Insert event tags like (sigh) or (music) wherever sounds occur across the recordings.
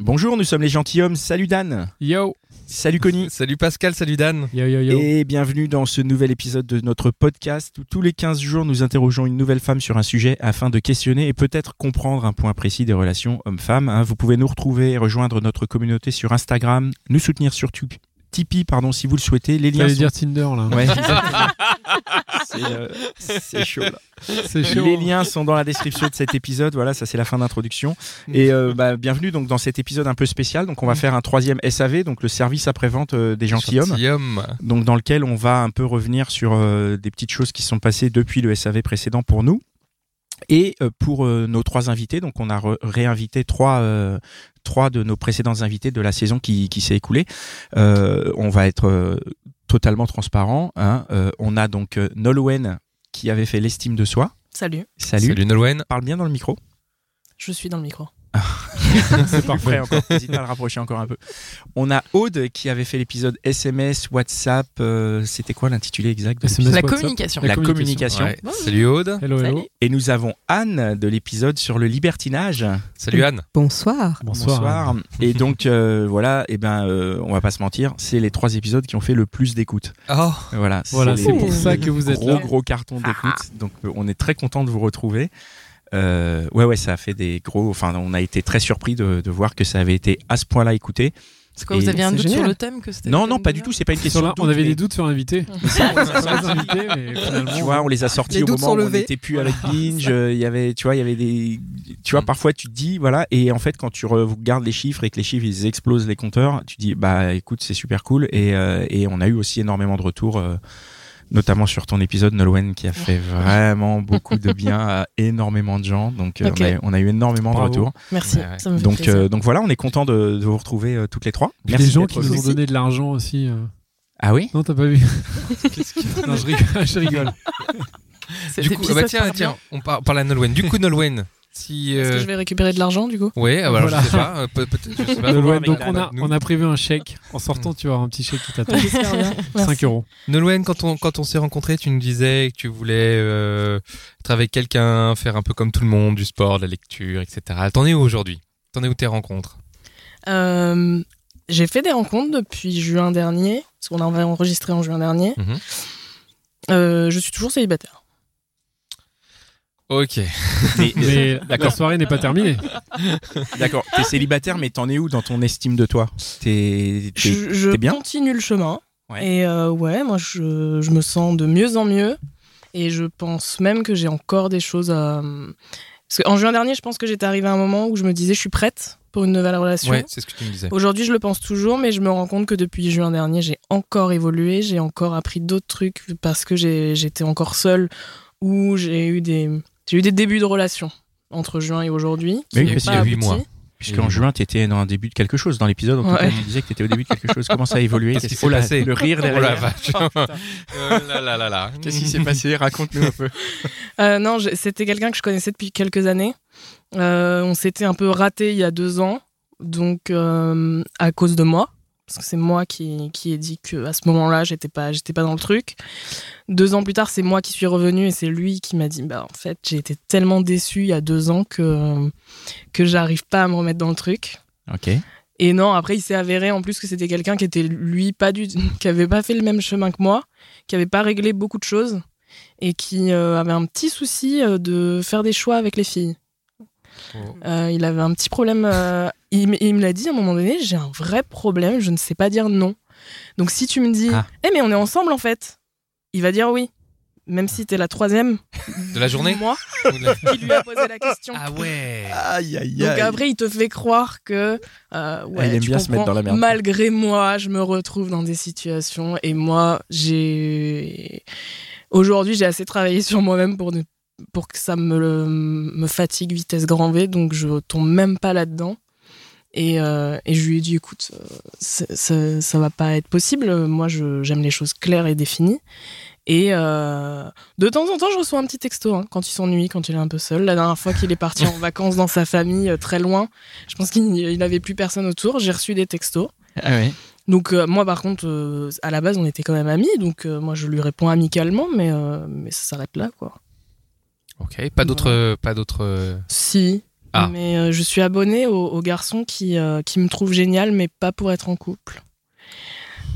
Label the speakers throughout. Speaker 1: Bonjour, nous sommes les gentilshommes. Salut Dan.
Speaker 2: Yo
Speaker 1: Salut Conny.
Speaker 3: Salut Pascal, (laughs) salut Dan.
Speaker 2: Yo yo yo
Speaker 1: Et bienvenue dans ce nouvel épisode de notre podcast où tous les 15 jours nous interrogeons une nouvelle femme sur un sujet afin de questionner et peut-être comprendre un point précis des relations hommes-femmes. hein. Vous pouvez nous retrouver et rejoindre notre communauté sur Instagram, nous soutenir sur Tu- Tipeee pardon, si vous le souhaitez. Les liens
Speaker 2: T'allais
Speaker 1: sont...
Speaker 2: dire Tinder là.
Speaker 1: Ouais, exactement. c'est, euh, (laughs) c'est chaud là.
Speaker 2: (laughs) C'est chaud.
Speaker 3: hein.
Speaker 2: hein.
Speaker 1: Les liens sont dans la description de cet épisode. Voilà, ça c'est la fin d'introduction. Et euh, bah, bienvenue donc dans cet épisode un peu spécial. Donc on va faire un troisième SAV, donc le service après-vente euh, des gentilshommes.
Speaker 3: Gentilhomme.
Speaker 1: donc dans lequel on va un peu revenir sur euh, des petites choses qui sont passées depuis le SAV précédent pour nous. Et euh, pour euh, nos trois invités, donc on a re- réinvité trois, euh, trois de nos précédents invités de la saison qui, qui s'est écoulée. Euh, on va être euh, totalement transparent. hein. Euh, on a donc euh, Nolwenn qui avait fait l'estime de soi.
Speaker 4: Salut,
Speaker 1: Salut.
Speaker 3: Nolwenn.
Speaker 1: Parle bien dans le micro.
Speaker 4: je suis dans le micro.
Speaker 1: C'est parfait. Encore, n'hésite pas à le rapprocher encore un peu. On a Aude qui avait fait l'épisode SMS, WhatsApp. euh, C'était quoi l'intitulé exact de
Speaker 2: SMS,
Speaker 4: La
Speaker 2: WhatsApp.
Speaker 4: communication.
Speaker 1: La
Speaker 2: communication.
Speaker 1: communication.
Speaker 3: Ouais. Salut Aude.
Speaker 2: Hello hello.
Speaker 4: Salut.
Speaker 1: Et nous avons Anne de l'épisode sur le libertinage.
Speaker 3: Salut Anne.
Speaker 1: Oh.
Speaker 5: Bonsoir.
Speaker 2: Bonsoir.
Speaker 1: Et donc euh, voilà, et ben euh, on va pas se mentir, c'est les trois épisodes qui ont fait le plus d'écoute.
Speaker 3: Oh,
Speaker 1: Voilà,
Speaker 2: Voilà,
Speaker 1: les
Speaker 2: c'est pour ça que vous êtes
Speaker 1: gros
Speaker 2: là.
Speaker 1: gros cartons
Speaker 4: Ah,
Speaker 1: d'écoute. Donc euh, on est très content de vous retrouver. Euh, ouais ouais, ça a fait des gros. Enfin, on a été très surpris de, de voir que ça avait été à ce point-là écouté.
Speaker 4: C'est quoi,
Speaker 1: Et-
Speaker 4: vous aviez un
Speaker 5: C'est
Speaker 4: doute sur
Speaker 5: génial.
Speaker 4: le thème que c'était
Speaker 1: Non
Speaker 4: le
Speaker 1: non,
Speaker 4: thème
Speaker 1: pas
Speaker 4: de
Speaker 1: du
Speaker 4: l'heure
Speaker 1: tout. C'est pas une question.
Speaker 2: Sur la-
Speaker 1: de
Speaker 2: on
Speaker 1: doute,
Speaker 2: avait
Speaker 1: mais-
Speaker 2: des doutes sur l'invité. Sur les invités, mais
Speaker 1: (laughs)
Speaker 2: finalement,
Speaker 1: tu vois, on les a sortis
Speaker 5: Les
Speaker 1: au
Speaker 5: doutes
Speaker 1: moment
Speaker 5: sont
Speaker 1: où on
Speaker 5: levés.
Speaker 1: n'était plus avec Binge. euh, Il y avait, tu vois, il y avait des, tu vois,
Speaker 3: Mm.
Speaker 1: parfois tu te dis, voilà, et en fait, quand tu re- regardes les chiffres et que les chiffres ils explosent les compteurs, tu dis, bah, écoute, c'est super cool. Et, euh, et on a eu aussi énormément de retours, euh, notamment sur ton épisode Nolwenn qui a fait vraiment beaucoup de bien à énormément de gens. Donc, euh,
Speaker 4: Ok.
Speaker 1: on, a, on a eu énormément
Speaker 2: Bravo.
Speaker 1: de retours.
Speaker 4: Merci,
Speaker 3: Ouais, ouais.
Speaker 4: ça me fait
Speaker 1: Donc,
Speaker 4: plaisir.
Speaker 1: euh, donc voilà, on est content de, de vous retrouver euh, toutes les trois.
Speaker 2: puis les gens
Speaker 1: d'être
Speaker 2: qui
Speaker 1: venus.
Speaker 2: nous ont donné de l'argent aussi. euh.
Speaker 1: Ah
Speaker 2: (laughs)
Speaker 1: oui.
Speaker 2: Non, t'as pas vu Non, je rigole. (laughs) Je rigole.
Speaker 4: Cet
Speaker 3: Du coup, ah
Speaker 4: épisode
Speaker 3: bah tiens,
Speaker 4: part bien.
Speaker 3: tiens, on par- parle à Nolwenn. Du coup, Nolwenn, si.
Speaker 4: Est-ce
Speaker 3: euh,
Speaker 4: que je vais récupérer de l'argent du coup
Speaker 3: Ouais, ah bah, alors,
Speaker 2: Voilà.
Speaker 3: je sais pas. euh, peut- peut-être, je sais pas.
Speaker 1: Nolwenn,
Speaker 3: Nolwenn,
Speaker 1: avec
Speaker 2: Donc
Speaker 1: la
Speaker 2: on a,
Speaker 3: nous-
Speaker 2: on a prévu un chèque. En sortant, tu vas avoir un petit chèque qui t'attend.
Speaker 4: Merci.
Speaker 2: 5 euros.
Speaker 3: Nolwenn, quand on, quand on s'est rencontrés, tu nous disais que tu voulais euh, être avec quelqu'un, faire un peu comme tout le monde, du sport, de la lecture, etc. T'en es où aujourd'hui T'en es où tes rencontres
Speaker 4: Euh, J'ai fait des rencontres depuis juin dernier, parce qu'on avait enregistré en juin dernier.
Speaker 3: Mhm.
Speaker 4: Euh, je suis toujours célibataire.
Speaker 3: Ok.
Speaker 2: Mais la soirée n'est pas terminée.
Speaker 1: D'accord. T'es célibataire, mais t'en es où dans ton estime de toi T'es. t'es-
Speaker 4: Je, je
Speaker 1: t'es bien
Speaker 4: continue le chemin.
Speaker 1: Ouais.
Speaker 4: Et euh, ouais, moi je, je me sens de mieux en mieux. Et je pense même que j'ai encore des choses à. hum, Parce qu'en juin dernier, je pense que j'étais arrivée à un moment où je me disais je suis prête pour une nouvelle relation.
Speaker 3: Ouais, c'est ce que tu me disais.
Speaker 4: (laughs) Aujourd'hui, je le pense toujours, mais je me rends compte que depuis juin dernier, j'ai encore évolué, j'ai encore appris d'autres trucs parce que j'ai- j'étais encore seule ou j'ai eu des j'ai eu des débuts de relation entre juin et aujourd'hui. qui
Speaker 1: Mais oui,
Speaker 4: n'ont
Speaker 1: parce
Speaker 4: pas
Speaker 1: qu'il y a
Speaker 3: huit
Speaker 4: abouti.
Speaker 3: mois.
Speaker 1: Puisqu'en juin, tu étais dans un début de quelque chose, dans l'épisode, en tout
Speaker 4: Ouais.
Speaker 1: cas, tu disais que tu étais au début de quelque chose. Comment ça a évolué
Speaker 3: Qu'est-ce qui s'est
Speaker 1: passé
Speaker 3: passé
Speaker 1: Le rire
Speaker 3: Oh la
Speaker 1: derrière.
Speaker 3: vache. (laughs) Euh, là, là, là, là.
Speaker 1: passé Raconte-nous un peu.
Speaker 4: Euh, non, j'ai- c'était quelqu'un que je connaissais depuis quelques années. Euh, on s'était un peu raté il y a deux ans, donc euh, à cause de moi, parce que c'est moi qui, qui ai dit que à ce moment-là, j'étais pas, j'étais pas dans le truc. Deux ans plus tard, c'est moi qui suis revenue et c'est lui qui m'a dit, bah en fait, j'ai été tellement déçue il y a deux ans que que j'arrive pas à me remettre dans le truc.
Speaker 1: Ok.
Speaker 4: Et non, après, il s'est avéré en plus que c'était quelqu'un qui était lui pas du, qui avait pas fait le même chemin que moi, qui avait pas réglé beaucoup de choses et qui euh, avait un petit souci euh, de faire des choix avec les filles.
Speaker 3: Oh.
Speaker 4: Euh, il avait un petit problème. euh, il, m- il me l'a dit à un moment donné, j'ai un vrai problème, je ne sais pas dire non. Donc si tu me dis,
Speaker 1: Ah.
Speaker 4: eh mais on est ensemble en fait, il va dire oui. Même si t'es la troisième
Speaker 3: De la journée
Speaker 4: moi
Speaker 3: Ou de la-
Speaker 4: qui lui a posé la question.
Speaker 3: Ah ouais.
Speaker 1: Aïe, aïe,
Speaker 4: Donc après, il te fait croire que euh, ouais,
Speaker 1: Elle aime
Speaker 4: tu
Speaker 1: bien se mettre
Speaker 4: comprends,
Speaker 1: dans la merde.
Speaker 4: Malgré moi, je me retrouve dans des situations et moi, j'ai aujourd'hui, j'ai assez travaillé sur moi-même pour ne pour que ça me, le- me fatigue vitesse grand V, donc je tombe même pas là-dedans. Et, euh, et je lui ai dit, écoute, euh, c'est- ça, ça va pas être possible. Moi, je- j'aime les choses claires et définies. Et euh, de temps en temps, je reçois un petit texto hein, quand il s'ennuie, quand il est un peu seul. La dernière fois qu'il est parti
Speaker 1: (laughs)
Speaker 4: en vacances dans sa famille, euh, très loin, je pense qu'il il avait plus personne autour. J'ai reçu des textos.
Speaker 6: Ah ouais.
Speaker 4: Donc euh, moi par contre, euh, à la base on était quand même amis, donc euh, moi je lui réponds amicalement, mais, euh, mais ça s'arrête là quoi.
Speaker 3: Ok, pas d'autres. Pas d'autres. euh,
Speaker 4: Si,
Speaker 3: Ah.
Speaker 4: mais euh, je suis abonnée au, au garçon qui, euh, qui me trouve génial, mais pas pour être en couple.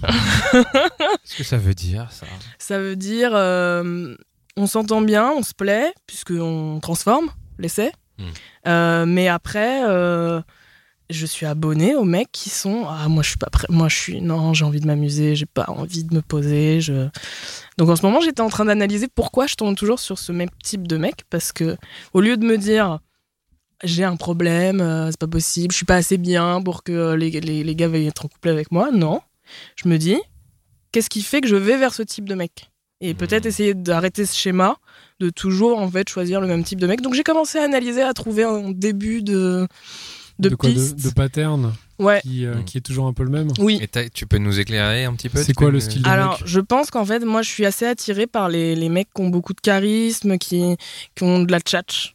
Speaker 3: Qu'est-ce que ça veut dire, ça
Speaker 4: Ça veut dire euh, on s'entend bien, on se plaît, puisqu'on transforme l'essai.
Speaker 3: Hmm.
Speaker 4: Euh, mais après, euh, je suis abonnée aux mecs qui sont ah moi je suis pas prêt, moi je suis non j'ai envie de m'amuser, j'ai pas envie de me poser. Je... Donc en ce moment j'étais en train d'analyser pourquoi je tombe toujours sur ce même type de mec parce que au lieu de me dire j'ai un problème, euh, c'est pas possible, je suis pas assez bien pour que les, les, les gars veuillent être en couple avec moi, non, je me dis qu'est-ce qui fait que je vais vers ce type de mec et peut-être essayer d'arrêter ce schéma de toujours en fait choisir le même type de mec. Donc j'ai commencé à analyser, à trouver un début de de,
Speaker 2: quoi
Speaker 4: piste.
Speaker 2: de, de pattern
Speaker 4: Ouais.
Speaker 2: qui, euh,
Speaker 3: Mm.
Speaker 2: qui est toujours un peu le même.
Speaker 4: Oui.
Speaker 3: Et t'as- tu peux nous éclairer un petit peu
Speaker 2: C'est
Speaker 3: Tu peux
Speaker 2: quoi le
Speaker 3: nous-
Speaker 2: style de-
Speaker 4: Alors,
Speaker 2: mec.
Speaker 4: je pense qu'en fait, moi, je suis assez attirée par les, les mecs qui ont beaucoup de charisme, qui, qui ont de la tchatch.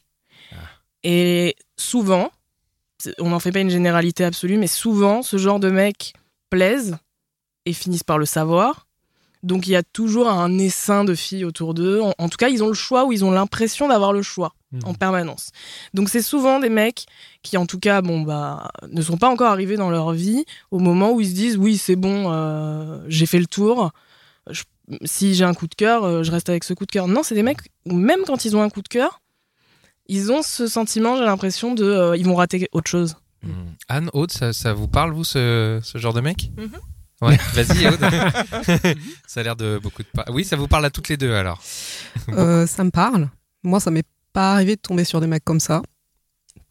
Speaker 4: Et souvent, c'est- on n'en fait pas une généralité absolue, mais souvent, ce genre de mecs plaisent et finissent par le savoir. Donc, il y a toujours un essaim de filles autour d'eux. En, en tout cas, ils ont le choix ou ils ont l'impression d'avoir le choix
Speaker 2: Mm.
Speaker 4: en permanence. Donc c'est souvent des mecs qui, en tout cas, bon bah, ne sont pas encore arrivés dans leur vie au moment où ils se disent oui c'est bon, euh, j'ai fait le tour. Je- si j'ai un coup de cœur, euh, je reste avec ce coup de cœur. Non, c'est des mecs où même quand ils ont un coup de cœur, ils ont ce sentiment, j'ai l'impression de, euh, ils vont rater autre chose.
Speaker 3: Mm. Anne, Aude, ça, ça vous parle, vous, ce, ce genre de mec
Speaker 6: Mhm.
Speaker 3: (laughs) Ouais, vas-y, Aude. ça a l'air de beaucoup de. pa- Oui, ça vous parle à toutes les deux, alors.
Speaker 7: Euh, ça me parle. Moi, ça m'est pas arrivé de tomber sur des mecs comme ça.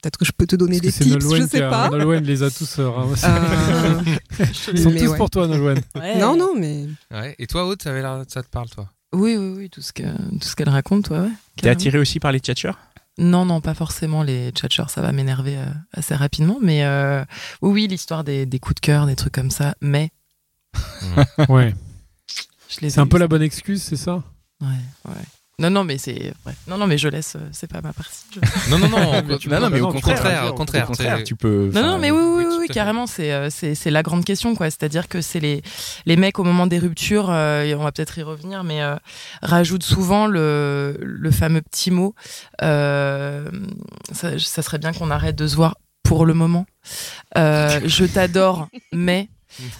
Speaker 7: Peut-être que je peux te donner
Speaker 2: Parce que
Speaker 7: des
Speaker 2: c'est
Speaker 7: tips,
Speaker 2: Nolwenn
Speaker 7: je
Speaker 2: qui
Speaker 7: sais
Speaker 2: a-
Speaker 7: pas.
Speaker 2: Nolwenn les a tous euh,
Speaker 6: (laughs)
Speaker 2: ramassés.
Speaker 7: Euh,
Speaker 2: (laughs) Ils sont
Speaker 7: mais
Speaker 2: tous
Speaker 7: ouais.
Speaker 2: pour
Speaker 4: (laughs)
Speaker 2: toi, Nolwenn.
Speaker 7: Non, non, mais
Speaker 3: Ouais. Et toi, Aude, ça, avait l'air- ça te parle, toi
Speaker 6: Oui, oui, oui, tout ce que- tout ce qu'elle raconte, ouais, ouais.
Speaker 1: T'es
Speaker 6: carrément.
Speaker 1: attiré aussi par les tchatcheurs
Speaker 6: Non, non, pas forcément les tchatcheurs, ça va m'énerver euh, assez rapidement, mais euh, oui, oui, l'histoire des, des coups de cœur, des trucs comme ça, mais
Speaker 2: Ouais.
Speaker 6: je les ai
Speaker 2: C'est un peu
Speaker 6: eus.
Speaker 2: la bonne excuse, c'est ça
Speaker 6: Ouais, ouais. Non, non, mais c'est. bref. Non, non, mais je laisse, euh, c'est pas ma partie. je-
Speaker 3: Non, (laughs) non, non. on-
Speaker 2: Non, non, mais au
Speaker 3: au
Speaker 2: contraire,
Speaker 3: contraire, au contraire. c'est-
Speaker 1: tu peux.
Speaker 6: Non, non, mais oui, oui, oui,
Speaker 3: oui, tout à fait.
Speaker 6: carrément, c'est, euh, c'est, c'est la grande question, quoi. C'est-à-dire que c'est les, les mecs, au moment des ruptures, euh, et on va peut-être y revenir, mais euh, rajoutent souvent le, le fameux petit mot. euh, ça, ça serait bien qu'on arrête de se voir pour le moment. Euh, je t'adore, mais.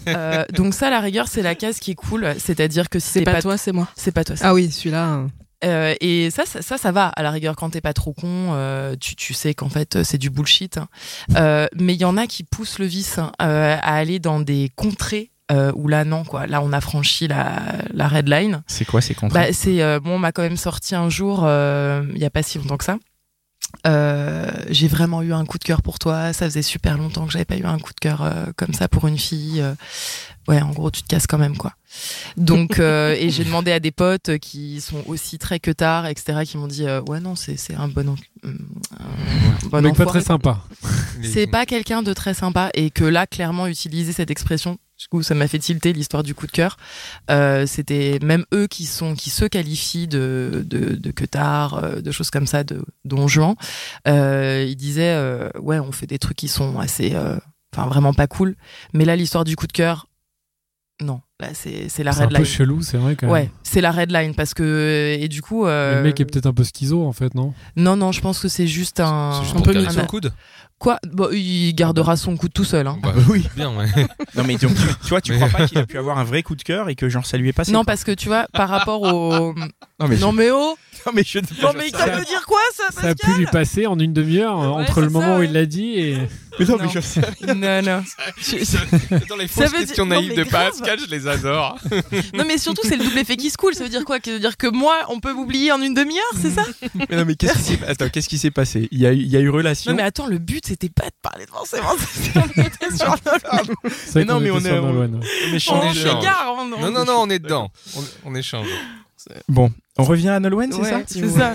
Speaker 6: Euh, donc ça, à la rigueur, c'est la case qui est cool. C'est-à-dire que si c'est,
Speaker 4: C'est pas, toi, c'est moi.
Speaker 6: c'est pas toi, c'est
Speaker 7: ah oui, celui-là. euh,
Speaker 6: euh, et ça, ça, ça, ça va. À la rigueur, quand t'es pas trop con, euh, tu, tu sais qu'en fait, euh, c'est du bullshit. hein. Euh, mais il y en a qui poussent le vice hein, euh, à aller dans des contrées euh, où là, non, quoi. Là, on a franchi la, la red line.
Speaker 1: C'est quoi ces contrats
Speaker 6: Bah, c'est euh, bon, on m'a quand même sorti un jour, euh, il y a pas si longtemps que ça. Euh, j'ai vraiment eu un coup de cœur pour toi. Ça faisait super longtemps que j'avais pas eu un coup de cœur euh, comme ça pour une fille. Euh, ouais, en gros, tu te casses quand même, quoi. Donc, euh, et j'ai demandé à des potes qui sont aussi très que tard, etc., qui m'ont dit euh, ouais non, c'est c'est un bon, en- un bon
Speaker 2: Mec pas
Speaker 6: enfoiré.
Speaker 2: très sympa.
Speaker 3: les-
Speaker 6: C'est pas quelqu'un de très sympa et que là, clairement, utiliser cette expression, du coup, ça m'a fait tilter l'histoire du coup de cœur. Euh, C'était même eux qui sont, qui se qualifient de de, de queutards, euh, de choses comme ça, de don Juan. Euh, ils disaient, euh, ouais, on fait des trucs qui sont assez, euh, enfin, vraiment pas cool. Mais là, l'histoire du coup de cœur, non, là, c'est c'est la
Speaker 2: C'est un
Speaker 6: red
Speaker 2: peu
Speaker 6: line.
Speaker 2: chelou, c'est vrai
Speaker 3: euh,
Speaker 2: quand même.
Speaker 6: Ouais, c'est la red line parce que et du coup,
Speaker 2: Mais
Speaker 6: euh,
Speaker 2: Le mec est peut-être un peu schizo en fait, non
Speaker 6: non, non, je pense que c'est juste un,
Speaker 3: C'est juste
Speaker 4: Un
Speaker 3: pour
Speaker 4: peu
Speaker 3: carrer
Speaker 4: mis
Speaker 6: sur
Speaker 3: son
Speaker 6: le
Speaker 3: coude
Speaker 6: quoi. Bon, il gardera son coup tout seul. Hein.
Speaker 3: Bah,
Speaker 1: oui.
Speaker 3: Bien, (laughs) ouais.
Speaker 6: Bah,
Speaker 1: Non, mais donc, tu, tu vois, tu (laughs)
Speaker 3: Mais-
Speaker 1: crois pas qu'il a pu avoir un vrai coup de cœur et que genre ça lui est passé
Speaker 6: Non,
Speaker 1: quoi.
Speaker 6: parce que tu vois, par rapport au.
Speaker 1: Non, mais,
Speaker 6: Non, mais oh
Speaker 1: non, mais je
Speaker 6: Non, mais
Speaker 2: ça
Speaker 6: ça
Speaker 2: veut
Speaker 6: veut dire quoi, ça,
Speaker 2: Ça a pu lui passer en une demi-heure euh,
Speaker 6: Ouais,
Speaker 2: entre
Speaker 6: c'est
Speaker 2: le moment
Speaker 6: ça,
Speaker 2: où
Speaker 6: ouais.
Speaker 2: il l'a dit et.
Speaker 1: non,
Speaker 6: mais je Non, non.
Speaker 3: Dans les
Speaker 6: Ça
Speaker 3: fausses
Speaker 6: veut dire-
Speaker 3: questions
Speaker 6: non,
Speaker 3: naïves
Speaker 6: mais
Speaker 3: de
Speaker 6: grave.
Speaker 3: Pascal, je les (laughs) adore.
Speaker 6: Non, mais surtout, c'est le double effet qui se coule. Ça veut dire quoi Ça veut dire que moi, on peut m'oublier en une demi-heure, c'est ça
Speaker 1: Mais non, mais qu'est-ce qui s'est Attends, qu'est-ce qui s'est passé il y, a eu, il y a eu relation.
Speaker 6: Non, mais attends, le but, c'était pas de parler de forcément. (laughs) c'était- On était sur le.
Speaker 2: C'est vrai
Speaker 1: Mais non,
Speaker 2: qu'on
Speaker 1: mais
Speaker 2: était
Speaker 1: on
Speaker 2: sur
Speaker 1: est- on-
Speaker 2: Nolwenn, ouais.
Speaker 1: on échange.
Speaker 6: On
Speaker 3: échange.
Speaker 6: s'égare. on- on-
Speaker 3: hein. Non, non, non, on est dedans. On, on échange.
Speaker 1: Bon, on revient à Nolwenn, c'est
Speaker 6: Ouais,
Speaker 1: ça
Speaker 6: C'est ça.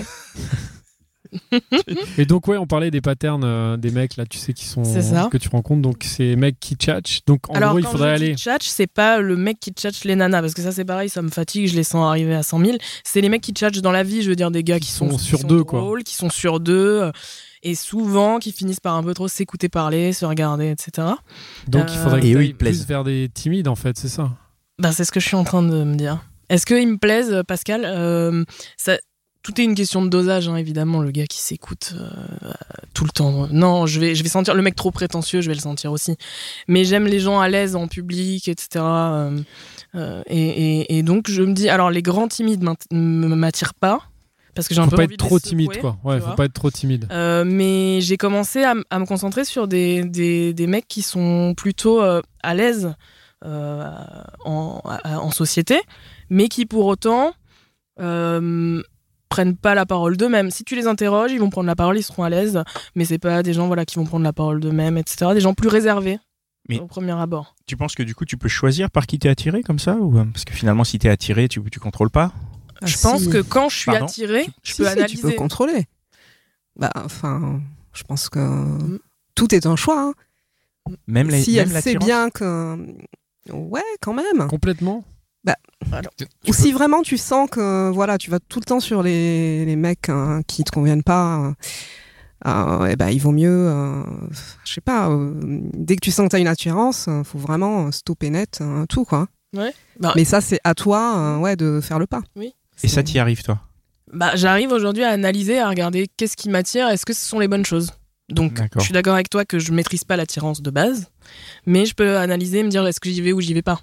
Speaker 2: Et donc, ouais, on parlait des patterns euh, des mecs, là, tu sais, qui sont.
Speaker 4: C'est ça.
Speaker 2: Que tu rencontres. Donc, ces mecs qui tchatchent. Donc, en
Speaker 4: Alors,
Speaker 2: gros, il
Speaker 4: quand
Speaker 2: faudrait
Speaker 4: je
Speaker 2: aller.
Speaker 4: dis tchatch, c'est pas le mec qui tchatche les nanas, parce que ça, c'est pareil, ça me fatigue, je les sens arriver à 100 000. C'est les mecs qui tchatchent dans la vie, je veux dire, des gars qui,
Speaker 2: Qui sont
Speaker 4: qui
Speaker 2: sur deux, quoi.
Speaker 4: drôles, Qui sont sur deux, euh, et souvent qui finissent par un peu trop s'écouter parler, se regarder, etc.
Speaker 2: Donc, il faudrait
Speaker 4: Euh,
Speaker 2: que
Speaker 1: Et eux,
Speaker 2: t'ailles
Speaker 1: ils te plaisent.
Speaker 2: plus vers des timides, en fait, c'est ça.
Speaker 4: Ben, c'est ce que je suis en train de me dire. Est-ce qu'ils me plaisent, euh, Pascal Euh, ça, Tout est une question de dosage, hein, évidemment, le gars qui s'écoute euh, euh, tout le temps. Non, je vais, je vais sentir le mec trop prétentieux, je vais le sentir aussi. Mais j'aime les gens à l'aise en public, etc. euh, euh, et, et- et donc, je me dis, alors les grands timides m'int- ne m'attirent pas, parce que j'ai un
Speaker 2: Faut
Speaker 4: peu
Speaker 2: pas
Speaker 4: envie
Speaker 2: être
Speaker 4: de les
Speaker 2: trop timide,
Speaker 4: secouer,
Speaker 2: quoi. Ouais,
Speaker 4: tu
Speaker 2: faut
Speaker 4: vois.
Speaker 2: pas être trop timide.
Speaker 4: Euh, mais j'ai commencé à, m- à me concentrer sur des, des, des mecs qui sont plutôt euh, à l'aise euh, en, à- en société, mais qui pour autant euh, prennent pas la parole d'eux-mêmes. Si tu les interroges, ils vont prendre la parole, ils seront à l'aise, mais c'est pas des gens voilà qui vont prendre la parole d'eux-mêmes, etc. Des gens plus réservés
Speaker 1: Mais-
Speaker 4: au premier abord.
Speaker 1: Tu penses que du coup, tu peux choisir par qui t'es attiré comme ça ou euh, parce que finalement, si t'es attiré, tu tu contrôles pas.
Speaker 7: Ah,
Speaker 4: je pense
Speaker 7: si.
Speaker 4: que quand je suis
Speaker 1: Pardon
Speaker 4: attirée, je
Speaker 7: Si,
Speaker 4: peux
Speaker 7: si,
Speaker 4: analyser.
Speaker 7: tu peux contrôler. Bah, enfin, je pense que
Speaker 6: Mm.
Speaker 7: tout est un choix. hein.
Speaker 1: Même la-
Speaker 7: si
Speaker 1: même
Speaker 7: elle sait
Speaker 1: l'attirance.
Speaker 7: bien que. Ouais, quand même.
Speaker 2: (laughs) Complètement.
Speaker 7: Ou si vraiment tu sens que voilà, tu vas tout le temps sur les, les mecs hein, qui te conviennent pas, euh, euh, eh ben, il vaut mieux, euh, je sais pas, euh, dès que tu sens que tu as une attirance, euh, faut vraiment euh, stopper net euh, tout quoi.
Speaker 4: Ouais. Bah-
Speaker 7: Mais ça c'est à toi euh, ouais, de faire le pas.
Speaker 4: Oui.
Speaker 1: Et ça t'y arrive toi.
Speaker 4: Bah, j'arrive aujourd'hui à analyser, à regarder qu'est-ce qui m'attire, est-ce que ce sont les bonnes choses. Donc,
Speaker 1: D'accord.
Speaker 4: je suis d'accord avec toi que je maîtrise pas l'attirance de base, mais je peux analyser et me dire est-ce que j'y vais ou j'y vais pas.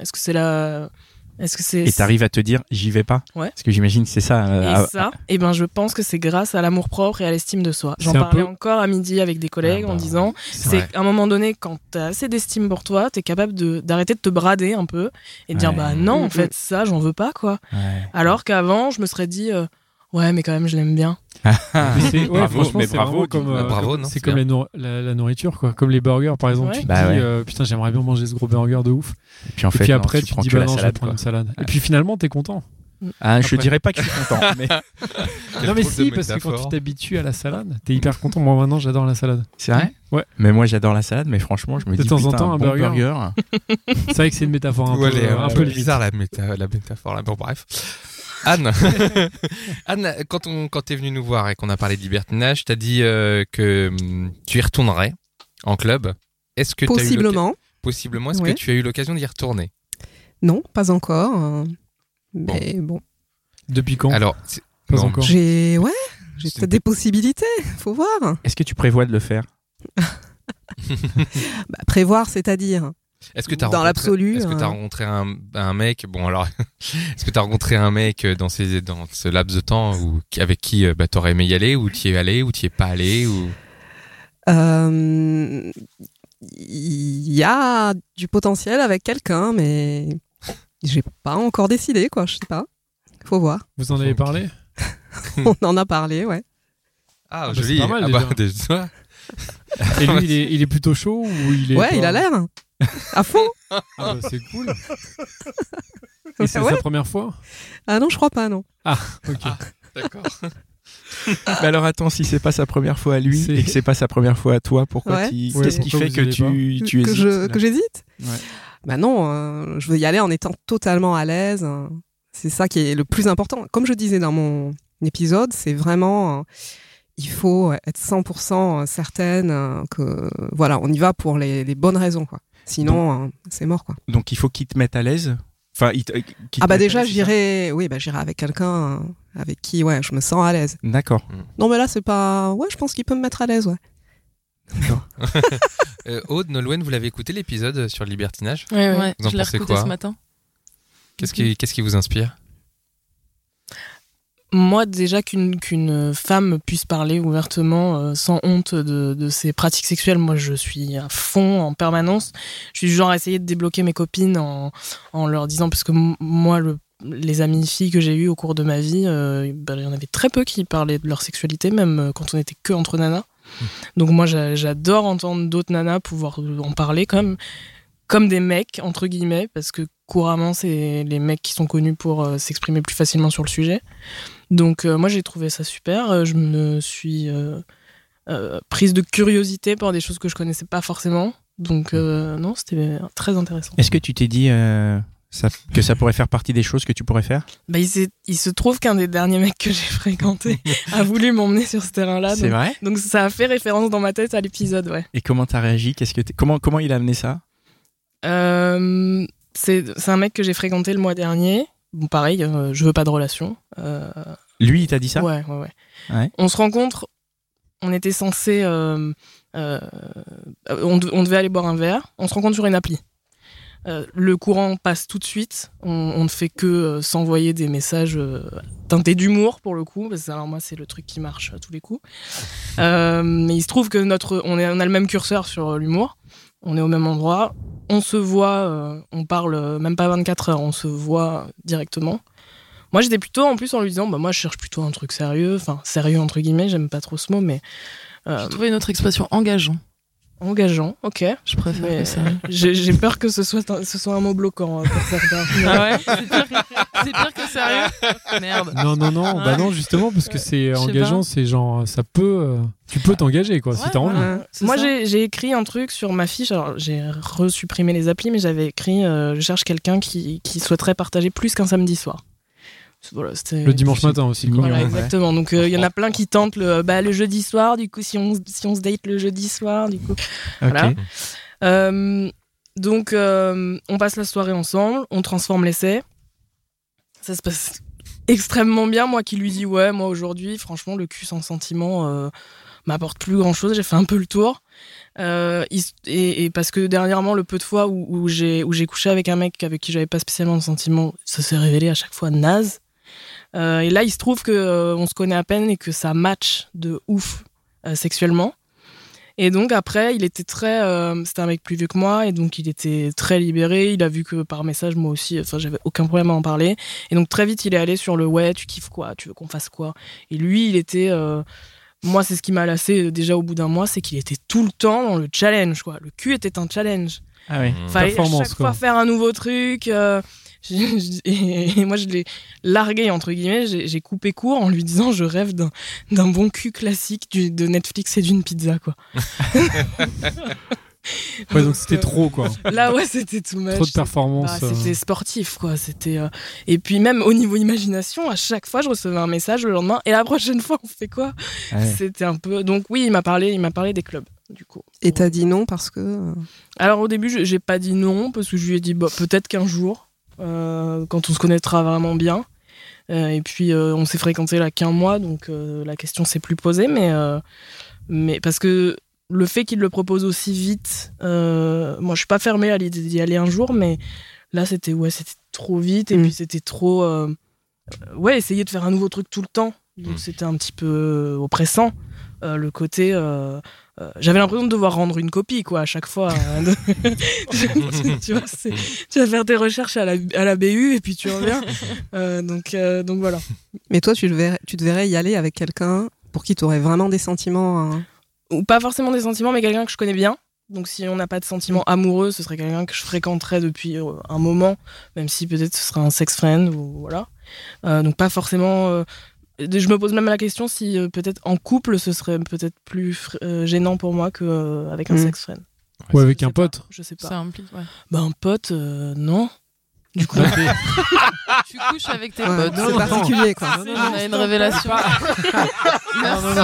Speaker 4: Est-ce que c'est la. Est-ce que c'est.
Speaker 1: Et t'arrives à te dire, j'y vais pas.
Speaker 4: Ouais.
Speaker 1: Parce que j'imagine que c'est ça.
Speaker 4: Et
Speaker 1: euh, à-
Speaker 4: ça, eh ben, je pense que c'est grâce à l'amour propre et à l'estime de soi. J'en
Speaker 2: C'est un
Speaker 4: parlais
Speaker 2: peu-
Speaker 4: encore à midi avec des collègues
Speaker 3: Ah bah,
Speaker 4: en disant c'est
Speaker 3: vrai.
Speaker 4: à un moment donné, quand t'as assez d'estime pour toi, t'es capable de- d'arrêter de te brader un peu et de dire
Speaker 1: Ouais.
Speaker 4: bah non, en
Speaker 7: Mm,
Speaker 4: fait, ça, j'en veux pas, quoi.
Speaker 1: Ouais.
Speaker 4: Alors qu'avant, je me serais dit euh, ouais, mais quand même, je l'aime bien.
Speaker 2: Mais c'est- ouais,
Speaker 3: bravo,
Speaker 2: franchement,
Speaker 3: mais
Speaker 2: c'est
Speaker 3: bravo,
Speaker 2: vraiment
Speaker 3: dis-
Speaker 2: comme, euh,
Speaker 3: bravo,
Speaker 2: comme-
Speaker 3: non,
Speaker 2: c'est
Speaker 3: c'est
Speaker 2: comme
Speaker 3: bien.
Speaker 2: les nour- la, la nourriture, quoi. Comme les burgers, par exemple.
Speaker 4: Ouais.
Speaker 2: Tu te
Speaker 1: Bah
Speaker 2: dis,
Speaker 1: ouais.
Speaker 2: euh, putain, j'aimerais bien manger ce gros burger de ouf.
Speaker 1: Et puis en
Speaker 2: Et
Speaker 1: fait,
Speaker 2: puis
Speaker 1: non,
Speaker 2: après,
Speaker 1: tu
Speaker 2: tu, te
Speaker 1: prends
Speaker 2: dis,
Speaker 1: que
Speaker 2: bah
Speaker 1: la
Speaker 2: non, je vais
Speaker 1: salade.
Speaker 2: prendre
Speaker 1: quoi.
Speaker 2: une salade. Et puis finalement, t'es content.
Speaker 1: Ah, je
Speaker 3: Après-
Speaker 1: dirais pas que je suis content, (laughs) mais
Speaker 2: non, mais
Speaker 3: drôle de
Speaker 2: si, parce que quand
Speaker 3: métaphore.
Speaker 2: tu t'habitues à la salade, t'es hyper content. Moi, maintenant, j'adore la salade.
Speaker 1: c'est vrai.
Speaker 2: Ouais.
Speaker 1: Mais moi, j'adore la salade, mais franchement, je me
Speaker 2: De
Speaker 1: dis
Speaker 2: temps en
Speaker 1: putain,
Speaker 2: temps, un
Speaker 1: bon
Speaker 2: burger. C'est vrai que c'est une métaphore un
Speaker 3: Ouais,
Speaker 2: peu,
Speaker 3: elle est
Speaker 2: euh, un peu limite.
Speaker 3: bizarre la, méta- la métaphore là. Bon, bref. Anne, (laughs) Anne, quand on quand t'es venue nous voir et qu'on a parlé de libertinage, t'as dit euh, que hum, tu y retournerais en club. Est-ce que t'as eu l'occa-
Speaker 7: Possiblement.
Speaker 3: possiblement, est-ce
Speaker 7: Ouais.
Speaker 3: que tu as eu l'occasion d'y retourner
Speaker 7: Non, pas encore. euh, mais bon,
Speaker 2: Depuis quand
Speaker 3: Alors, c'est- Ah,
Speaker 2: Pas
Speaker 3: non,
Speaker 2: encore.
Speaker 7: j'ai ouais, j'ai
Speaker 3: C'est
Speaker 7: peut-être des possibilités, (laughs) faut voir.
Speaker 1: Est-ce que tu prévois de le faire
Speaker 7: Bah, prévoir, c'est-à-dire
Speaker 3: Est-ce que t'as
Speaker 7: Dans
Speaker 3: rencontré-
Speaker 7: l'absolu,
Speaker 3: Est-ce que t'as
Speaker 7: euh.
Speaker 3: rencontré un, un mec Bon alors, (laughs) est-ce que t'as rencontré un mec euh, dans ces dans ce laps de temps ou qui- avec qui euh, bah, t'aurais aimé y aller ou t'y es allé ou t'y es pas allé ou
Speaker 7: Euh, Il y a du potentiel avec quelqu'un, mais j'ai pas encore décidé, quoi. Je sais pas. Faut voir.
Speaker 2: Vous en avez parlé
Speaker 7: (laughs) On en a parlé, ouais.
Speaker 3: Ah,
Speaker 2: bah, c'est
Speaker 3: joli.
Speaker 2: pas mal,
Speaker 3: ah bah, (laughs) déjà.
Speaker 2: Et lui, il est, il est plutôt chaud ou il est.
Speaker 7: Ouais,
Speaker 2: pas-
Speaker 7: il a l'air à fond.
Speaker 2: Ah, bah, c'est (laughs) cool.
Speaker 7: Ouais.
Speaker 2: Et c'est sa première fois
Speaker 7: Ah non, je crois pas, non.
Speaker 2: Ok.
Speaker 3: D'accord.
Speaker 1: (laughs) Mais alors attends, si c'est pas sa première fois à lui
Speaker 2: C'est-
Speaker 1: et que c'est pas sa première fois à toi, pourquoi
Speaker 7: Ouais,
Speaker 1: tu-
Speaker 7: c'est-
Speaker 1: qu'est-ce qui
Speaker 2: Pourquoi
Speaker 1: fait
Speaker 2: vous
Speaker 1: que
Speaker 2: allez
Speaker 1: tu, tu
Speaker 7: que
Speaker 1: hésites
Speaker 7: je
Speaker 1: là
Speaker 7: que j'hésite.
Speaker 1: Ouais.
Speaker 7: Bah non, euh, je veux y aller en étant totalement à l'aise. hein. C'est ça qui est le plus important. Comme je disais dans mon épisode, c'est vraiment euh, il faut être 100% certaine euh, que voilà, on y va pour les, les bonnes raisons quoi. Sinon, euh, c'est mort quoi.
Speaker 1: Donc il faut qu'il te mette à l'aise. Enfin, il te- euh, qu'il te
Speaker 7: Ah
Speaker 1: mette
Speaker 7: bah
Speaker 1: à
Speaker 7: déjà
Speaker 1: l'aise, c'est ça
Speaker 7: j'irai oui bah j'irai avec quelqu'un euh, avec qui ouais je me sens à l'aise.
Speaker 1: D'accord.
Speaker 7: Non mais là c'est pas ouais je pense qu'il peut me mettre à l'aise ouais.
Speaker 3: Euh, Aude, Nolwenn, vous l'avez écouté l'épisode sur le libertinage
Speaker 4: Ouais, ouais.
Speaker 8: Ouais,
Speaker 3: Vous en
Speaker 8: je l'ai
Speaker 3: pensez
Speaker 8: recruté
Speaker 3: quoi
Speaker 8: ce matin.
Speaker 3: Qu'est-ce qui, qu'est-ce qui vous inspire
Speaker 4: moi déjà qu'une qu'une femme puisse parler ouvertement euh, sans honte de, de ses pratiques sexuelles moi je suis à fond en permanence je suis du genre à essayer de débloquer mes copines en, en leur disant parce que m- moi le les amies filles que j'ai eues au cours de ma vie, euh, ben, il y en avait très peu qui parlaient de leur sexualité, même euh, quand on était que entre nanas. Donc moi, j'a- j'adore entendre d'autres nanas pouvoir euh, en parler comme, comme des mecs, entre guillemets, parce que couramment, c'est les mecs qui sont connus pour euh, s'exprimer plus facilement sur le sujet. Donc euh, moi j'ai trouvé ça super. Euh, Je me suis euh, euh, prise de curiosité par des choses que je connaissais pas forcément. Donc
Speaker 1: Mhm.
Speaker 4: euh, non, c'était très intéressant.
Speaker 1: Est-ce que tu t'es dit euh, ça- que ça pourrait faire partie des choses que tu pourrais faire
Speaker 4: Bah, il, s'est- il se trouve qu'un des derniers mecs que
Speaker 1: (laughs)
Speaker 4: j'ai fréquenté a voulu m'emmener sur ce terrain-là.
Speaker 1: C'est
Speaker 4: Donc,
Speaker 1: vrai
Speaker 4: donc ça a fait référence dans ma tête à l'épisode, ouais.
Speaker 1: Et comment t'as réagi Qu'est-ce que t'es- comment comment il a amené ça
Speaker 4: Euh, c'est c'est un mec que j'ai fréquenté le mois dernier. Bon, pareil, euh, je veux pas de relation. Euh,
Speaker 1: Lui, il t'a dit ça
Speaker 4: ouais, ouais, ouais.
Speaker 1: Ouais.
Speaker 4: On se rencontre, on était censé. euh, euh, on, de- on devait aller boire un verre, on se rencontre sur une appli. Euh, le courant passe tout de suite, on, on ne fait que euh, s'envoyer des messages euh, teintés d'humour pour le coup, parce que alors moi c'est le truc qui marche à tous les coups. Euh, mais il se trouve que notre, on, est- on a le même curseur sur euh, l'humour, on est au même endroit, on se voit, euh, on parle euh, même pas 24 heures, on se voit directement. Moi, j'étais plutôt en plus en lui disant, bah moi, je cherche plutôt un truc sérieux, enfin sérieux entre guillemets, j'aime pas trop ce mot, mais euh,
Speaker 3: J'ai trouvé une autre expression engageant.
Speaker 4: engageant, ok.
Speaker 3: Je préfère
Speaker 4: Mais
Speaker 3: que ça.
Speaker 4: (laughs) J'ai j'ai peur que ce soit un, ce soit un mot bloquant euh, pour
Speaker 3: (laughs)
Speaker 4: certains.
Speaker 3: Ah ouais C'est pire que sérieux Merde.
Speaker 2: Non, non, non, bah non, justement, parce que c'est
Speaker 3: Je sais
Speaker 2: engageant, c'est genre, ça peut. euh, tu peux t'engager, quoi, si
Speaker 3: Ouais,
Speaker 2: t'as envie.
Speaker 3: voilà.
Speaker 4: Ouais.
Speaker 3: C'est
Speaker 4: Moi,
Speaker 3: ça.
Speaker 4: j'ai j'ai écrit un truc sur ma fiche. Alors, j'ai resupprimé les applis, mais j'avais écrit euh, Je cherche quelqu'un qui, qui souhaiterait partager plus qu'un samedi soir. Voilà, c'était-
Speaker 2: Le dimanche matin aussi, quoi.
Speaker 4: Voilà,
Speaker 1: ouais.
Speaker 4: exactement. Donc, euh, il y en a plein qui tentent le, bah, le jeudi soir, du coup, si on, si on se date le jeudi soir, du coup. Voilà.
Speaker 1: Ok.
Speaker 4: Euh, donc, euh, on passe la soirée ensemble, on transforme l'essai. Ça se passe (laughs) extrêmement bien. Moi qui lui dis, ouais, moi aujourd'hui, franchement, le cul sans sentiment euh, m'apporte plus grand chose. J'ai fait un peu le tour. Euh, il s- et, et parce que dernièrement, le peu de fois où, où j'ai où j'ai couché avec un mec avec qui j'avais pas spécialement de sentiments, ça s'est révélé à chaque fois naze. Euh, et là, il se trouve que euh, on se connaît à peine et que ça match de ouf euh, sexuellement. Et donc après, il était très, euh, c'était un mec plus vieux que moi, et donc il était très libéré. Il a vu que par message, moi aussi, enfin, j'avais aucun problème à en parler. Et donc très vite, il est allé sur le ouais, tu kiffes quoi, tu veux qu'on fasse quoi. Et lui, il était, euh, moi, c'est ce qui m'a lassé euh, déjà au bout d'un mois, c'est qu'il était tout le temps dans le challenge, quoi. Le cul était un challenge.
Speaker 1: Ah oui.
Speaker 4: Fallait à
Speaker 2: Performance,
Speaker 4: chaque
Speaker 2: quoi.
Speaker 4: fois faire un nouveau truc. euh, (laughs) j'ai- j'ai- et moi, je l'ai largué, entre guillemets. J'ai j'ai coupé court en lui disant Je rêve d'un d'un bon cul classique du- de Netflix et d'une pizza, quoi.
Speaker 2: Ouais, donc c'était trop, quoi.
Speaker 4: Là, ouais, c'était tout much.
Speaker 2: Trop de
Speaker 4: Bah,
Speaker 2: performance. euh.
Speaker 4: C'était sportif, quoi. C'était euh, et puis même au niveau imagination, à chaque fois, je recevais un message le lendemain. Et la prochaine fois, on fait quoi
Speaker 1: Ah ouais.
Speaker 4: C'était un peu. Donc oui, il m'a parlé, il m'a parlé des clubs, du coup.
Speaker 7: Et t'as dit non parce que. euh,
Speaker 4: Alors au début, je- j'ai pas dit non parce que je lui ai dit bah, peut-être qu'un jour, euh, quand on se connaîtra vraiment bien. Euh, et puis euh, on s'est fréquenté là qu'un mois, donc euh, la question s'est plus posée, mais euh, mais parce que le fait qu'il le propose aussi vite, euh, moi je suis pas fermée à l'idée d'y aller un jour, mais là c'était ouais c'était trop vite et
Speaker 7: Mm.
Speaker 4: puis c'était trop euh, ouais essayer de faire un nouveau truc tout le temps, donc
Speaker 9: Mm.
Speaker 4: c'était un petit peu oppressant euh, le côté. euh, euh, j'avais l'impression de devoir rendre une copie quoi à chaque fois hein, de- (laughs) tu vois c'est- tu vas faire tes recherches à la, à la BU et puis tu reviens Euh, donc euh, donc voilà
Speaker 7: Mais toi, tu, le verrais- tu te verrais y aller avec quelqu'un pour qui tu aurais vraiment des sentiments. hein.
Speaker 4: ou pas forcément des sentiments, mais quelqu'un que je connais bien. Donc si on n'a pas de sentiments amoureux, ce serait quelqu'un que je fréquenterais depuis euh, un moment, même si peut-être ce serait un sex friend ou voilà. Euh, donc pas forcément. euh, je me pose même la question si euh, peut-être en couple, ce serait peut-être plus fr- euh, gênant pour moi que euh, avec un
Speaker 7: Mm.
Speaker 4: sex friend.
Speaker 2: Ou avec
Speaker 4: Je
Speaker 2: un
Speaker 4: sais pas,
Speaker 2: pote.
Speaker 4: Je sais pas.
Speaker 3: Ça implique, ouais.
Speaker 4: Bah un pote, euh, non. Du (laughs)
Speaker 2: (laughs)
Speaker 4: coup.
Speaker 3: Tu couches avec tes
Speaker 7: Ouais,
Speaker 3: potes.
Speaker 7: c'est
Speaker 3: (laughs)
Speaker 7: particulier, quoi.
Speaker 3: On a une révélation. Merci.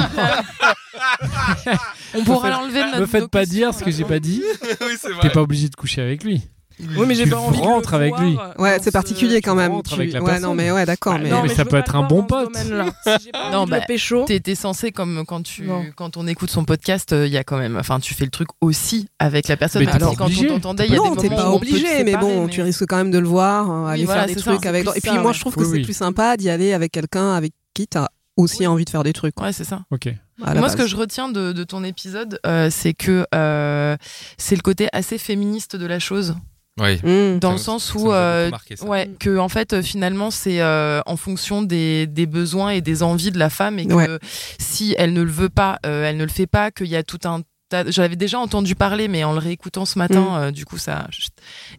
Speaker 3: On pourra l'enlever de notre
Speaker 2: Me faites pas
Speaker 3: docu-
Speaker 2: dire ce que j'ai pas dit.
Speaker 9: oui, c'est vrai.
Speaker 2: T'es pas obligé de coucher avec lui.
Speaker 4: oui, mais j'ai
Speaker 2: Tu
Speaker 4: pas envie. de le
Speaker 2: rentres avec
Speaker 4: voir
Speaker 2: lui.
Speaker 4: dans
Speaker 7: Ouais,
Speaker 4: ce-
Speaker 7: c'est particulier quand même.
Speaker 2: rentres avec la
Speaker 7: ouais,
Speaker 2: personne.
Speaker 7: Bah, non, mais ouais, d'accord.
Speaker 2: Ah,
Speaker 7: mais...
Speaker 2: non, mais
Speaker 4: je
Speaker 2: ça
Speaker 4: veux
Speaker 2: peut
Speaker 4: pas
Speaker 2: être
Speaker 4: le
Speaker 2: un
Speaker 4: voir dans
Speaker 2: bon
Speaker 4: ce
Speaker 2: pote.
Speaker 4: domaine-là. Si j'ai pas
Speaker 3: Non,
Speaker 4: envie de le
Speaker 3: bah,
Speaker 4: pécho,
Speaker 3: T'es t'es censé comme quand tu
Speaker 4: Non.
Speaker 3: quand on écoute son podcast, euh, il y a quand même enfin tu fais le truc aussi avec la personne.
Speaker 2: Mais t'es
Speaker 3: Même
Speaker 2: pas
Speaker 3: si Bah, quand
Speaker 2: obligé.
Speaker 3: on t'entendait, il y a
Speaker 7: Non,
Speaker 3: des
Speaker 7: t'es
Speaker 3: moments
Speaker 7: pas
Speaker 3: où on peut te
Speaker 7: obligé, mais
Speaker 3: séparer,
Speaker 7: bon,
Speaker 3: mais-
Speaker 7: tu risques quand même de le voir, euh,
Speaker 3: Oui,
Speaker 7: aller
Speaker 3: voilà,
Speaker 7: faire des
Speaker 3: c'est ça,
Speaker 7: trucs
Speaker 3: c'est
Speaker 7: avec.
Speaker 3: plus
Speaker 7: Et puis
Speaker 3: ça,
Speaker 7: moi,
Speaker 3: ouais.
Speaker 7: je trouve que
Speaker 2: Oui,
Speaker 7: c'est
Speaker 2: oui.
Speaker 7: plus sympa d'y aller avec quelqu'un avec qui t'as aussi
Speaker 3: Oui.
Speaker 7: envie de faire des trucs.
Speaker 3: Ah, Ouais, c'est ça.
Speaker 2: Ok.
Speaker 7: à la
Speaker 3: Moi, ce
Speaker 7: base.
Speaker 3: que je retiens de, de ton épisode, euh, c'est que euh, c'est le côté assez féministe de la chose,
Speaker 9: Oui.
Speaker 7: Mm.
Speaker 3: dans le
Speaker 9: Ça-
Speaker 3: sens
Speaker 9: ça
Speaker 3: où
Speaker 9: nous a
Speaker 3: euh,
Speaker 9: beaucoup marqué, ça.
Speaker 3: Ouais, que en fait euh, finalement c'est euh, en fonction des, des besoins et des envies de la femme et que
Speaker 7: Ouais.
Speaker 3: si elle ne le veut pas, euh, elle ne le fait pas, qu'il y a tout un stade. J'avais déjà entendu parler, mais en le réécoutant ce matin, euh, du coup, ça. chut.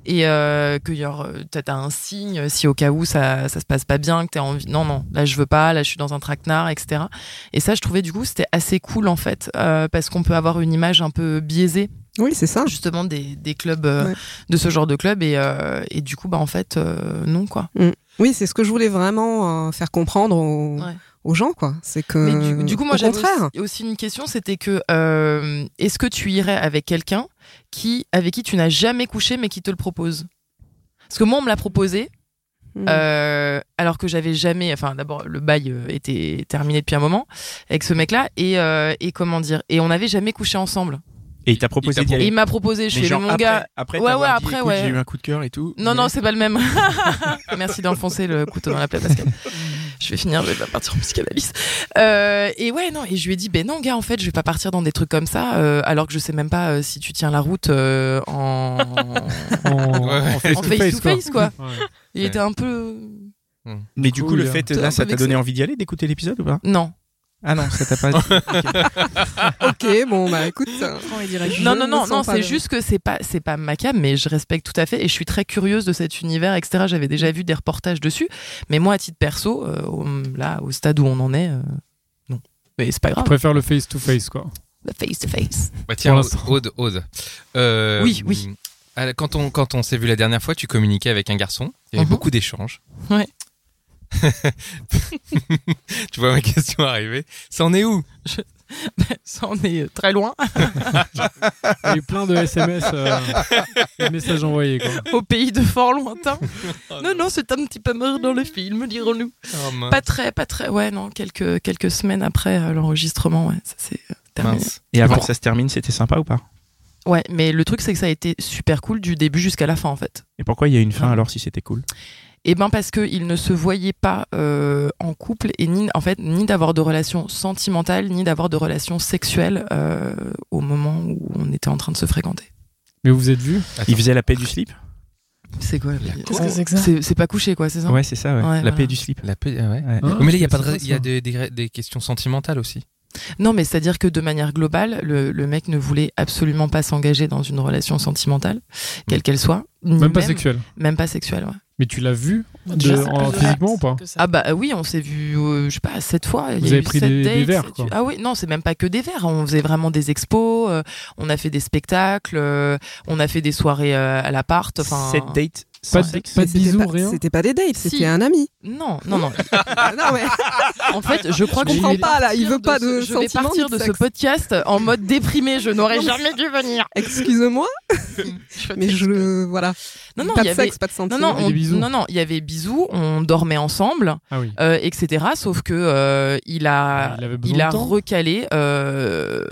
Speaker 3: Et euh, que y aura- t'as t'as un signe si au cas où ça, ça se passe pas bien, que t'as envie. Non, non, là, je veux pas, là, je suis dans un traquenard, etc. Et ça, je trouvais, du coup, c'était assez cool, en fait, euh, parce qu'on peut avoir une image un peu biaisée
Speaker 7: Oui, c'est ça.
Speaker 3: justement des, des clubs euh,
Speaker 7: Ouais.
Speaker 3: de ce genre de club et, euh, et du coup bah en fait euh, non quoi
Speaker 7: Oui, c'est ce que je voulais vraiment euh, faire comprendre aux,
Speaker 3: Ouais.
Speaker 7: aux gens, quoi. C'est que.
Speaker 3: mais du, du coup moi
Speaker 7: Euh, au
Speaker 3: j'avais
Speaker 7: contraire.
Speaker 3: aussi, aussi une question c'était que euh, est-ce que tu irais avec quelqu'un qui avec qui tu n'as jamais couché mais qui te le propose parce que moi on me l'a proposé
Speaker 7: Mm.
Speaker 3: Euh, alors que j'avais jamais, enfin d'abord le bail euh, était terminé depuis un moment avec ce mec-là et, euh, et comment dire et on n'avait jamais couché ensemble.
Speaker 1: Et il t'a
Speaker 10: Il
Speaker 1: proposé
Speaker 10: t'a
Speaker 1: d'y
Speaker 3: Et
Speaker 1: aller.
Speaker 3: il m'a proposé, je
Speaker 1: Mais
Speaker 3: fais le
Speaker 1: genre
Speaker 3: mon
Speaker 1: après-
Speaker 3: gars.
Speaker 1: Après,
Speaker 3: Ouais,
Speaker 1: t'avoir
Speaker 3: ouais,
Speaker 1: dit,
Speaker 3: après,
Speaker 1: écoute,
Speaker 3: ouais.
Speaker 1: J'ai eu un coup de cœur et tout.
Speaker 3: Non,
Speaker 1: Mais-
Speaker 3: non, c'est pas le même. Merci d'enfoncer le couteau dans la plaie, Pascal. Je vais finir, je vais pas partir en psychanalyse. Euh, et ouais, non, et je lui ai dit, ben non, gars, en fait, je vais pas partir dans des trucs comme ça, euh, alors que je sais même pas euh, si tu tiens la route euh, en.
Speaker 2: En,
Speaker 10: Ouais.
Speaker 2: en face
Speaker 3: En
Speaker 2: to face, quoi.
Speaker 3: face-to-face, quoi.
Speaker 2: Ouais.
Speaker 3: Il
Speaker 10: Ouais.
Speaker 3: était un peu.
Speaker 1: Mais du coup,
Speaker 2: Cool.
Speaker 1: le fait,
Speaker 3: T'es un
Speaker 1: là, ça
Speaker 3: peu
Speaker 1: t'a
Speaker 3: vexé.
Speaker 1: donné envie d'y aller, d'écouter l'épisode ou pas
Speaker 3: Non.
Speaker 1: Ah non, ça t'a pas.
Speaker 3: (laughs)
Speaker 7: Ok, bon, bah écoute. euh, Je
Speaker 3: non, non,
Speaker 7: ne
Speaker 3: non,
Speaker 7: sens
Speaker 3: non,
Speaker 7: pas
Speaker 3: c'est
Speaker 7: le-
Speaker 3: juste que c'est pas, c'est pas ma cam, mais je respecte tout à fait et je suis très curieuse de cet univers, etc. J'avais déjà vu des reportages dessus, mais moi, à titre perso, euh, au- là, au stade où on en est, euh, non. Mais c'est pas
Speaker 2: Je
Speaker 3: grave.
Speaker 2: préfère le face to face, quoi.
Speaker 3: Face to face.
Speaker 10: Bah tiens,
Speaker 2: Pour l'instant.
Speaker 10: Aude, Aude. Euh,
Speaker 3: Oui, oui.
Speaker 10: à la- Quand on, quand on s'est vu la dernière fois, tu communiquais avec un garçon. Il y avait
Speaker 3: Mhm.
Speaker 10: beaucoup d'échanges.
Speaker 3: Ouais.
Speaker 10: (laughs) tu vois ma question arriver. Ça en est où
Speaker 3: Ça, on est euh, très loin.
Speaker 2: Il y a eu plein de SMS, euh, de messages envoyés, quoi.
Speaker 3: au pays de fort
Speaker 4: (laughs)
Speaker 3: lointain. Oh non, Ah. non, c'est un petit peu mort dans le film, dirons-nous.
Speaker 10: Oh, mince.
Speaker 3: Pas très, pas très. Ouais, non, quelques, quelques semaines après euh, l'enregistrement, ouais, ça c'est euh, terminé.
Speaker 10: Mince.
Speaker 1: Et avant
Speaker 3: Bon.
Speaker 1: que ça se termine, c'était sympa ou pas
Speaker 3: Ouais, mais le truc, c'est que ça a été super cool du début jusqu'à la fin, en fait.
Speaker 1: Et pourquoi il y a une fin
Speaker 3: Non.
Speaker 1: alors si c'était cool
Speaker 3: Eh ben parce qu'ils ne se voyaient pas euh, en couple et ni en fait ni d'avoir de relation sentimentale ni d'avoir de relation sexuelle euh, au moment où on était en train de se fréquenter.
Speaker 2: Mais vous vous êtes vus
Speaker 1: Il faisait la paix du slip
Speaker 3: C'est quoi
Speaker 4: Qu'est-ce que c'est que ça
Speaker 3: euh, C'est pas couché quoi, c'est ça
Speaker 1: Ouais, c'est ça, ouais.
Speaker 3: Ouais,
Speaker 1: la
Speaker 3: voilà.
Speaker 1: paix du slip.
Speaker 10: La paix, ah ouais.
Speaker 1: Ouais.
Speaker 2: Hein
Speaker 10: mais là, il y a, pas de,
Speaker 2: C'est
Speaker 10: ra- il y a
Speaker 2: ça.
Speaker 10: des, des- des questions sentimentales aussi.
Speaker 3: Non, mais c'est-à-dire que de manière globale, le, le mec ne voulait absolument pas s'engager dans une relation sentimentale, quelle qu'elle soit. ni
Speaker 2: Même pas
Speaker 3: même,
Speaker 2: sexuel.
Speaker 3: même pas sexuelle, ouais.
Speaker 2: Mais tu l'as vu
Speaker 4: Moi,
Speaker 2: de-
Speaker 4: déjà, c'est
Speaker 2: en-
Speaker 4: plus
Speaker 2: physiquement ou pas
Speaker 4: que ça.
Speaker 3: Ah bah euh, oui, on s'est vu, euh, je sais pas, sept fois. Il y a
Speaker 2: Vous
Speaker 3: eu
Speaker 2: avez pris
Speaker 3: sept
Speaker 2: des- des
Speaker 3: dates,
Speaker 2: verres,
Speaker 3: sept-
Speaker 2: quoi.
Speaker 3: Ah oui, non, c'est même pas que des verres. hein. On faisait vraiment des expos, euh, on a fait des spectacles, euh, on a fait des soirées euh, à l'appart. Enfin,
Speaker 1: Cette date
Speaker 2: Pas
Speaker 1: sans
Speaker 2: de,
Speaker 1: sexe.
Speaker 2: pas
Speaker 7: mais
Speaker 2: de
Speaker 7: c'était
Speaker 2: bisous,
Speaker 7: pas-
Speaker 2: rien.
Speaker 7: C'était pas des dates,
Speaker 3: Si.
Speaker 7: c'était un ami.
Speaker 3: Non, non, non.
Speaker 7: (laughs) Ah, non, mais
Speaker 3: En fait, je crois
Speaker 7: je
Speaker 3: que
Speaker 2: Mais
Speaker 3: je
Speaker 7: comprends
Speaker 3: vais
Speaker 7: pas là, il veut pas
Speaker 3: partir
Speaker 7: de
Speaker 3: ce- Je vais
Speaker 7: sentiments
Speaker 3: partir
Speaker 7: ni
Speaker 3: de ce
Speaker 7: sexe.
Speaker 3: podcast en mode déprimé. Je n'aurais
Speaker 7: Non, mais-
Speaker 3: jamais dû venir.
Speaker 7: (laughs)
Speaker 3: (laughs)
Speaker 7: Excuse-moi, mais je voilà.
Speaker 3: Non, non,
Speaker 7: pas
Speaker 3: il y
Speaker 7: de
Speaker 3: avait.
Speaker 7: sexe, pas de sentiments.
Speaker 3: Non, non,
Speaker 2: des
Speaker 3: on-
Speaker 2: bisous.
Speaker 3: non, non, il y avait bisous, on dormait ensemble,
Speaker 2: Ah oui.
Speaker 3: euh, etc. Sauf que euh, il a,
Speaker 2: Il avait besoin
Speaker 3: il a
Speaker 2: de temps.
Speaker 3: recalé euh,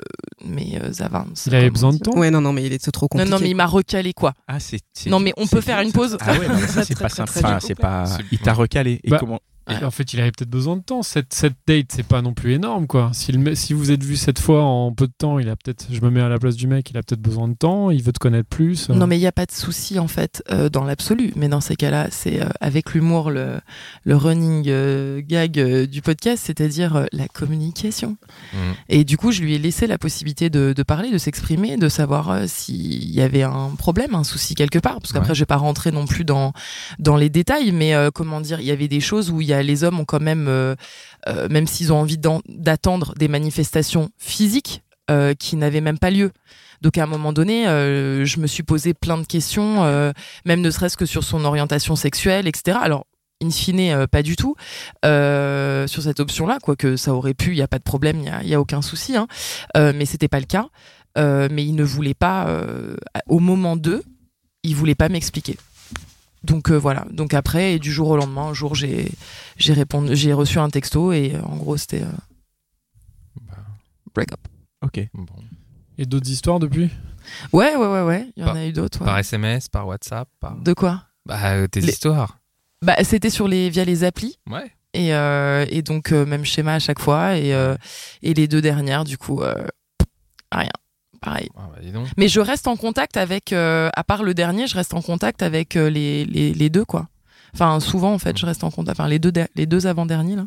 Speaker 3: mes euh, avances.
Speaker 2: Il avait
Speaker 3: comment
Speaker 2: besoin de
Speaker 3: dire.
Speaker 2: temps.
Speaker 7: Ouais, non, non, mais il était trop
Speaker 3: Non,
Speaker 7: compliqué.
Speaker 3: non, mais il m'a recalé quoi.
Speaker 1: Ah, c'est. c'est-
Speaker 3: Non, mais on
Speaker 1: c'est-
Speaker 3: peut faire une pause.
Speaker 1: Ah ouais, non, mais ça, c'est
Speaker 3: Très,
Speaker 1: pas
Speaker 3: très,
Speaker 1: simple.
Speaker 3: très
Speaker 1: Enfin,
Speaker 3: du
Speaker 1: c'est
Speaker 3: coup,
Speaker 1: pas.
Speaker 10: C'est-
Speaker 1: Il t'a recalé. Et
Speaker 2: Bah,
Speaker 1: comment
Speaker 2: Et
Speaker 3: Ouais.
Speaker 2: En fait, il avait peut-être besoin de temps. Cette, cette date, c'est pas non plus énorme, quoi. Si, le me- si vous êtes vu cette fois en peu de temps, il a peut-être. Je me mets à la place du mec, il a peut-être besoin de temps. Il veut te connaître plus. euh.
Speaker 3: Non, mais il n'y a pas de souci en fait euh, dans l'absolu. Mais dans ces cas-là, c'est euh, avec l'humour le, le running euh, gag euh, du podcast, c'est-à-dire euh, la communication.
Speaker 10: Mhm.
Speaker 3: Et du coup, je lui ai laissé la possibilité de, de parler, de s'exprimer, de savoir euh, s'il y avait un problème, un souci quelque part. Parce qu'après,
Speaker 10: Ouais.
Speaker 3: je vais pas rentrer non plus dans dans les détails, mais euh, comment dire, il y avait des choses où il y a les hommes ont quand même, euh, euh, même s'ils ont envie d'en- d'attendre des manifestations physiques euh, qui n'avaient même pas lieu. Donc à un moment donné, euh, je me suis posé plein de questions, euh, même ne serait-ce que sur son orientation sexuelle, etc. Alors in fine, euh, pas du tout euh, sur cette option-là, quoique ça aurait pu, il n'y a pas de problème, il n'y a, y a aucun souci, hein. Euh, mais c'était pas le cas. Euh, mais il ne voulait pas, euh, à- au moment d'eux, il voulait pas m'expliquer. Donc euh, voilà. Donc après, et du jour au lendemain, un jour, j'ai j'ai répondu, j'ai reçu un texto et euh, en gros, c'était euh,
Speaker 10: Bah,
Speaker 3: break up.
Speaker 1: Ok.
Speaker 10: bon.
Speaker 2: Et d'autres histoires depuis
Speaker 3: Ouais, ouais, ouais, ouais. Il y en
Speaker 10: Par-
Speaker 3: a eu d'autres. ouais.
Speaker 10: Par SMS, par WhatsApp, par.
Speaker 3: De quoi
Speaker 10: Bah, euh, tes
Speaker 3: Les-
Speaker 10: histoires.
Speaker 3: Bah, c'était sur les via les applis.
Speaker 10: Ouais.
Speaker 3: Et, euh, et donc, euh, même schéma à chaque fois. Et, euh, et les deux dernières, du coup, euh, rien. Pareil.
Speaker 10: Ah, bah, dis donc.
Speaker 3: Mais je reste en contact avec, euh, à part le dernier, je reste en contact avec euh, les, les, les deux, quoi.
Speaker 11: Enfin, souvent, en fait, je reste en contact. Enfin, les deux, der- les deux avant-derniers, là.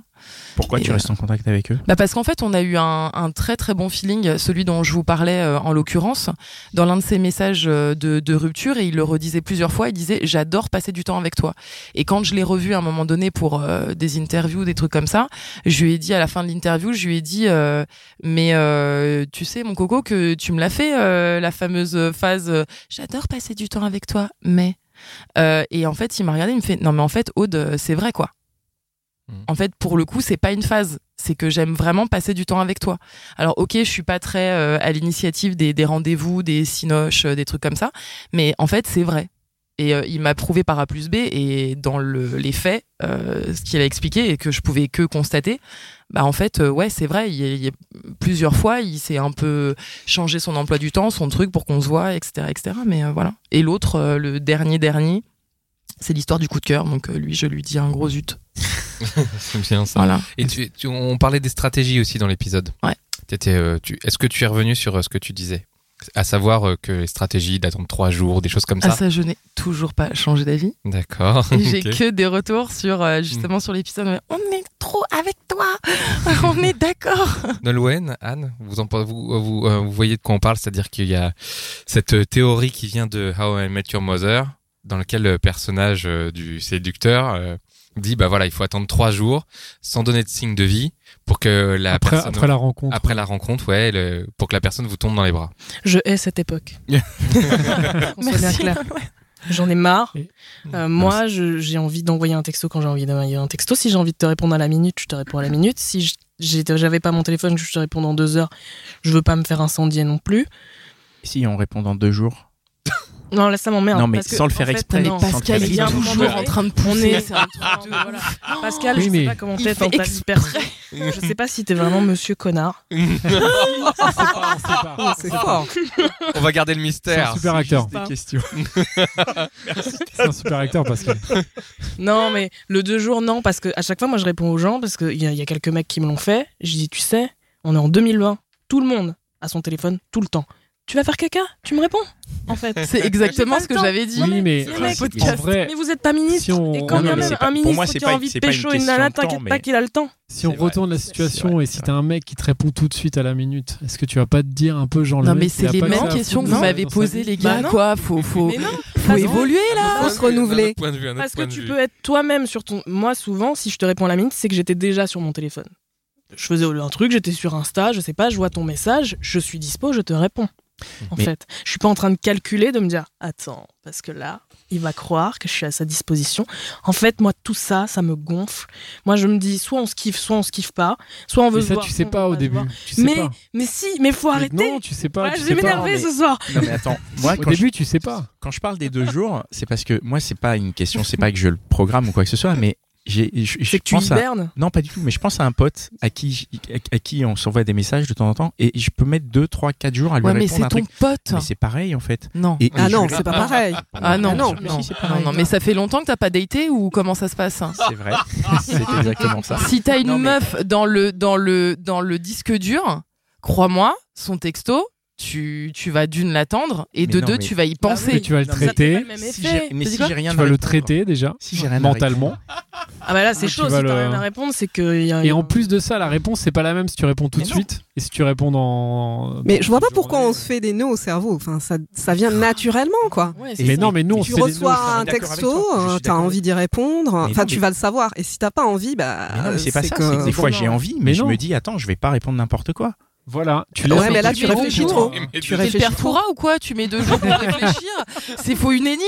Speaker 1: Pourquoi
Speaker 11: Et
Speaker 1: tu
Speaker 11: euh,
Speaker 1: restes en contact avec eux
Speaker 11: Bah parce qu'en fait, on a eu un, un très très bon feeling, celui dont je vous parlais euh, en l'occurrence, dans l'un de ses messages euh, de, de rupture, et il le redisait plusieurs fois, il disait « j'adore passer du temps avec toi ». Et quand je l'ai revu à un moment donné pour euh, des interviews, des trucs comme ça, je lui ai dit à la fin de l'interview, je lui ai dit euh, mais euh, tu sais mon coco que tu me l'as fait, euh, la fameuse phase euh, j'adore passer du temps avec toi, mais… Euh, et en fait, il m'a regardé, il me fait non mais en fait Aude, euh, c'est vrai quoi.
Speaker 10: Hmm.
Speaker 11: En fait, pour le coup, c'est pas une phase. C'est que j'aime vraiment passer du temps avec toi. Alors, ok, je suis pas très euh, à l'initiative des, des rendez-vous, des cinoches, euh, des trucs comme ça, mais en fait, c'est vrai. Et euh, il m'a prouvé par A plus B, et dans le- les faits, euh, ce qu'il a expliqué et que je pouvais que constater, bah en fait, euh, ouais, c'est vrai. Il, y a- il y a plusieurs fois, il s'est un peu changé son emploi du temps, son truc pour qu'on se voit, etc., etc. Mais euh, voilà. Et l'autre, euh, le dernier dernier, c'est l'histoire du coup de cœur. Donc euh, lui, je lui dis un gros zut.
Speaker 3: (laughs) C'est bien ça.
Speaker 11: Voilà.
Speaker 3: Et tu, tu- on parlait des stratégies aussi dans l'épisode.
Speaker 11: Ouais.
Speaker 3: T'étais, euh, tu- Est-ce que tu es revenu sur euh, ce que tu disais À savoir euh, que les stratégies d'attendre trois jours, des choses comme
Speaker 11: Ah
Speaker 3: ça.
Speaker 11: ça, je n'ai toujours pas changé d'avis.
Speaker 3: D'accord.
Speaker 11: Et J'ai
Speaker 3: Ok. Mm.
Speaker 11: que des retours sur euh, justement sur l'épisode. mais On est trop avec toi. on est d'accord.
Speaker 3: Nolwenn, Anne, vous, en, vous, vous, euh, vous voyez de quoi on parle, c'est-à-dire qu'il y a cette euh, théorie qui vient de How I Met Your Mother, dans lequel le personnage euh, du séducteur euh, dit bah voilà, il faut attendre trois jours sans donner de signe de vie pour que la
Speaker 2: après,
Speaker 3: personne
Speaker 2: après la rencontre.
Speaker 3: après la rencontre, ouais, le- pour que la personne vous tombe dans les bras.
Speaker 4: Je hais
Speaker 3: (laughs)
Speaker 4: cette époque. Qu'on soit bien
Speaker 11: Merci.
Speaker 4: clair. J'en ai marre.
Speaker 2: Et-
Speaker 4: Euh, moi, je- j'ai envie d'envoyer un texto quand j'ai envie d'envoyer un texto. Si j'ai envie de te répondre à la minute, je te réponds à la minute. Si je- j'ai- j'avais pas mon téléphone, je te réponds dans deux heures. Je veux pas me faire incendier non plus.
Speaker 1: Si on répond dans deux jours.
Speaker 4: Non, là, ça m'emmerde.
Speaker 1: Non, mais
Speaker 4: parce que,
Speaker 1: sans le faire
Speaker 4: en fait,
Speaker 1: exprès,
Speaker 4: non.
Speaker 1: sans le faire
Speaker 11: Pascal
Speaker 4: Il
Speaker 11: est
Speaker 4: y a un moment
Speaker 11: toujours
Speaker 4: donné-
Speaker 11: en train de
Speaker 4: On
Speaker 11: pousser.
Speaker 4: est-
Speaker 11: c'est un truc de- voilà.
Speaker 4: Pascal,
Speaker 2: Oui,
Speaker 4: je
Speaker 2: mais
Speaker 4: sais pas comment
Speaker 11: il
Speaker 4: t'es dans
Speaker 11: fait
Speaker 4: ta vie perso. Je sais pas si t'es vraiment monsieur connard.
Speaker 1: Ah,
Speaker 2: On sait Ah, pas.
Speaker 7: Oh, c'est fort.
Speaker 3: On va garder le
Speaker 2: C'est un
Speaker 3: mystère.
Speaker 2: super acteur.
Speaker 4: des
Speaker 2: questions. C'est un super
Speaker 1: (laughs)
Speaker 2: acteur parce que
Speaker 4: Non, mais le deux jours, non, parce que à chaque fois, moi, je réponds aux gens parce qu'il y, a- il y a quelques mecs qui me l'ont fait. Je dis, tu sais, on est en 2020. Tout le monde a son téléphone tout le temps. Tu vas faire caca Tu me réponds En fait.
Speaker 11: C'est exactement
Speaker 4: J'ai pas
Speaker 11: ce
Speaker 4: le
Speaker 11: que
Speaker 4: temps.
Speaker 11: j'avais dit.
Speaker 2: oui, mais
Speaker 4: c'est mec,
Speaker 2: en
Speaker 11: podcast.
Speaker 2: vrai,
Speaker 4: Mais vous êtes pas ministre.
Speaker 2: si on-
Speaker 4: Et
Speaker 2: Non,
Speaker 4: quand
Speaker 2: non,
Speaker 4: bien
Speaker 2: mais
Speaker 4: même
Speaker 2: c'est
Speaker 1: pas-
Speaker 4: un
Speaker 1: pour
Speaker 4: ministre
Speaker 1: moi, c'est
Speaker 4: qui
Speaker 1: pas
Speaker 4: a
Speaker 1: une-
Speaker 4: envie
Speaker 1: c'est
Speaker 4: de
Speaker 1: pas une
Speaker 4: pécho une
Speaker 1: question
Speaker 4: nana,
Speaker 1: de temps,
Speaker 4: t'inquiète
Speaker 1: mais-
Speaker 4: pas qu'il a le temps.
Speaker 2: si on
Speaker 1: C'est vrai,
Speaker 2: retourne la
Speaker 1: c'est
Speaker 2: situation
Speaker 1: vrai,
Speaker 2: et si
Speaker 1: c'est
Speaker 2: t'as un mec qui te répond tout de suite à la minute, est-ce que tu vas pas te dire un peu genre le
Speaker 11: Non,
Speaker 2: mec,
Speaker 11: mais
Speaker 2: il
Speaker 11: c'est
Speaker 2: a
Speaker 11: les
Speaker 2: pas que
Speaker 11: mêmes
Speaker 2: ça à
Speaker 11: questions que
Speaker 2: foutre
Speaker 11: vous
Speaker 2: dans
Speaker 11: m'avez
Speaker 2: sa
Speaker 11: posées,
Speaker 2: vie
Speaker 11: les
Speaker 1: bah
Speaker 11: gars.
Speaker 4: non.
Speaker 11: quoi, faut, faut,
Speaker 4: Mais non,
Speaker 11: faut
Speaker 4: raison.
Speaker 11: évoluer là.
Speaker 7: Faut se renouveler.
Speaker 3: Point de vue, un autre
Speaker 4: Parce que
Speaker 3: point de
Speaker 4: tu
Speaker 3: vue.
Speaker 4: peux être toi-même sur ton. Moi, souvent, si je te réponds à la minute, c'est que j'étais déjà sur mon téléphone. Je faisais un truc, j'étais sur Insta, je sais pas, je vois ton message, je suis dispo, je te réponds. En
Speaker 1: Mais-
Speaker 4: fait, je suis pas en train de calculer, de me dire attends, parce que là, il va croire que je suis à sa disposition. En fait, moi, tout ça, ça me gonfle. Moi, je me dis soit on se kiffe, soit on se kiffe pas, soit on veut
Speaker 2: Et
Speaker 4: se
Speaker 2: ça,
Speaker 4: voir,
Speaker 2: tu
Speaker 4: soit
Speaker 2: sais
Speaker 4: on
Speaker 2: pas
Speaker 4: veut
Speaker 2: au
Speaker 4: se
Speaker 2: début.
Speaker 4: voir.
Speaker 2: Tu sais
Speaker 4: Mais-
Speaker 2: pas.
Speaker 4: Mais si, mais faut arrêter.
Speaker 2: Non, tu sais pas.
Speaker 4: Voilà,
Speaker 2: tu
Speaker 4: je
Speaker 2: sais
Speaker 4: vais
Speaker 2: pas.
Speaker 4: m'énerver
Speaker 1: mais-
Speaker 4: ce soir.
Speaker 1: (laughs) Non mais attends, moi
Speaker 2: Au
Speaker 1: quand je,
Speaker 2: début, tu sais pas.
Speaker 1: quand je parle des deux jours, c'est parce que moi c'est pas une question, c'est pas que je le programme ou quoi que ce soit, mais j'ai, je, je
Speaker 4: C'est que tu
Speaker 1: pense à,
Speaker 4: hibernes.
Speaker 1: Non, pas du tout, mais je pense à un pote à qui, j- à, à qui on s'envoie des messages de temps en temps et je peux mettre 2, 3, 4 jours à lui
Speaker 11: Ouais, mais
Speaker 1: répondre
Speaker 11: c'est
Speaker 1: un
Speaker 11: ton
Speaker 1: truc.
Speaker 11: pote.
Speaker 1: Mais c'est pareil en fait.
Speaker 11: Non.
Speaker 1: Et,
Speaker 7: Ah
Speaker 1: et
Speaker 7: non,
Speaker 1: je-
Speaker 7: c'est pas pareil.
Speaker 11: Ah non, non,
Speaker 7: non,
Speaker 1: mais si, c'est
Speaker 11: non,
Speaker 1: pareil.
Speaker 11: non, mais ça fait longtemps que t'as pas daté ou comment ça se passe hein
Speaker 1: C'est
Speaker 2: (laughs)
Speaker 1: vrai, (laughs) c'est exactement ça.
Speaker 11: Si t'as une
Speaker 1: Non, mais-
Speaker 11: meuf dans le dans le dans le disque dur, crois-moi, son texto, tu, tu vas d'une l'attendre et
Speaker 1: Mais
Speaker 11: de
Speaker 1: non,
Speaker 11: deux
Speaker 1: mais-
Speaker 11: tu vas
Speaker 4: Bah
Speaker 11: y
Speaker 1: oui,
Speaker 11: penser.
Speaker 2: Et tu vas le
Speaker 1: Non, mais-
Speaker 2: traiter.
Speaker 4: Même
Speaker 1: Si
Speaker 4: effet.
Speaker 1: j'ai-
Speaker 11: T'as
Speaker 1: mais si
Speaker 11: dit quoi
Speaker 1: j'ai rien
Speaker 2: Tu
Speaker 1: à
Speaker 2: vas le
Speaker 1: répondre,
Speaker 2: traiter déjà.
Speaker 1: si j'ai rien à
Speaker 2: Mentalement.
Speaker 1: répondre,
Speaker 4: Ah bah là, c'est
Speaker 2: Ah,
Speaker 4: chaud.
Speaker 2: tu
Speaker 4: Si
Speaker 2: vas
Speaker 4: t'as
Speaker 2: le-
Speaker 4: rien à répondre, c'est qu'il y a.
Speaker 2: Et en
Speaker 4: un-
Speaker 2: plus de ça, la réponse, c'est pas la même si tu réponds tout de
Speaker 1: Mais non.
Speaker 2: suite et si tu réponds dans.
Speaker 7: Mais
Speaker 2: dans
Speaker 7: je vois pas
Speaker 2: une
Speaker 7: pourquoi
Speaker 2: journée.
Speaker 7: on se fait des nœuds au cerveau. Enfin, ça, ça
Speaker 1: Ah.
Speaker 7: vient naturellement, quoi.
Speaker 4: Ouais,
Speaker 2: Mais non, mais nous, on se
Speaker 7: Tu
Speaker 2: fait des
Speaker 7: reçois
Speaker 2: notes.
Speaker 7: un
Speaker 1: je suis d'accord avec
Speaker 7: texto,
Speaker 1: toi, je suis
Speaker 7: euh, t'as
Speaker 1: d'accord.
Speaker 7: envie d'y répondre.
Speaker 1: Mais
Speaker 7: Enfin,
Speaker 1: non,
Speaker 7: tu
Speaker 1: mais-
Speaker 7: vas le savoir. Et si t'as pas envie, bah.
Speaker 11: Ah,
Speaker 1: Mais non, mais c'est pas ça.
Speaker 7: que-
Speaker 1: c'est que des fois
Speaker 4: Non.
Speaker 1: j'ai envie, mais,
Speaker 2: Mais
Speaker 1: je
Speaker 2: non.
Speaker 1: me dis attends, je vais pas répondre n'importe
Speaker 2: (laughs)
Speaker 1: quoi.
Speaker 2: Voilà. Tu
Speaker 7: Ouais,
Speaker 2: laisses
Speaker 7: mais
Speaker 2: un
Speaker 4: Ah,
Speaker 7: là,
Speaker 2: truc
Speaker 7: tu
Speaker 2: de
Speaker 7: réfléchis
Speaker 2: temps.
Speaker 7: trop.
Speaker 11: Tu fais le père Foura ou quoi Tu mets deux jours pour réfléchir. C'est faut une énigme.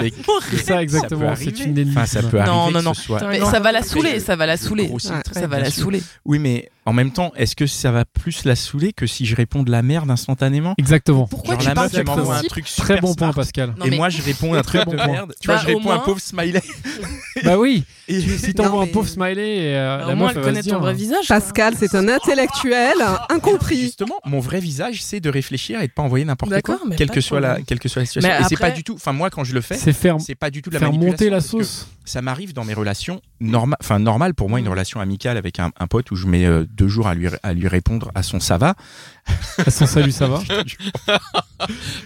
Speaker 1: Mais-
Speaker 11: pour
Speaker 2: C'est
Speaker 7: (laughs)
Speaker 11: répondre.
Speaker 2: ça, exactement.
Speaker 1: Ça peut
Speaker 2: C'est
Speaker 1: arriver.
Speaker 2: une énigme.
Speaker 1: Enfin, ça peut
Speaker 11: Non,
Speaker 1: arriver
Speaker 11: non, non.
Speaker 1: que ce soit-
Speaker 4: Putain,
Speaker 11: Mais
Speaker 4: Non.
Speaker 11: ça va la
Speaker 4: Mais
Speaker 11: saouler,
Speaker 1: je-
Speaker 11: ça va la
Speaker 1: je
Speaker 11: saouler.
Speaker 1: grossis
Speaker 7: Ouais.
Speaker 1: très,
Speaker 11: Ça va
Speaker 1: bien
Speaker 11: la
Speaker 1: sûr.
Speaker 11: saouler.
Speaker 1: Oui, mais en même temps, est-ce que ça va plus la saouler que si je réponds de la merde instantanément
Speaker 2: Exactement.
Speaker 11: Pourquoi
Speaker 1: Genre
Speaker 11: tu
Speaker 1: la
Speaker 11: parles
Speaker 1: meuf,
Speaker 11: du
Speaker 1: elle m'envoie un
Speaker 11: principe
Speaker 1: truc super
Speaker 2: Très bon point,
Speaker 1: smart,
Speaker 2: Pascal.
Speaker 11: Non,
Speaker 1: et
Speaker 11: mais-
Speaker 1: moi, je réponds
Speaker 11: (laughs)
Speaker 1: un truc
Speaker 2: bon
Speaker 1: de
Speaker 2: point.
Speaker 1: merde. Tu
Speaker 11: Bah,
Speaker 1: vois, je
Speaker 11: au
Speaker 1: réponds à un
Speaker 11: moins-
Speaker 1: pauvre smiley. (laughs)
Speaker 2: Bah oui.
Speaker 1: Et
Speaker 2: Si t'envoies
Speaker 7: Non,
Speaker 2: un
Speaker 7: mais-
Speaker 2: pauvre smiley, et, euh,
Speaker 4: Bah,
Speaker 2: la
Speaker 4: au moins,
Speaker 2: meuf
Speaker 4: elle
Speaker 2: elle va
Speaker 4: connaît
Speaker 2: se
Speaker 4: ton
Speaker 2: dire.
Speaker 4: vrai visage. quoi.
Speaker 7: Pascal, c'est un intellectuel incompris.
Speaker 1: Justement, mon vrai visage, c'est de réfléchir et de pas envoyer n'importe quoi,
Speaker 4: D'accord, mais
Speaker 1: quelle
Speaker 4: pas
Speaker 1: que
Speaker 4: de
Speaker 1: soit la,
Speaker 4: problème.
Speaker 1: quelle que soit la situation.
Speaker 4: Mais
Speaker 1: Et c'est pas
Speaker 4: après-
Speaker 1: du tout. Enfin, moi, quand je le fais,
Speaker 2: C'est faire,
Speaker 1: c'est pas du tout de la
Speaker 2: faire monter
Speaker 1: manipulation,
Speaker 2: la
Speaker 1: parce que
Speaker 2: sauce.
Speaker 1: Ça m'arrive dans mes relations normales, enfin normales pour moi, une relation amicale avec un, un pote où je
Speaker 3: (laughs)
Speaker 2: Ah,
Speaker 1: mets euh, deux jours à lui, à lui répondre à son ça va.
Speaker 7: (laughs)
Speaker 2: À son salut, ça va.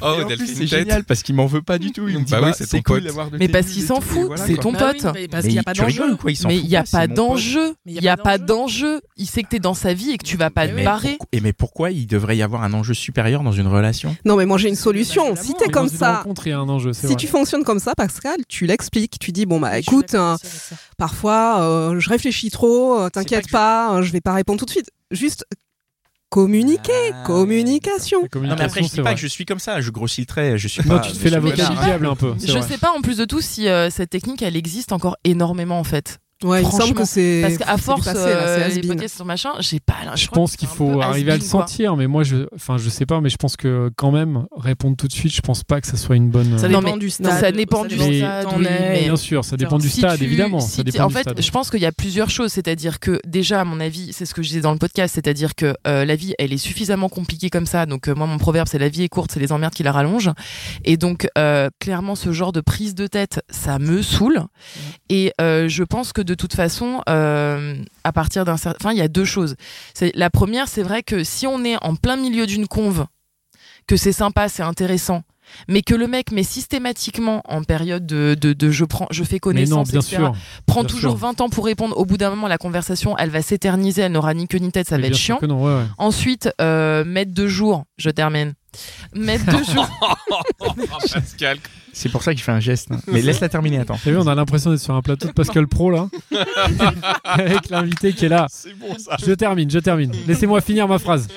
Speaker 3: Oh,
Speaker 1: Et en
Speaker 3: Delphine
Speaker 1: plus, c'est
Speaker 3: Tête. (laughs)
Speaker 1: génial parce qu'il m'en veut pas du tout. Il me dit
Speaker 3: Bah oui,
Speaker 1: bah,
Speaker 3: c'est ton
Speaker 1: c'est cool
Speaker 3: pote.
Speaker 1: d'avoir de
Speaker 4: Mais
Speaker 1: tes
Speaker 4: parce
Speaker 1: bulles
Speaker 4: qu'il
Speaker 1: et
Speaker 4: s'en
Speaker 1: tout, et
Speaker 4: fout,
Speaker 1: voilà,
Speaker 4: c'est
Speaker 1: quoi.
Speaker 4: ton
Speaker 12: Bah oui,
Speaker 4: pote.
Speaker 12: mais parce
Speaker 1: Mais
Speaker 12: qu'il n'y a
Speaker 1: il-
Speaker 12: pas
Speaker 1: tu rigoles
Speaker 12: d'enjeu.
Speaker 1: ou quoi Il s'en
Speaker 4: Mais
Speaker 1: fout
Speaker 4: il n'y a
Speaker 1: pas, c'est mon
Speaker 4: pas
Speaker 1: pote.
Speaker 4: d'enjeu.
Speaker 12: Mais
Speaker 4: Il n'y a pas d'enjeu. Il sait que t'es dans sa vie et que tu vas pas
Speaker 12: Mais
Speaker 4: te
Speaker 1: Mais
Speaker 4: barrer.
Speaker 1: pourquoi- Et mais pourquoi il devrait y avoir un enjeu supérieur dans une relation
Speaker 7: Non, mais moi j'ai une solution.
Speaker 12: Bah, c'est
Speaker 7: Si
Speaker 12: l'amour,
Speaker 7: t'es
Speaker 2: Mais
Speaker 7: comme
Speaker 2: dans une hein.
Speaker 7: ça,
Speaker 2: rencontre, il y a un enjeu, c'est
Speaker 7: si
Speaker 2: vrai.
Speaker 7: tu fonctionnes comme ça, Pascal, tu l'expliques. Tu dis bon bah
Speaker 12: Je suis
Speaker 7: écoute,
Speaker 12: d'accord
Speaker 7: euh,
Speaker 12: aussi avec ça.
Speaker 7: parfois euh, je réfléchis trop, euh, t'inquiète
Speaker 12: que je-
Speaker 7: pas, euh, je... vais pas répondre tout de suite. Juste communiquer,
Speaker 1: Ah,
Speaker 7: communication.
Speaker 2: La
Speaker 1: Non, mais
Speaker 2: communication,
Speaker 1: après, je
Speaker 2: c'est
Speaker 1: dis
Speaker 2: vrai.
Speaker 1: pas que je suis comme ça, je grossis le trait, je suis
Speaker 2: Non,
Speaker 1: pas.
Speaker 2: tu te
Speaker 1: je
Speaker 2: fais
Speaker 1: suis
Speaker 2: l'avocat
Speaker 1: pas-
Speaker 2: du diable un peu. c'est
Speaker 4: Je
Speaker 2: vrai.
Speaker 4: sais pas en plus de tout si euh, cette technique elle existe encore énormément en fait.
Speaker 7: Ouais, il me semble
Speaker 4: Franchement,
Speaker 7: que c'est.
Speaker 4: Parce qu'à
Speaker 7: c'est du
Speaker 4: force,
Speaker 7: passé, là,
Speaker 4: euh,
Speaker 7: c'est
Speaker 4: les
Speaker 7: has-been.
Speaker 4: podcasts sur machin, j'ai pas. l'impression
Speaker 2: Je pense
Speaker 4: que
Speaker 2: qu'il
Speaker 4: c'est un peu
Speaker 2: faut arriver à le
Speaker 4: has-been, quoi.
Speaker 2: sentir, mais moi, je, enfin, je sais pas, mais je pense que quand même, répondre tout de suite, je pense pas que ça soit une bonne.
Speaker 12: Ça
Speaker 4: Non,
Speaker 12: dépend
Speaker 4: mais-
Speaker 12: du
Speaker 4: non,
Speaker 12: stade.
Speaker 4: ça dépend du
Speaker 12: où
Speaker 4: stade,
Speaker 12: t'en
Speaker 4: oui,
Speaker 12: es.
Speaker 4: mais-
Speaker 2: Bien sûr, ça dépend du
Speaker 4: Si
Speaker 2: stade,
Speaker 4: tu-
Speaker 2: évidemment.
Speaker 4: si
Speaker 2: ça
Speaker 4: tu-
Speaker 2: dépend
Speaker 4: en
Speaker 2: du
Speaker 4: fait,
Speaker 2: stade.
Speaker 4: je pense qu'il y a plusieurs choses. C'est-à-dire que, déjà, à mon avis, c'est ce que je disais dans le podcast, c'est-à-dire que euh, la vie, elle est suffisamment compliquée comme ça. Donc, euh, moi, mon proverbe, c'est la vie est courte, c'est les emmerdes qui la rallongent. Et donc, euh, clairement, ce genre de prise de tête, ça me saoule.
Speaker 2: Mmh.
Speaker 4: Et euh, je pense que, de toute façon, euh, à partir d'un certain. Enfin, il y a deux choses. C'est- La première, c'est vrai que si on est en plein milieu d'une conve, que c'est sympa, c'est intéressant. Mais que le mec met systématiquement en période de, de, de je prends, je fais
Speaker 2: mais
Speaker 4: connaissance,
Speaker 2: non, bien
Speaker 4: etc.,
Speaker 2: sûr.
Speaker 4: prend
Speaker 2: Bien
Speaker 4: toujours
Speaker 2: sûr.
Speaker 4: 20 ans pour répondre. Au bout d'un moment, la conversation, elle va s'éterniser, elle n'aura ni queue ni tête, ça
Speaker 2: Mais
Speaker 4: va
Speaker 2: bien
Speaker 4: être chiant.
Speaker 2: sûr que non, ouais, ouais.
Speaker 4: Ensuite, euh, mettre deux jours, je termine. Mettre
Speaker 2: (laughs)
Speaker 4: deux jours.
Speaker 3: Oh, Pascal.
Speaker 1: C'est pour ça qu'il fait un geste. hein.
Speaker 4: (laughs)
Speaker 1: Mais laisse-la terminer, attends.
Speaker 2: T'as vu, on a l'impression d'être sur un plateau de Pascal
Speaker 3: (laughs)
Speaker 2: Pro là, avec l'invité qui est là.
Speaker 3: C'est bon ça.
Speaker 2: Je termine, je termine. Laissez-moi finir ma phrase.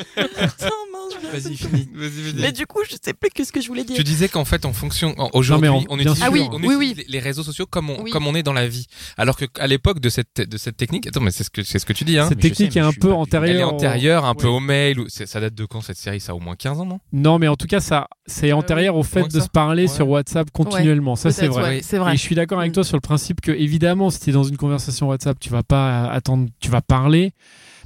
Speaker 1: Vas-y, finis.
Speaker 3: Vas-y, vas-y.
Speaker 4: Mais du coup, je sais plus que ce que je voulais dire.
Speaker 3: Tu disais qu'en fait, en fonction, en- aujourd'hui,
Speaker 2: Non, mais en-
Speaker 3: on
Speaker 2: bien
Speaker 3: utilise,
Speaker 2: sûr. Ah oui,
Speaker 3: on
Speaker 4: oui,
Speaker 3: utilise les réseaux sociaux comme on,
Speaker 4: Oui.
Speaker 3: comme on est dans la vie. Alors que à l'époque de cette, de cette technique, attends, mais c'est ce que, c'est ce que tu dis, hein.
Speaker 2: Cette
Speaker 1: mais je
Speaker 2: technique
Speaker 1: sais,
Speaker 2: est
Speaker 1: mais
Speaker 2: un
Speaker 1: je suis
Speaker 2: peu
Speaker 1: pas- elle est
Speaker 2: antérieure.
Speaker 3: Elle est
Speaker 2: au-
Speaker 3: antérieure, un peu
Speaker 2: Ouais.
Speaker 3: au mail. Ou, c'est- ça date de quand cette série Ça a au moins 15 ans, non
Speaker 2: Non, mais en tout cas, ça, c'est antérieur au fait
Speaker 3: moins que
Speaker 2: de
Speaker 3: ça.
Speaker 2: se parler
Speaker 3: Ouais.
Speaker 2: sur WhatsApp continuellement. Ça, c'est
Speaker 4: Peut-être,
Speaker 2: vrai.
Speaker 4: Euh, ouais, c'est vrai.
Speaker 2: Et je suis d'accord avec
Speaker 4: Mm.
Speaker 2: toi sur le principe que, évidemment, si tu es dans une conversation WhatsApp, tu vas pas euh, attendre, tu vas parler.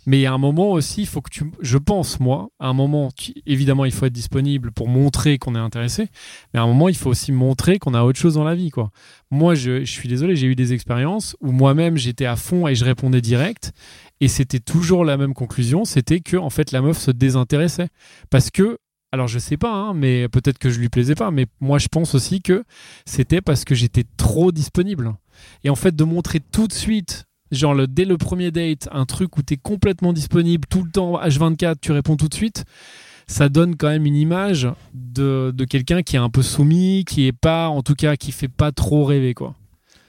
Speaker 2: Mais il y a un moment aussi, il faut que tu. Je pense, moi, à un moment, tu- évidemment, il faut être disponible pour montrer qu'on est intéressé. Mais à un moment, il faut aussi montrer qu'on a autre chose dans la vie, quoi. Moi, je, je suis désolé, j'ai eu des expériences où moi-même, j'étais à fond et je répondais direct. Et c'était toujours la même conclusion, c'était que en fait la meuf se désintéressait. Parce que, alors je sais pas, hein, mais peut-être que je lui plaisais pas, mais moi je pense aussi que c'était parce que j'étais trop disponible. Et en fait de montrer tout de suite, genre le- dès le premier date, un truc où t'es complètement disponible tout le temps, H24, tu réponds tout de suite. Ça donne quand même une image de, de quelqu'un qui est un peu soumis, qui est pas, en tout cas, qui fait pas trop rêver quoi.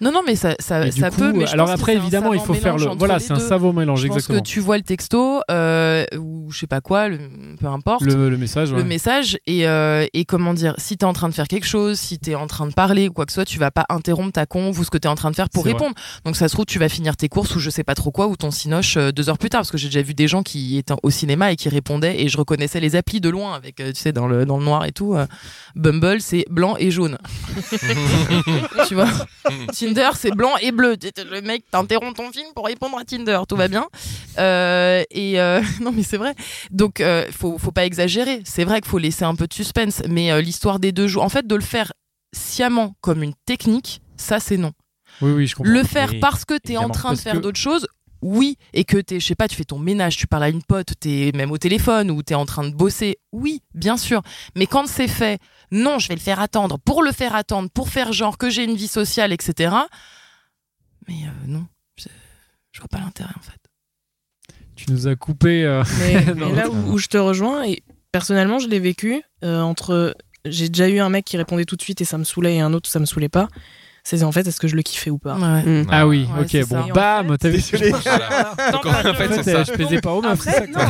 Speaker 4: Non, non, mais ça, ça,
Speaker 2: Et du
Speaker 4: Euh, ça
Speaker 2: coup,
Speaker 4: peut. Mais je
Speaker 2: alors
Speaker 4: pense que
Speaker 2: après
Speaker 4: c'est un
Speaker 2: évidemment, il
Speaker 4: savant
Speaker 2: faut faire
Speaker 4: mélange
Speaker 2: le,
Speaker 4: entre
Speaker 2: voilà,
Speaker 4: les
Speaker 2: c'est un
Speaker 4: deux.
Speaker 2: savant mélange
Speaker 4: Je pense
Speaker 2: exactement.
Speaker 4: que tu vois le texto euh, ou je sais pas quoi, le, peu importe.
Speaker 2: Le, le message.
Speaker 4: le
Speaker 2: ouais.
Speaker 4: message et, euh, et comment dire si t'es en train de faire quelque chose si t'es en train de parler ou quoi que ce soit tu vas pas interrompre ta con ou ce que t'es en train de faire pour
Speaker 2: C'est
Speaker 4: répondre donc ça se trouve tu vas finir tes courses ou je sais pas trop quoi ou ton cinoche euh, deux heures plus tard parce que j'ai déjà vu des gens qui étaient au cinéma et qui répondaient et je reconnaissais les applis de loin avec euh, tu sais dans le, dans le noir et tout euh, Bumble c'est blanc et jaune (laughs) tu vois Tinder c'est blanc et bleu T'es- t'es- le mec t'interrompt ton film pour répondre à Tinder tout va bien Euh, et euh, (laughs) non mais c'est vrai donc, euh, faut, faut pas exagérer. C'est vrai qu'il faut laisser un peu de suspense, mais euh, l'histoire des deux jours, en fait, de le faire sciemment comme une technique, ça, c'est non.
Speaker 2: Oui, oui, je comprends.
Speaker 4: Le faire
Speaker 1: Oui,
Speaker 4: parce que t'es en
Speaker 1: évidemment,
Speaker 4: train de
Speaker 2: parce
Speaker 4: faire
Speaker 2: que-
Speaker 4: d'autres choses, oui, et que t'es, je sais pas, tu fais ton ménage, tu parles à une pote, t'es même au téléphone ou t'es en train de bosser, oui, bien sûr. Mais quand c'est fait, non, je vais le faire attendre pour le faire attendre, pour faire genre que j'ai une vie sociale, etc. Mais euh, non, je je vois pas l'intérêt en fait.
Speaker 2: Tu nous as coupé. euh, (laughs)
Speaker 12: Mais,
Speaker 2: Non,
Speaker 12: mais là
Speaker 2: ça
Speaker 12: où, où je te rejoins, et personnellement, je l'ai vécu euh, entre. J'ai déjà eu un mec qui répondait tout de suite et ça me saoulait, et un autre, ça me saoulait pas. C'est en fait, est-ce que je le kiffais ou pas
Speaker 4: Ouais.
Speaker 7: Mm.
Speaker 2: Ah oui,
Speaker 4: Ouais, c'est
Speaker 2: ok, bon,
Speaker 4: ça.
Speaker 2: bam, t'as vu
Speaker 1: Désolé.
Speaker 4: Ah,
Speaker 3: Voilà. Donc, en fait,
Speaker 2: En
Speaker 3: c'est
Speaker 2: fait,
Speaker 3: ça.
Speaker 2: euh, je plaisais pas aux meufs,
Speaker 12: Après,
Speaker 2: c'est ça,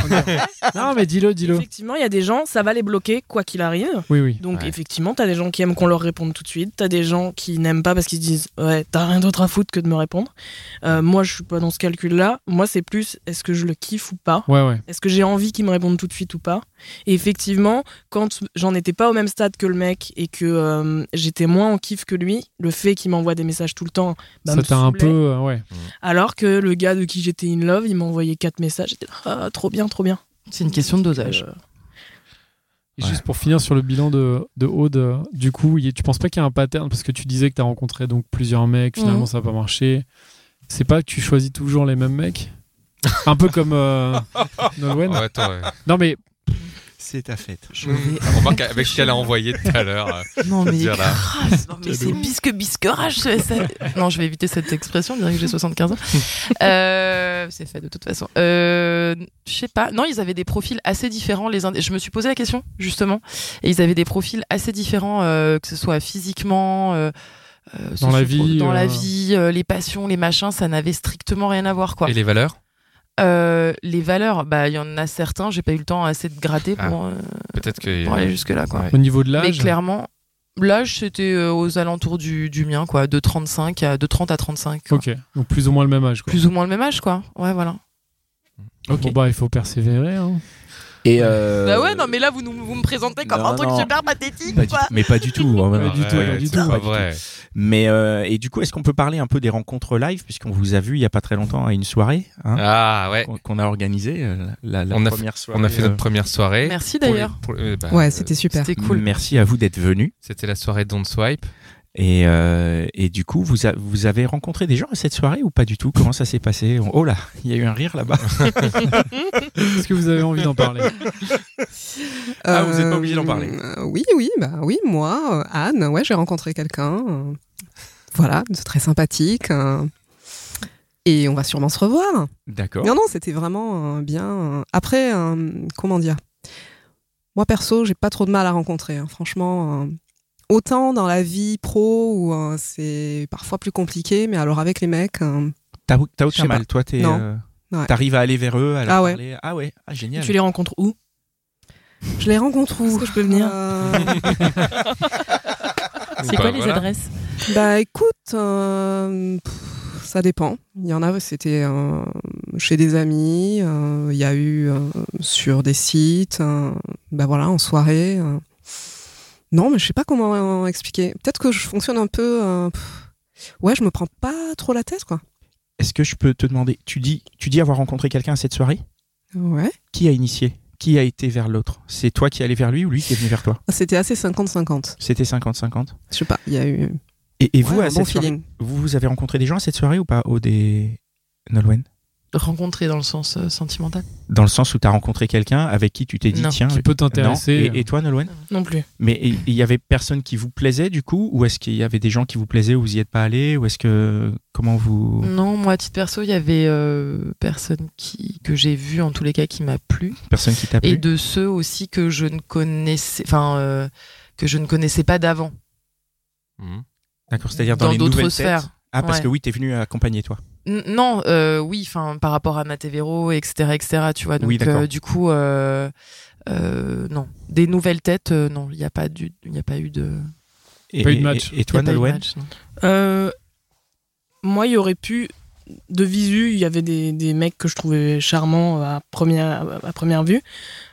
Speaker 2: quoi.
Speaker 12: (laughs)
Speaker 2: Non, mais dis-le, dis-le.
Speaker 12: Effectivement, il y a des gens, ça va les bloquer quoi qu'il arrive.
Speaker 2: Oui, oui.
Speaker 12: Donc
Speaker 3: Ouais.
Speaker 12: effectivement, t'as des gens qui aiment qu'on leur réponde tout de suite, t'as des gens qui n'aiment pas parce qu'ils se disent ouais t'as rien d'autre à foutre que de me répondre. Euh, moi je suis pas dans ce calcul-là. Moi c'est plus est-ce que je le kiffe ou pas.
Speaker 2: Ouais, ouais.
Speaker 12: Est-ce que j'ai envie qu'il me réponde tout de suite ou pas Et effectivement, quand j'en étais pas au même stade que le mec et que euh, j'étais moins en kiff que lui, le fait qu'il m'envoie des messages tout le temps, bah,
Speaker 2: ça
Speaker 12: me
Speaker 2: t'a un
Speaker 12: saoulait.
Speaker 2: peu. euh, ouais.
Speaker 12: Alors que le gars de qui j'étais in love, il m'envoyait quatre messages. J'étais ah, trop bien, trop bien.
Speaker 4: C'est une question de dosage.
Speaker 12: Euh,
Speaker 2: Et
Speaker 3: Ouais.
Speaker 2: Juste pour finir sur le bilan de, de Aude, euh, du coup, il y a- tu penses pas qu'il y a un pattern Parce que tu disais que t'as rencontré donc plusieurs mecs, finalement
Speaker 4: Mhm.
Speaker 2: ça a pas marché. C'est pas que tu choisis
Speaker 1: (laughs)
Speaker 2: toujours les mêmes mecs Un peu comme euh, Nolwenn
Speaker 3: Oh, attends, ouais.
Speaker 2: Non, mais
Speaker 1: C'est ta fête.
Speaker 4: Je vais-
Speaker 3: On voit qu'avec ce qu'elle a envoyé tout à l'heure. euh,
Speaker 4: Non
Speaker 12: (laughs)
Speaker 3: Je veux
Speaker 4: mais,
Speaker 3: dire, là.
Speaker 4: grave, non, mais c'est bisque bisque rage. ce- ce- Non, je vais éviter cette expression, on dirait que j'ai 75 ans. Euh, c'est fait de toute façon. Euh, je sais pas. Non, ils avaient des profils assez différents les uns. des- Je me suis posé la question justement, et ils avaient des profils assez différents, euh, que ce soit physiquement. euh, euh,
Speaker 2: Dans la vie,
Speaker 4: dans la
Speaker 2: euh.
Speaker 4: vie, euh, les passions, les machins, ça n'avait strictement rien à voir quoi.
Speaker 3: Et les valeurs
Speaker 4: Euh, les valeurs, bah il y en a certains, j'ai pas eu le temps assez de gratter
Speaker 3: Ah.
Speaker 4: pour, euh,
Speaker 3: Peut-être que.
Speaker 4: pour aller jusque là quoi.
Speaker 3: Ouais.
Speaker 2: Au niveau de
Speaker 4: Mais
Speaker 2: l'âge,
Speaker 4: clairement, l'âge, c'était euh, aux alentours du, du mien, quoi. De 35 à, de 30 à 35. quoi.
Speaker 2: ok, donc plus ou moins le même âge. Quoi.
Speaker 4: Plus ou moins le même âge, quoi. Ouais, voilà.
Speaker 2: Ok. Bon, bah, il faut persévérer. hein.
Speaker 13: Et euh,
Speaker 4: Bah ouais, non, mais là, vous, nous- vous me présentez comme
Speaker 13: non,
Speaker 4: un truc
Speaker 13: non.
Speaker 4: super
Speaker 1: Bah,
Speaker 4: pathétique,
Speaker 13: pas du-
Speaker 4: quoi.
Speaker 13: mais pas du tout. hein,
Speaker 2: Pas
Speaker 13: maintenant.
Speaker 2: du tout, pas du
Speaker 3: c'est
Speaker 2: tout.
Speaker 3: pas vrai.
Speaker 1: Mais euh, et du coup, est-ce qu'on peut parler un peu des rencontres live puisqu'on vous a vu il y a pas très longtemps à une soirée hein,
Speaker 3: Ah ouais.
Speaker 1: qu'on- qu'on a organisée euh, la, la
Speaker 3: On a fait-
Speaker 1: première soirée.
Speaker 3: On a fait
Speaker 1: euh,
Speaker 3: notre première soirée.
Speaker 4: Merci
Speaker 3: Pour les-
Speaker 4: d'ailleurs.
Speaker 3: pour- euh, bah,
Speaker 7: Ouais,
Speaker 3: euh,
Speaker 7: c'était super.
Speaker 4: C'était cool.
Speaker 1: Merci à vous d'être venu
Speaker 3: C'était la soirée Don't Swipe.
Speaker 1: et, euh, et du coup vous a- vous avez rencontré des gens à cette soirée ou pas du tout Comment ça s'est passé Oh là, il y a eu un rire là-bas.
Speaker 2: Est-ce que vous avez envie
Speaker 1: (laughs)
Speaker 2: d'en parler
Speaker 1: Ah, vous êtes pas obligé d'en parler.
Speaker 7: euh, oui, oui, bah oui, moi, euh, Anne, ouais, j'ai rencontré quelqu'un. euh, voilà, de très sympathique. euh, et on va sûrement se revoir.
Speaker 1: (laughs) D'accord.
Speaker 7: Non, non, c'était vraiment euh, bien. euh, Après, euh, comment dire Moi, perso, j'ai pas trop de mal à rencontrer. hein, Franchement, euh, autant dans la vie pro où euh, c'est parfois plus compliqué, mais alors avec les mecs, euh,
Speaker 1: T'as t'as
Speaker 7: Je
Speaker 1: aucun
Speaker 7: sais
Speaker 1: mal, toi t'es.
Speaker 7: Non.
Speaker 1: euh,
Speaker 7: Ouais.
Speaker 1: T'arrives à aller vers eux, à leur
Speaker 7: Ah ouais.
Speaker 1: parler. Ah ouais, ah génial.
Speaker 12: Tu les rencontres où
Speaker 7: je les rencontre où
Speaker 12: Est-ce que je peux venir
Speaker 7: Euh,
Speaker 13: Ah, bah
Speaker 3: Ou pas, voilà.
Speaker 4: adresses
Speaker 7: Bah écoute, euh, pff, ça dépend. Il y en a, c'était euh, chez des amis, euh, il y a eu euh, sur des sites, euh, bah voilà, en soirée. euh. Non, mais je sais pas comment euh, expliquer. Peut-être que je fonctionne un peu. euh, pff, ouais, je me prends pas trop la tête, quoi.
Speaker 1: Est-ce que je peux te demander Tu dis tu dis avoir rencontré quelqu'un à cette soirée
Speaker 7: Ouais.
Speaker 1: Qui a initié Qui a été vers l'autre C'est toi qui est allé vers lui ou lui qui est venu vers toi
Speaker 7: Ah, C'était assez 50-50.
Speaker 1: C'était 50-50.
Speaker 7: Je sais pas, il y a eu
Speaker 1: Et, et
Speaker 7: ouais,
Speaker 1: vous, à
Speaker 7: un bon
Speaker 1: cette soirée,
Speaker 7: feeling.
Speaker 1: vous, vous avez rencontré des gens à cette soirée ou pas au des Nolwenn
Speaker 4: Rencontrer dans le sens euh, sentimental.
Speaker 1: Dans le sens où tu as rencontré quelqu'un avec qui tu t'es dit
Speaker 4: Non.
Speaker 1: tiens, euh,
Speaker 2: Qui peut
Speaker 1: non.
Speaker 4: euh.
Speaker 2: t'intéresser euh,
Speaker 1: Et, et toi Nolwenn
Speaker 12: Non plus.
Speaker 1: Mais il il y avait personne qui vous plaisait du coup ou est-ce qu'il y avait des gens qui vous plaisaient ou vous y êtes pas allé ou est-ce que comment vous
Speaker 4: Non, moi, à titre perso, il y avait euh, personne qui, que j'ai vu, en tous les cas, qui m'a plu.
Speaker 1: personne qui t'a
Speaker 4: et
Speaker 1: plu
Speaker 4: de ceux aussi que je ne connaissais, enfin, euh, que je ne connaissais pas d'avant.
Speaker 3: Mhm.
Speaker 1: D'accord, c'est-à-dire dans,
Speaker 4: dans
Speaker 1: les
Speaker 4: d'autres
Speaker 1: nouvelles
Speaker 4: sphères.
Speaker 1: têtes. Ah parce
Speaker 4: Ouais.
Speaker 1: que oui, t'es venu accompagner toi.
Speaker 4: N- Non, euh, oui, enfin, par rapport à Matevero, etc., etc., tu vois. Donc,
Speaker 1: Oui, d'accord.
Speaker 4: euh, du coup, euh, euh, non, des nouvelles têtes, euh, non, il n'y a pas du, il n'y a pas eu de.
Speaker 1: Et,
Speaker 2: Pas eu de
Speaker 1: et-
Speaker 2: match.
Speaker 1: Et, et toi
Speaker 4: il y a pas eu de
Speaker 1: Nolwenn
Speaker 4: match, non.
Speaker 12: Euh, moi, il y aurait pu. De visu, il y avait des, des mecs que je trouvais charmants à première, à première vue.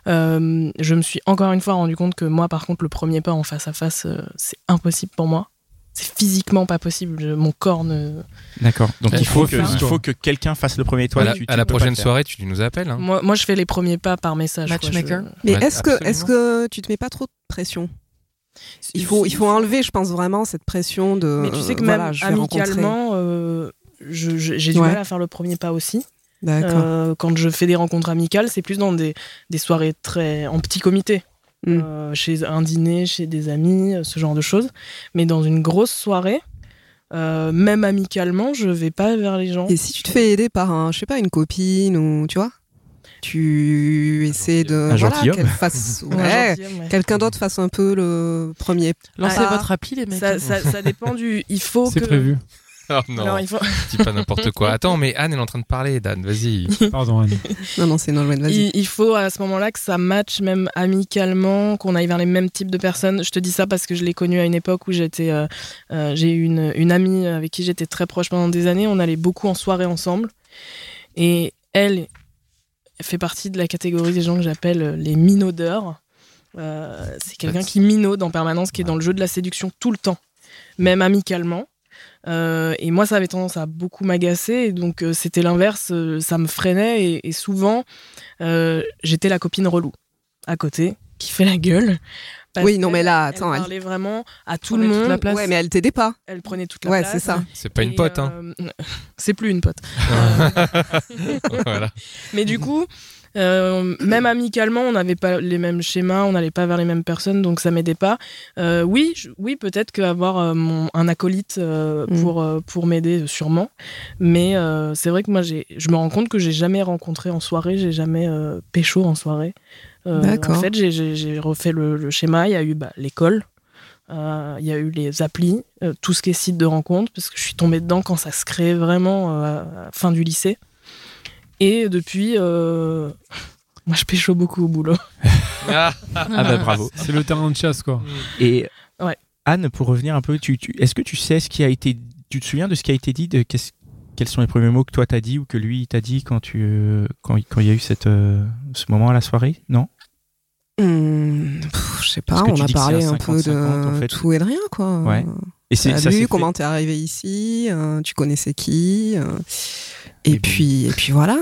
Speaker 12: Euh, je me suis encore une fois rendu compte que moi, par contre, le premier pas en face à face, euh, c'est impossible pour moi. C'est physiquement pas possible. Je- mon corps ne.
Speaker 1: D'accord. Donc
Speaker 3: Euh,
Speaker 1: il faut que
Speaker 3: faire,
Speaker 1: il
Speaker 3: toi.
Speaker 1: faut que quelqu'un fasse le premier toi
Speaker 3: à la,
Speaker 1: tu- tu
Speaker 3: à la
Speaker 1: peux pas le
Speaker 3: prochaine
Speaker 1: faire.
Speaker 3: soirée, tu nous appelles. Hein.
Speaker 12: Moi, moi, je fais les premiers pas par message. quoi. Je-
Speaker 4: Matchmaker.
Speaker 7: Mais
Speaker 3: Ouais,
Speaker 7: est-ce que, est
Speaker 3: absolument.
Speaker 7: que tu te mets pas trop de pression il faut, il faut enlever, je pense vraiment, cette pression de.
Speaker 12: Mais tu sais que
Speaker 7: euh,
Speaker 12: même
Speaker 7: voilà, je vais rencontrer.
Speaker 12: amicalement, euh, je- je- j'ai du
Speaker 7: Ouais.
Speaker 12: mal à faire le premier pas aussi.
Speaker 7: D'accord.
Speaker 12: Euh, quand je fais des rencontres amicales, c'est plus dans des, des soirées très en petit comité,
Speaker 7: Mm.
Speaker 12: Euh, chez un dîner, chez des amis, euh, ce genre de choses. Mais dans une grosse soirée, euh, même amicalement, je vais pas vers les gens.
Speaker 7: Et si tu te fais aider par un, je sais pas, une copine ou tu vois,
Speaker 3: Ah,
Speaker 7: tu essaies de
Speaker 1: Un
Speaker 7: Euh, voilà,
Speaker 1: gentilhomme.
Speaker 7: qu'elle fasse
Speaker 12: Ou (laughs) un
Speaker 7: ouais,
Speaker 12: gentilhomme, ouais.
Speaker 7: quelqu'un d'autre fasse un peu le premier.
Speaker 4: Lancez
Speaker 12: Ah.
Speaker 4: votre appli, les mecs.
Speaker 12: Ça, ça- ça dépend du. Il faut
Speaker 2: C'est
Speaker 12: que. (laughs)
Speaker 2: prévu.
Speaker 1: Ah,
Speaker 3: Oh non,
Speaker 12: Alors, il faut-
Speaker 3: (laughs) dis pas n'importe quoi. Attends, mais Anne, elle est en train de parler, Dan, vas-y.
Speaker 2: Pardon, Anne.
Speaker 7: Non non, c'est Nolwenn, vas-y.
Speaker 12: Il, il faut à ce moment-là que ça matche même amicalement, qu'on aille vers les mêmes types de personnes. Je te dis ça parce que je l'ai connu à une époque où j'étais, euh, euh, j'ai eu une, une amie avec qui j'étais très proche pendant des années. On allait beaucoup en soirée ensemble. Et elle fait partie de la catégorie des gens que j'appelle euh, les minaudeurs. Euh, c'est quelqu'un qui minaude en permanence, qui est dans le jeu de la séduction tout le temps, même amicalement. Euh, et moi, ça avait tendance à beaucoup m'agacer, et donc euh, c'était l'inverse, euh, ça me freinait, et- et souvent, euh, j'étais la copine relou à côté qui fait la gueule. Parce
Speaker 7: Oui, non,
Speaker 12: que
Speaker 7: mais là,
Speaker 12: elle
Speaker 7: attends, elle-
Speaker 12: parlait vraiment à tout
Speaker 4: prenait
Speaker 12: le
Speaker 4: toute
Speaker 12: monde.
Speaker 4: la place.
Speaker 7: Ouais, mais elle t'aidait pas.
Speaker 12: Elle prenait toute la
Speaker 7: Ouais,
Speaker 12: place.
Speaker 7: c'est ça.
Speaker 3: C'est pas une
Speaker 12: Et,
Speaker 3: pote, hein.
Speaker 7: (laughs)
Speaker 12: euh, C'est plus une pote. Euh,
Speaker 3: (laughs) voilà.
Speaker 12: mais du coup, Euh, même amicalement, on n'avait pas les mêmes schémas, on n'allait pas vers les mêmes personnes, donc ça m'aidait pas. Euh, oui, je- oui, peut-être qu'avoir euh, mon- un acolyte euh,
Speaker 4: Mm.
Speaker 12: pour euh, pour m'aider, sûrement. Mais euh, c'est vrai que moi, j'ai, je me rends compte que j'ai jamais rencontré en soirée, j'ai jamais euh, pécho en soirée. Euh,
Speaker 7: D'accord.
Speaker 12: En fait, j'ai- j'ai j'ai refait le, le schéma. Il y a eu bah, l'école, euh, il y a eu les applis, euh, tout ce qui est site de rencontre, parce que je suis tombée dedans quand ça se créait vraiment euh, à la fin du lycée. Et depuis, euh, (laughs) moi, je pécho beaucoup au boulot.
Speaker 3: Ah,
Speaker 1: Ah bah bravo.
Speaker 2: C'est le terrain de chasse, quoi.
Speaker 1: Et
Speaker 12: Ouais.
Speaker 1: Anne, pour revenir un peu, tu, tu- est-ce que tu sais ce qui a été, tu te souviens de ce qui a été dit, de qu'est-ce- quels sont les premiers mots que toi t'as dit ou que lui il t'a dit quand tu, euh, quand il quand il y a eu cette, euh, ce moment à la soirée Non.
Speaker 7: Hum, pff, je sais
Speaker 1: Parce
Speaker 7: pas,
Speaker 1: que
Speaker 7: on
Speaker 1: tu
Speaker 7: a
Speaker 1: dis que c'est
Speaker 7: parlé
Speaker 1: un
Speaker 7: un peu
Speaker 1: 50-50, en
Speaker 7: de
Speaker 1: fait.
Speaker 7: tout et de rien, quoi.
Speaker 1: Ouais. Et
Speaker 7: Salut,
Speaker 1: ça s'est fait-
Speaker 7: Euh, comment t'es arrivé ici euh, Tu connaissais qui euh, et,
Speaker 1: Et
Speaker 7: puis, et puis voilà.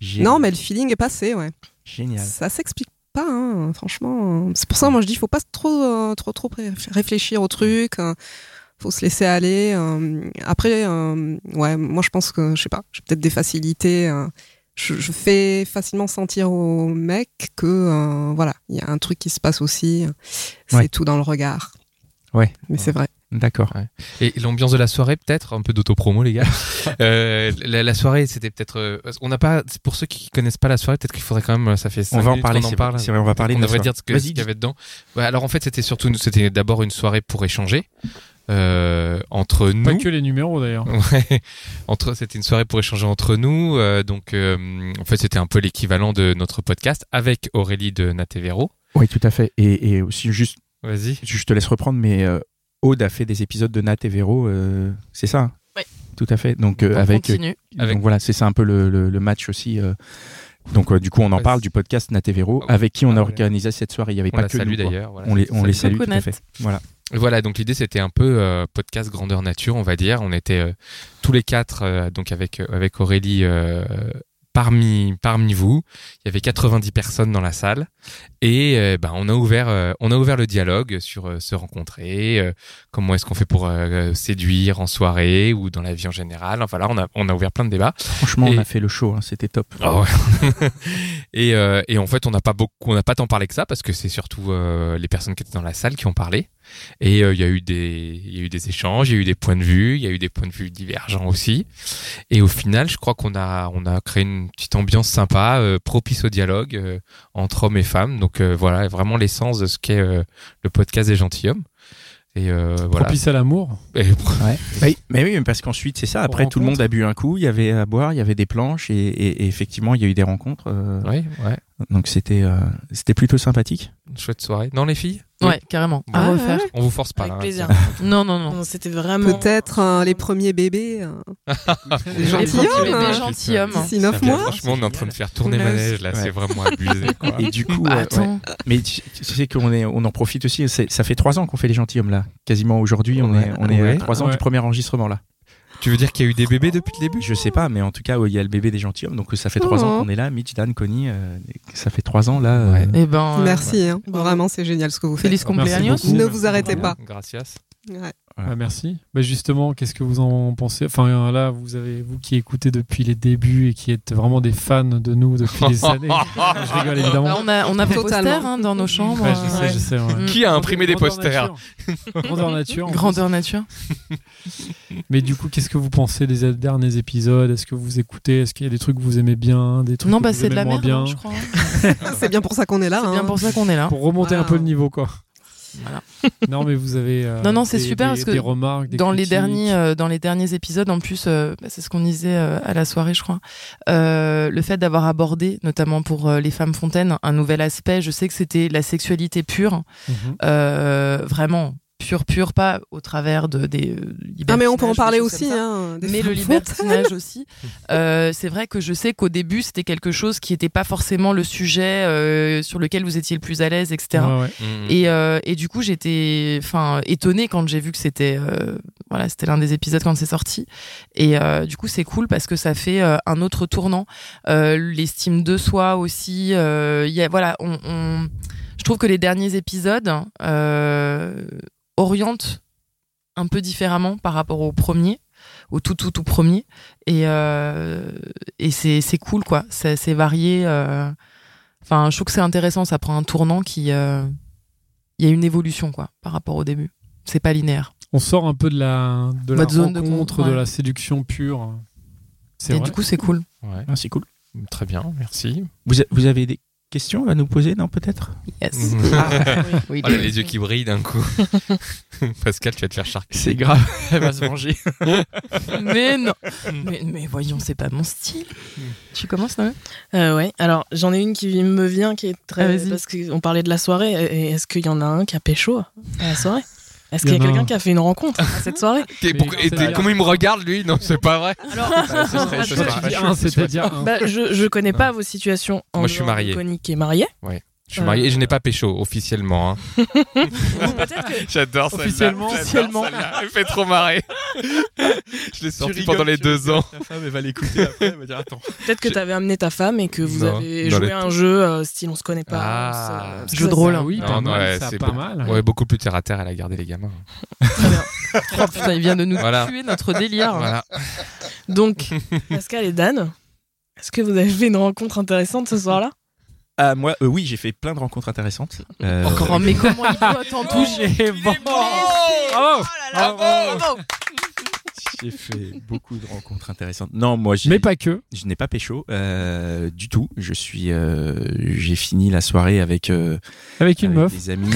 Speaker 1: Génial.
Speaker 7: Non, mais le feeling est passé, ouais.
Speaker 1: Génial.
Speaker 7: Ça s'explique pas, hein, franchement. C'est pour ça, moi, je dis, faut pas trop, euh, trop, trop pré- réfléchir au truc. euh, faut se laisser aller. euh, après, euh, ouais, moi, je pense que, je sais pas, j'ai peut-être des facilités. euh, je, je fais facilement sentir au mec que, euh, voilà, il y a un truc qui se passe aussi. euh. C'est
Speaker 1: Ouais.
Speaker 7: tout dans le regard.
Speaker 1: Ouais.
Speaker 7: Mais c'est vrai.
Speaker 1: D'accord.
Speaker 3: Et l'ambiance de la soirée, peut-être, un peu
Speaker 1: (laughs)
Speaker 3: d'autopromo, les gars. Euh, la, la soirée, c'était peut-être. euh, on n'a pas. c'est Pour ceux qui connaissent pas la soirée, peut-être qu'il faudrait quand même. euh, Ça fait. cinq
Speaker 1: On va en
Speaker 3: minutes
Speaker 1: parler.
Speaker 3: qu'on
Speaker 1: C'est
Speaker 3: parle.
Speaker 1: vrai, c'est vrai, on va parler.
Speaker 3: on
Speaker 1: de la
Speaker 3: devrait
Speaker 1: soirée.
Speaker 3: dire ce que- ce
Speaker 1: Vas-y,
Speaker 3: qu'il y avait dedans. Ouais, alors en fait, c'était surtout, c'était d'abord une soirée pour échanger euh, entre nous.
Speaker 2: Pas que les numéros, d'ailleurs.
Speaker 3: Ouais. Entre, c'était une soirée pour échanger entre nous. euh, donc, euh, en fait, c'était un peu l'équivalent de notre podcast avec Aurélie de Natevero.
Speaker 1: Oui, tout à fait. Et, et aussi, juste,
Speaker 3: Vas-y.
Speaker 1: je je te laisse reprendre, mais euh, Aude a fait des épisodes de Nat et Véro, euh, c'est ça hein
Speaker 4: Ouais.
Speaker 1: Tout à fait. Donc, euh,
Speaker 4: On
Speaker 1: avec. euh,
Speaker 4: continue.
Speaker 3: Avec-
Speaker 1: Donc voilà, c'est ça un peu le, le- le match aussi. euh. Donc, euh, du coup, on en
Speaker 3: Ouais,
Speaker 1: parle
Speaker 3: c'est-
Speaker 1: du podcast Nat et Véro,
Speaker 3: Ah oui.
Speaker 1: avec qui on a
Speaker 3: Ah oui.
Speaker 1: organisé cette soirée. Il n'y avait
Speaker 3: On
Speaker 1: pas
Speaker 3: la
Speaker 1: que
Speaker 3: salue
Speaker 1: nous, quoi.
Speaker 3: d'ailleurs. voilà.
Speaker 1: On les, on les
Speaker 4: Salut.
Speaker 1: salue, tout à
Speaker 4: Coconut.
Speaker 1: fait. Voilà.
Speaker 3: Voilà, donc l'idée c'était un peu euh, podcast grandeur nature, on va dire. On était euh, tous les quatre, euh, donc avec, euh, avec Aurélie, euh, parmi, parmi vous. Il y avait 90 personnes dans la salle. Et euh, ben, on, a ouvert, euh, on a ouvert le dialogue sur euh, se rencontrer, euh, comment est-ce qu'on fait pour euh, séduire en soirée ou dans la vie en général. Enfin là, on a, on a ouvert plein de débats.
Speaker 1: Franchement,
Speaker 3: Et- Ah
Speaker 1: on a fait le show, hein, c'était top.
Speaker 3: (laughs) et, euh, et en fait, on n'a pas beaucoup, on n'a pas tant parlé que ça parce que c'est surtout euh, les personnes qui étaient dans la salle qui ont parlé. Et euh, il y a eu des, il y a eu des échanges, il y a eu des points de vue, il y a eu des points de vue divergents aussi. Et au final, je crois qu'on a, on a créé une petite ambiance sympa, euh, propice au dialogue euh, entre hommes et femmes. Donc euh, voilà, vraiment l'essence de ce qu'est euh, le podcast des gentilshommes. Et euh, voilà.
Speaker 2: Propice à l'amour.
Speaker 3: Et-
Speaker 1: Oui, mais oui, parce qu'ensuite, c'est ça. Après, tout le monde a bu un coup, il y avait à boire, il y avait des planches, et, et- et effectivement, il y a eu des rencontres. euh,
Speaker 3: (laughs) ouais, ouais.
Speaker 1: Donc, c'était euh, c'était plutôt sympathique.
Speaker 3: Une chouette soirée. Non, les filles,
Speaker 4: Ouais, carrément.
Speaker 3: Ah
Speaker 4: À refaire.
Speaker 3: on vous force pas.
Speaker 12: Avec
Speaker 3: hein.
Speaker 12: plaisir.
Speaker 4: Non, non, non.
Speaker 12: Non, C'était vraiment.
Speaker 7: Peut-être euh, les premiers bébés. euh,
Speaker 3: Les gens-
Speaker 4: Les
Speaker 7: gentilshommes,
Speaker 4: petits
Speaker 7: hein.
Speaker 4: bébés
Speaker 2: euh,
Speaker 4: gentilshommes.
Speaker 7: D'ici neuf mois
Speaker 3: Franchement, on est en train de faire tourner
Speaker 7: Who knows
Speaker 3: manège là, c'est
Speaker 1: Ouais.
Speaker 3: vraiment abusé. quoi.
Speaker 1: Et du
Speaker 7: Bah,
Speaker 1: coup, euh, ouais.
Speaker 4: Attends.
Speaker 1: mais tu, tu sais qu'on est, on en profite aussi. c'est- Ça fait trois ans qu'on fait les gentilshommes là. Quasiment aujourd'hui, on
Speaker 3: Ouais.
Speaker 1: est, on est
Speaker 3: Ouais.
Speaker 1: à trois ans
Speaker 2: Ouais.
Speaker 1: du premier enregistrement là.
Speaker 3: Tu veux dire qu'il y a eu des bébés depuis le début Oh.
Speaker 1: Je sais pas, mais en tout cas, ouais, il y a le bébé des gentilshommes. Donc, ça fait trois ans qu'on est là. Mitch, Dan, Connie, euh, ça fait trois ans là. euh,
Speaker 3: Ouais.
Speaker 4: Eh ben. euh,
Speaker 7: Merci, hein. vraiment, c'est génial ce que vous faites.
Speaker 4: Feliz cumpleaños.
Speaker 1: beaucoup.
Speaker 7: Ne vous arrêtez
Speaker 1: Voilà.
Speaker 7: pas.
Speaker 3: Gracias.
Speaker 7: Ouais.
Speaker 1: Voilà.
Speaker 2: Ah, merci. Bah, justement, qu'est-ce que vous en pensez Enfin euh, là, vous avez vous qui écoutez depuis les débuts et qui êtes vraiment des fans de nous depuis
Speaker 3: (laughs)
Speaker 2: des années. je rigole
Speaker 4: bah,
Speaker 2: évidemment.
Speaker 4: on a, on a vos
Speaker 7: Totalement.
Speaker 4: posters hein, dans nos chambres.
Speaker 2: Ouais, je
Speaker 4: euh,
Speaker 2: sais, je sais. ouais.
Speaker 4: Mm.
Speaker 3: Qui a imprimé des
Speaker 2: Grandeur
Speaker 3: posters
Speaker 2: nature. Grandeur nature. en
Speaker 4: Grandeur nature.
Speaker 2: plus. Mais du coup, qu'est-ce que vous pensez des derniers épisodes Est-ce que vous écoutez Est-ce qu'il y a des trucs que vous aimez bien Des trucs
Speaker 4: Non,
Speaker 2: que
Speaker 4: bah
Speaker 2: vous
Speaker 4: c'est de
Speaker 2: aimez
Speaker 4: la
Speaker 2: moins
Speaker 4: merde,
Speaker 2: bien
Speaker 4: hein, je crois.
Speaker 7: Ah, C'est bien pour ça qu'on est là.
Speaker 4: C'est
Speaker 7: hein.
Speaker 4: bien pour ça qu'on est là.
Speaker 2: Pour remonter un
Speaker 7: Voilà.
Speaker 2: peu le niveau, quoi.
Speaker 4: Voilà.
Speaker 2: (laughs) Non, mais vous avez. euh,
Speaker 4: Non, non, c'est
Speaker 2: des-
Speaker 4: super,
Speaker 2: des-
Speaker 4: parce que
Speaker 2: des remarques, des
Speaker 4: dans les
Speaker 2: critiques.
Speaker 4: derniers euh, dans les derniers épisodes en plus euh, bah, c'est ce qu'on disait euh, à la soirée je crois euh, le fait d'avoir abordé notamment pour euh, les femmes fontaines un nouvel aspect je sais que c'était la sexualité pure
Speaker 2: Mhm.
Speaker 4: euh, vraiment pure pure pas au travers de des euh,
Speaker 7: Ah, mais on peut en
Speaker 4: libertinages,
Speaker 7: parler
Speaker 4: des choses
Speaker 7: aussi.
Speaker 4: comme ça.
Speaker 7: hein, des
Speaker 4: mais le
Speaker 7: femmes (laughs)
Speaker 4: libertinage aussi. Euh, c'est vrai que je sais qu'au début, c'était quelque chose qui n'était pas forcément le sujet euh, sur lequel vous étiez le plus à l'aise, etc.
Speaker 2: Ouais, ouais.
Speaker 3: Mm.
Speaker 4: Et, euh, et du coup, j'étais enfin étonnée quand j'ai vu que c'était euh, voilà, c'était l'un des épisodes quand c'est sorti. Et euh, du coup, c'est cool parce que ça fait euh, un autre tournant, Euh, l'estime de soi aussi. euh, il y a, voilà, on, on- je trouve que les derniers épisodes euh, orientent un peu différemment par rapport au premier au tout tout tout premier et, euh, et c'est c'est cool quoi c'est c'est varié euh, Enfin, je trouve que c'est intéressant, ça prend un tournant qui. euh, Il y a une évolution, quoi, par rapport au début. C'est pas linéaire.
Speaker 2: On sort un peu de la, de la
Speaker 4: Votre zone de
Speaker 2: rencontre,
Speaker 4: con-
Speaker 2: de
Speaker 4: ouais.
Speaker 2: la séduction pure. C'est
Speaker 4: Et
Speaker 2: vrai.
Speaker 4: du coup, c'est cool.
Speaker 3: Ouais.
Speaker 1: Ah, c'est cool.
Speaker 3: Très bien, merci.
Speaker 1: Vous, a- vous avez des questions à nous poser, non, peut-être
Speaker 3: (laughs)
Speaker 4: Yes. Oui,
Speaker 3: Mm.
Speaker 1: Mm.
Speaker 12: (laughs)
Speaker 3: Oh là, les yeux qui brillent d'un coup. (laughs) Pascal, tu vas te faire charcuter.
Speaker 14: C'est grave, elle va se manger.
Speaker 4: Mais non.
Speaker 1: Mm.
Speaker 4: Mais, mais voyons, c'est pas mon style. Tu commences, non
Speaker 12: Euh, ouais, alors j'en ai une qui me vient qui est
Speaker 4: Ah,
Speaker 12: très.
Speaker 4: vas-y.
Speaker 12: parce qu'on parlait de la soirée. et- et Est-ce qu'il y en a un qui a pécho à la soirée Est-ce qu'il y
Speaker 2: Il
Speaker 12: a
Speaker 2: y en a
Speaker 12: quelqu'un
Speaker 2: un.
Speaker 12: qui a fait une rencontre à cette soirée
Speaker 3: Et
Speaker 2: Mais
Speaker 3: pourquoi-
Speaker 2: c'est
Speaker 3: et t'es-
Speaker 2: bien.
Speaker 3: comment il me regarde, lui Non, c'est pas vrai. (laughs)
Speaker 14: Bah, ce serait- ce
Speaker 2: Ah, Toi,
Speaker 14: serait
Speaker 2: tu dis
Speaker 14: fâcheux.
Speaker 2: un, c'est-à-dire (laughs) un.
Speaker 12: bah, Je je connais pas vos situations. En
Speaker 3: Moi, je suis
Speaker 12: dehors de
Speaker 3: marié.
Speaker 12: Connie qui est mariée.
Speaker 3: Je suis marié et je n'ai pas pécho, officiellement. hein.
Speaker 12: Peut-être que
Speaker 3: (laughs) J'adore celle-là.
Speaker 2: Officiellement,
Speaker 3: J'adore
Speaker 2: officiellement.
Speaker 3: celle-là. Elle me fait trop marrer. je
Speaker 14: Tu
Speaker 3: l'ai sorti
Speaker 14: rigoles,
Speaker 3: pendant les
Speaker 14: tu
Speaker 3: deux
Speaker 14: rigoles,
Speaker 3: ans.
Speaker 14: Ta femme, elle va l'écouter après, elle va dire attends.
Speaker 12: Peut-être que
Speaker 3: J'ai-
Speaker 12: tu avais amené ta femme et que vous
Speaker 3: Non,
Speaker 12: avez
Speaker 3: dans
Speaker 12: joué
Speaker 3: les-
Speaker 12: à un jeu euh, style on se connaît pas.
Speaker 3: Ah.
Speaker 12: on se-
Speaker 4: Jeu
Speaker 12: ça,
Speaker 4: de rôle.
Speaker 2: Ah oui,
Speaker 3: Non,
Speaker 2: pas
Speaker 3: non,
Speaker 2: mal,
Speaker 3: ouais,
Speaker 2: ça,
Speaker 3: c'est
Speaker 2: pas
Speaker 3: bon.
Speaker 2: mal.
Speaker 3: Ouais, beaucoup plus terre à terre, elle a gardé les gamins.
Speaker 4: Oh (laughs) putain, il vient de nous
Speaker 3: Voilà.
Speaker 4: tuer notre
Speaker 12: Oh.
Speaker 4: délire.
Speaker 3: Voilà.
Speaker 12: ça. Donc, Pascal et Dan, est-ce que vous avez fait une rencontre intéressante ce soir-là
Speaker 1: Ah, moi, euh, oui, j'ai fait plein de rencontres intéressantes. Euh,
Speaker 4: Encore un, Oh, mais comment il doit
Speaker 1: (laughs)
Speaker 4: t'en toucher
Speaker 2: Touché, bon.
Speaker 12: Oh,
Speaker 3: Oh,
Speaker 2: Bravo. Bravo.
Speaker 1: J'ai fait beaucoup de rencontres intéressantes. Non, moi, j'ai-
Speaker 2: (laughs) Mais pas que.
Speaker 1: je n'ai pas pécho euh, du tout. Je suis, euh, j'ai fini la soirée avec, euh,
Speaker 2: Avec une
Speaker 1: avec
Speaker 2: meuf.
Speaker 1: des
Speaker 4: (laughs)
Speaker 1: amis.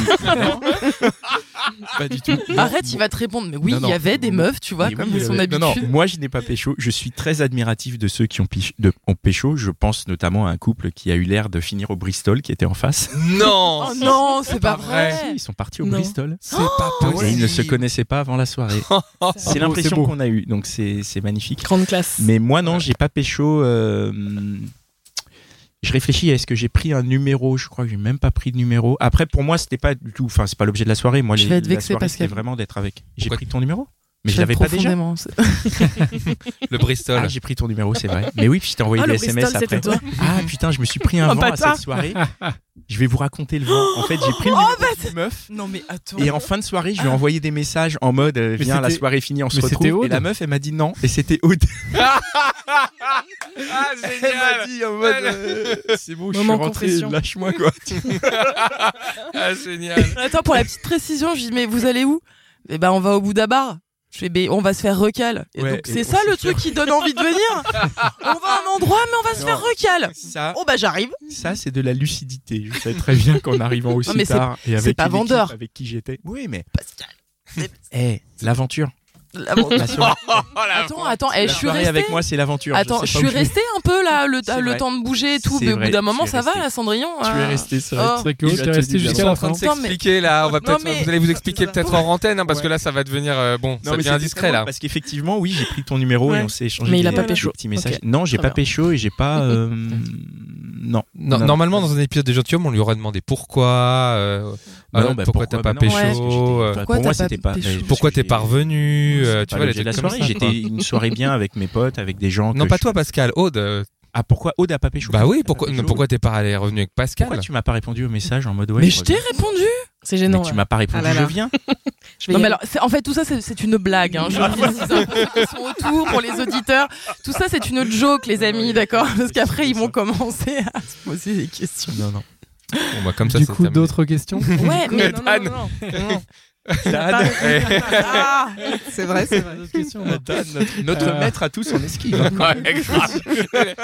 Speaker 14: Pas du tout.
Speaker 4: Arrête, il va te répondre. Mais oui,
Speaker 1: Non,
Speaker 4: il y
Speaker 1: non. Mm.
Speaker 4: avait des meufs, tu vois,
Speaker 1: Mais
Speaker 4: comme
Speaker 1: oui,
Speaker 4: de son
Speaker 1: euh,
Speaker 4: habitude.
Speaker 1: non, non, moi, je n'ai pas pécho. Je suis très admiratif de ceux qui ont, pich- de, ont pécho. Je pense notamment à un couple qui a eu l'air de finir au Bristol, qui était en face.
Speaker 3: Non
Speaker 4: Oh non, c'est pas
Speaker 1: Si,
Speaker 4: vrai.
Speaker 1: ils sont partis au
Speaker 12: Non.
Speaker 1: Bristol.
Speaker 3: C'est pas
Speaker 12: Oh.
Speaker 4: Ah
Speaker 1: Et ils ne se connaissaient pas avant la
Speaker 4: (laughs)
Speaker 1: soirée.
Speaker 2: beau,
Speaker 1: c'est l'impression
Speaker 2: c'est beau.
Speaker 1: qu'on a eue. Donc, c'est c'est magnifique.
Speaker 12: Grande classe.
Speaker 1: Mais moi, non, j'ai pas pécho. euh, je réfléchis, est-ce que j'ai pris un numéro Je crois que j'ai même pas pris de numéro. Après, pour moi, c'était pas du tout. Enfin, c'est pas l'objet de la soirée. Moi,
Speaker 4: Je
Speaker 1: les-
Speaker 4: vais être
Speaker 1: la
Speaker 4: vexée,
Speaker 1: soirée,
Speaker 4: Pascal.
Speaker 1: c'était vraiment d'être avec. J'ai
Speaker 3: Pourquoi
Speaker 1: pris ton numéro Mais je l'avais pas déjà.
Speaker 4: Profondément. C'est-
Speaker 3: Le Bristol.
Speaker 1: Ah, j'ai pris ton numéro, c'est
Speaker 4: (laughs)
Speaker 1: vrai. Mais oui, puis je t'ai envoyé
Speaker 12: Ah,
Speaker 1: des
Speaker 12: le
Speaker 1: SMS
Speaker 12: Bristol,
Speaker 1: après.
Speaker 12: c'était toi.
Speaker 1: Ah putain, je me suis pris un
Speaker 4: (laughs) Un
Speaker 1: vent à
Speaker 4: bâtard. Oh,
Speaker 1: cette soirée. Je vais vous raconter le vent. En fait, j'ai
Speaker 4: (laughs)
Speaker 1: pris le numéro
Speaker 4: bah,
Speaker 1: d'une meuf.
Speaker 4: Non, mais attends.
Speaker 1: Et en fin de soirée, je lui ai envoyé des messages en mode euh,
Speaker 2: Mais
Speaker 1: Viens, la
Speaker 2: c'était-
Speaker 1: soirée est finie, on se
Speaker 2: mais c'était
Speaker 1: retrouve. Et
Speaker 2: Aude
Speaker 1: la meuf, elle m'a dit non. Et c'était Aude.
Speaker 3: Ah,
Speaker 1: Elle m'a dit en mode euh, C'est bon, je suis
Speaker 12: Moment
Speaker 1: rentré,
Speaker 12: confession.
Speaker 1: lâche-moi quoi.
Speaker 3: Ah, génial.
Speaker 4: Attends, pour la petite précision, je dis, mais vous allez où Eh ben, on va au bout d'Abar. Je fais, ben, on va se faire recal. Et
Speaker 1: Ouais,
Speaker 4: donc,
Speaker 1: et
Speaker 4: c'est
Speaker 1: on
Speaker 4: ça
Speaker 1: s'est
Speaker 4: le
Speaker 1: fait-
Speaker 4: truc qui donne envie de venir. on va à un endroit, mais on va se
Speaker 1: Non.
Speaker 4: faire recal.
Speaker 1: Ça,
Speaker 4: Oh, bah, j'arrive.
Speaker 1: ça c'est de la lucidité. Je savais très bien qu'en arrivant aussi
Speaker 4: Non, mais c'est-
Speaker 1: tard et
Speaker 4: c'est
Speaker 1: avec
Speaker 4: pas
Speaker 1: l'équipe
Speaker 4: vendeur.
Speaker 1: avec qui j'étais. Oui, mais
Speaker 4: Pascal.
Speaker 1: Eh, l'aventure.
Speaker 4: l'aventure.
Speaker 1: Oh, La soirée,
Speaker 4: Attends, attends,
Speaker 1: la
Speaker 4: eh, je suis
Speaker 1: soirée
Speaker 4: restée.
Speaker 1: avec moi, c'est l'aventure.
Speaker 4: Attends,
Speaker 1: sais
Speaker 4: je
Speaker 1: pas
Speaker 4: suis
Speaker 1: où
Speaker 4: restée un peu là, le,
Speaker 1: C'est
Speaker 4: le
Speaker 1: vrai.
Speaker 4: temps de bouger et tout.
Speaker 1: C'est
Speaker 4: mais au
Speaker 1: vrai,
Speaker 4: bout d'un
Speaker 1: je
Speaker 4: moment,
Speaker 1: suis
Speaker 4: ça va,
Speaker 1: restée.
Speaker 4: la Cendrillon
Speaker 1: Tu es
Speaker 4: euh,
Speaker 1: resté seul.
Speaker 4: Oh.
Speaker 2: C'est vrai que Aude,
Speaker 1: Il a
Speaker 2: t'es
Speaker 1: tout
Speaker 2: resté
Speaker 1: dit,
Speaker 2: jusqu'à
Speaker 1: bien
Speaker 2: la
Speaker 3: en train
Speaker 2: fin.
Speaker 3: de s'expliquer là, on va
Speaker 4: Non,
Speaker 3: peut-être,
Speaker 4: mais-
Speaker 3: vous allez vous expliquer peut-être en antenne, hein, parce que là ça va devenir euh, bon,
Speaker 1: mais
Speaker 3: ça devient
Speaker 1: c'était très
Speaker 3: indiscret
Speaker 1: bon,
Speaker 3: là.
Speaker 1: Parce qu'effectivement, oui, j'ai pris ton numéro et on s'est échangé
Speaker 12: Mais il
Speaker 1: des,
Speaker 12: a pas
Speaker 1: des
Speaker 12: pécho.
Speaker 1: petits messages. Non, j'ai
Speaker 12: Très
Speaker 1: pas
Speaker 12: bien.
Speaker 1: pécho et j'ai pas.
Speaker 4: Mm,
Speaker 1: euh,
Speaker 4: Ah
Speaker 1: non.
Speaker 3: Non, normalement, dans un épisode des Gentilhommes, on lui aurait demandé pourquoi, euh,
Speaker 1: Bah
Speaker 3: euh,
Speaker 1: non, bah
Speaker 3: pourquoi t'as
Speaker 1: bah
Speaker 3: pas
Speaker 1: non,
Speaker 3: pécho,
Speaker 4: Ouais.
Speaker 1: parce que j'étais-
Speaker 3: euh,
Speaker 1: bah,
Speaker 4: Pourquoi
Speaker 1: Pour moi,
Speaker 4: t'as
Speaker 1: c'était
Speaker 4: pas
Speaker 1: pas.
Speaker 4: pécho
Speaker 3: pourquoi t'es pas revenu, euh,
Speaker 1: Tu
Speaker 3: tu vois, les
Speaker 1: de la
Speaker 3: trucs comme
Speaker 1: soirée,
Speaker 3: ça, quoi.
Speaker 1: j'étais une soirée bien avec mes potes, avec des gens.
Speaker 3: Non,
Speaker 1: que
Speaker 3: pas
Speaker 1: je-
Speaker 3: toi, Pascal, Aude. euh,
Speaker 1: Ah, pourquoi Aude a pas pécho
Speaker 3: Bah oui,
Speaker 1: T'as
Speaker 3: pourquoi,
Speaker 1: pas
Speaker 3: non,
Speaker 1: pécho,
Speaker 3: pourquoi t'es pas allé revenu avec
Speaker 1: Pourquoi
Speaker 3: Pascal
Speaker 1: tu m'as pas répondu au message en mode ouais
Speaker 4: Mais
Speaker 1: je
Speaker 4: je t'ai
Speaker 1: reviens.
Speaker 4: répondu.
Speaker 12: C'est
Speaker 1: Mais
Speaker 12: gênant.
Speaker 1: tu
Speaker 12: ouais.
Speaker 1: m'as pas répondu,
Speaker 7: Ah là là.
Speaker 1: je (laughs) viens.
Speaker 12: Je vais
Speaker 4: Non,
Speaker 12: y aller.
Speaker 4: mais alors, c'est- en fait, tout ça, c'est- c'est une blague. Hein. Je
Speaker 3: Ah,
Speaker 4: le précise hein, pour ceux qui sont autour, pour les auditeurs. Tout ça, c'est une joke, les amis, d'accord Parce qu'après, ils vont commencer à se poser des questions.
Speaker 1: Non, (laughs) non.
Speaker 3: Bon, bah, comme ça,
Speaker 2: Du
Speaker 3: c'est
Speaker 2: coup,
Speaker 3: terminé.
Speaker 2: d'autres
Speaker 3: (laughs)
Speaker 2: questions
Speaker 4: Ouais, mais.
Speaker 12: Non, non,
Speaker 3: Dan.
Speaker 12: non, non, non, non.
Speaker 1: Dan,
Speaker 4: Ah
Speaker 7: C'est vrai, c'est vrai.
Speaker 2: D'autres questions, non.
Speaker 1: notre, notre
Speaker 2: Euh.
Speaker 1: maître à tous en esquive. hein.
Speaker 3: (laughs) Ouais, grave.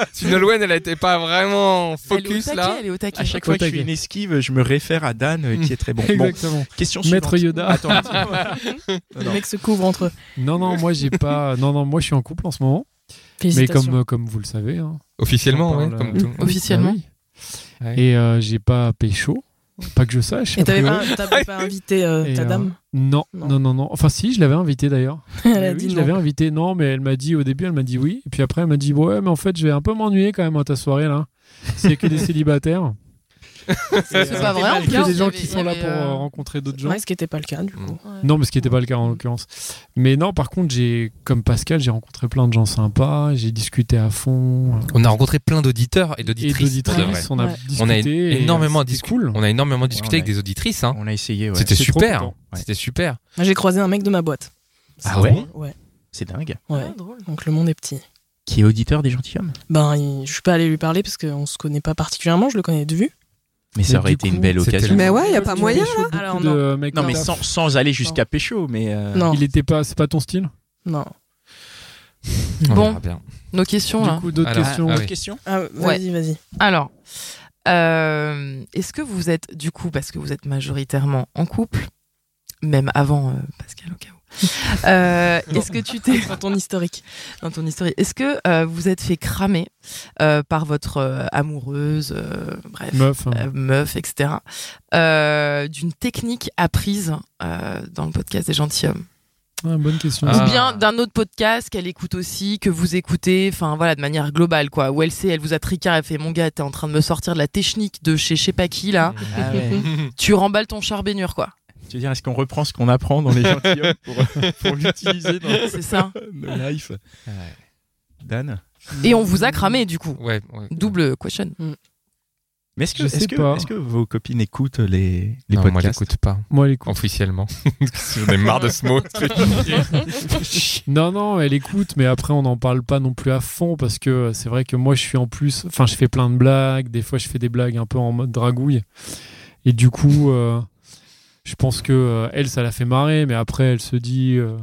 Speaker 1: (laughs)
Speaker 3: Si Nolwenn, elle était pas vraiment
Speaker 4: elle est au
Speaker 3: focus
Speaker 4: taquet,
Speaker 3: là.
Speaker 4: elle est au
Speaker 1: (laughs)
Speaker 4: taquet.
Speaker 1: À chaque fois que je suis une esquive, je me réfère à Dan euh, qui est très bon. Bon,
Speaker 2: Exactement.
Speaker 1: question suivante.
Speaker 2: Maître Yoda.
Speaker 1: Attends, attends. (laughs)
Speaker 12: Les mecs se couvrent entre eux.
Speaker 2: Non, non, moi j'ai pas. Non, non, moi je suis en couple en ce moment. Mais
Speaker 12: Félicitations.
Speaker 2: comme, euh, comme vous le savez. hein.
Speaker 3: Officiellement,
Speaker 2: On
Speaker 3: ouais,
Speaker 2: parle,
Speaker 3: comme
Speaker 2: euh,
Speaker 3: tout.
Speaker 4: Officiellement.
Speaker 2: Ah oui. Et euh, j'ai pas pécho. Pas que je sache.
Speaker 12: Et
Speaker 2: a
Speaker 12: t'avais
Speaker 2: priori.
Speaker 12: pas, t'avais pas invité euh,
Speaker 2: Et,
Speaker 12: ta
Speaker 2: euh,
Speaker 12: dame
Speaker 2: Non,
Speaker 12: Non.
Speaker 2: non, non, non. Enfin, si, je l'avais invitée d'ailleurs.
Speaker 12: Elle a
Speaker 2: Oui,
Speaker 12: dit
Speaker 2: je
Speaker 12: non.
Speaker 2: l'avais invitée, non, mais elle m'a dit au début, elle m'a dit oui. Et puis après, elle m'a dit ouais, mais en fait, je vais un peu m'ennuyer quand même à ta soirée là. C'est que des célibataires. euh,
Speaker 4: C'est pas vrai, en tout
Speaker 2: Il y a
Speaker 4: cas,
Speaker 2: des
Speaker 4: il y
Speaker 2: gens
Speaker 4: avait-
Speaker 2: qui
Speaker 4: il y
Speaker 2: sont là
Speaker 4: avait,
Speaker 2: pour
Speaker 4: euh,
Speaker 2: euh, rencontrer d'autres gens.
Speaker 12: Ouais, ce qui n'était pas le cas du coup.
Speaker 2: Non, mais ce qui n'était pas le cas en l'occurrence. Mais non, par contre, j'ai, comme Pascal, j'ai rencontré plein de gens sympas, j'ai discuté à fond.
Speaker 3: On a rencontré plein d'auditeurs et
Speaker 2: Et
Speaker 3: d'auditrices. pour de vrai.
Speaker 2: d'auditrices, on a
Speaker 12: Ouais.
Speaker 2: discuté.
Speaker 3: On a
Speaker 2: et, euh,
Speaker 3: énormément
Speaker 2: c'était
Speaker 3: discuté.
Speaker 2: cool.
Speaker 3: On a énormément discuté
Speaker 1: Ouais,
Speaker 3: avec
Speaker 1: on a-
Speaker 3: des auditrices. hein.
Speaker 1: On a essayé, ouais.
Speaker 3: C'était
Speaker 2: C'est trop
Speaker 3: super.
Speaker 2: content.
Speaker 1: Ouais.
Speaker 3: C'était super.
Speaker 12: Moi, J'ai croisé un mec de ma boîte.
Speaker 1: Ah ouais
Speaker 12: Ouais,
Speaker 1: C'est dingue.
Speaker 12: ouais.
Speaker 4: Ah, drôle.
Speaker 12: Donc le monde est petit.
Speaker 1: qui est auditeur des gentilshommes.
Speaker 12: Ben, il- je suis pas allé lui parler parce qu'on se connaît pas particulièrement, je le connais de vue.
Speaker 1: Mais ça
Speaker 14: Mais
Speaker 1: aurait
Speaker 14: du
Speaker 1: été
Speaker 14: coup,
Speaker 1: une belle
Speaker 14: c'était
Speaker 1: occasion.
Speaker 12: le-
Speaker 7: Mais ouais, il a pas
Speaker 12: Tu
Speaker 7: moyen.
Speaker 2: Pécho, beaucoup
Speaker 12: Alors,
Speaker 2: de
Speaker 12: non.
Speaker 2: mecs
Speaker 1: Non, mais
Speaker 2: taf.
Speaker 1: sans, sans aller jusqu'à Pécho, mais. euh,
Speaker 12: Non.
Speaker 2: Il était pas, c'est pas ton style.
Speaker 12: Non.
Speaker 3: On
Speaker 4: Bon.
Speaker 3: verra bien.
Speaker 4: Nos questions, hein. là.
Speaker 2: Du coup, d'autres
Speaker 3: Alors,
Speaker 2: questions.
Speaker 3: ah
Speaker 1: Autre
Speaker 3: oui.
Speaker 1: question
Speaker 12: Ah,
Speaker 4: Ouais.
Speaker 12: vas-y, vas-y.
Speaker 4: Alors, euh, est-ce que vous êtes, du coup, parce que vous êtes majoritairement en couple, même avant euh, Pascal au cas
Speaker 12: (laughs)
Speaker 4: où, euh, est-ce que tu t'es
Speaker 12: Dans ton historique.
Speaker 4: dans ton histoire, est-ce que euh, vous êtes fait cramer euh, par votre euh, amoureuse, euh, bref,
Speaker 2: Meuf. hein.
Speaker 4: euh, meuf, etc., euh, d'une technique apprise euh, dans le podcast des gentilshommes
Speaker 2: Ah, bonne question.
Speaker 3: Ah.
Speaker 4: Ou bien d'un autre podcast qu'elle écoute aussi, que vous écoutez, enfin voilà, de manière globale quoi. Où elle sait, elle vous a tricard, elle fait Mon gars, t'es en train de me sortir de la technique de chez je sais pas qui là,
Speaker 1: Ah ouais.
Speaker 2: Mm.
Speaker 4: tu remballes ton char baignure quoi.
Speaker 1: Tu veux dire, est-ce qu'on reprend ce qu'on apprend
Speaker 3: (laughs)
Speaker 1: dans les gentilshommes pour, pour l'utiliser dans
Speaker 4: C'est ça.
Speaker 1: nos (laughs) lives Dan
Speaker 4: Et on vous a cramé du coup.
Speaker 3: Ouais, ouais.
Speaker 4: Double question.
Speaker 12: Mm.
Speaker 1: Mais est-ce que,
Speaker 2: Je sais
Speaker 1: est-ce que,
Speaker 2: pas.
Speaker 1: est-ce que vos copines écoutent les, les
Speaker 3: Non, moi, je
Speaker 1: podcasts
Speaker 3: l'écoute pas
Speaker 2: Moi, elle écoute.
Speaker 3: officiellement. J'en ai marre de ce mot.
Speaker 2: Non, non, elle écoute, mais après, on n'en parle pas non plus à fond parce que c'est vrai que moi, je suis en plus. Enfin, je fais plein de blagues. Des fois, je fais des blagues un peu en mode dragouille. Et du coup, euh, je pense que euh, elle, ça la fait marrer, mais après, elle se dit. euh,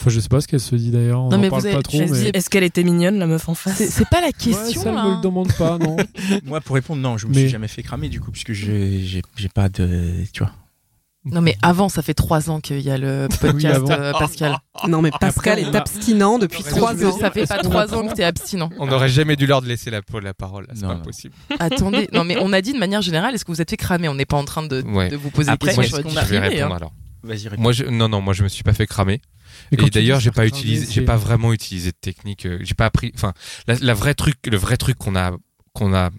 Speaker 2: Enfin, je sais pas ce qu'elle se dit d'ailleurs. On
Speaker 4: Non,
Speaker 2: n'en
Speaker 4: mais
Speaker 2: parle
Speaker 4: vous avez-
Speaker 2: pas trop.
Speaker 4: je
Speaker 2: Mais...
Speaker 4: me disais,
Speaker 12: Est-ce qu'elle était mignonne, la meuf en
Speaker 4: C'est
Speaker 12: face
Speaker 4: c'est pas la
Speaker 2: Ouais,
Speaker 4: question hein.
Speaker 2: ça, elle
Speaker 4: là.
Speaker 2: me le demande pas, non.
Speaker 1: (laughs) Moi, pour répondre, non, je me
Speaker 2: Mais-
Speaker 1: suis jamais fait cramer du coup, puisque j'ai, j'ai, j'ai pas de. Tu vois.
Speaker 4: Non mais avant, ça fait trois ans qu'il y a
Speaker 2: (laughs)
Speaker 4: le podcast
Speaker 2: avant.
Speaker 4: euh,
Speaker 2: (laughs)
Speaker 4: Pascal.
Speaker 7: Non, mais Pascal
Speaker 2: Après, on
Speaker 7: est
Speaker 2: a-
Speaker 7: abstinent depuis
Speaker 3: on a-
Speaker 7: trois
Speaker 4: Parce que
Speaker 7: ans.
Speaker 4: Ça fait
Speaker 2: Est-ce
Speaker 4: pas
Speaker 2: qu'on
Speaker 4: trois
Speaker 2: apprend
Speaker 4: ans que t'es abstinent.
Speaker 3: On n'aurait jamais dû leur laisser la, la parole. là, C'est
Speaker 1: Non,
Speaker 3: pas
Speaker 1: non.
Speaker 3: possible.
Speaker 4: Attendez, non mais on a dit de manière générale, est-ce que vous êtes fait cramer On n'est pas en train de,
Speaker 3: Ouais.
Speaker 4: de vous poser
Speaker 1: Après,
Speaker 4: des
Speaker 3: Moi,
Speaker 1: Ouais,
Speaker 3: je,
Speaker 4: questions.
Speaker 1: est-ce
Speaker 3: je
Speaker 4: sur votre vie
Speaker 3: vais
Speaker 4: privée, hein.
Speaker 3: répondre alors.
Speaker 1: Vas-y, réponds.
Speaker 3: Moi, je, non, non, moi, je me suis pas fait cramer.
Speaker 2: Mais quand
Speaker 3: Et
Speaker 2: tu euh,
Speaker 3: d'ailleurs,
Speaker 2: dis
Speaker 3: j'ai
Speaker 2: ça,
Speaker 3: pas
Speaker 2: regarder,
Speaker 3: utilisé, j'ai
Speaker 2: c'est-
Speaker 3: pas vraiment utilisé de technique. euh, J'ai pas appris. Enfin, la, la vraie truc, le vrai truc qu'on a qu'on a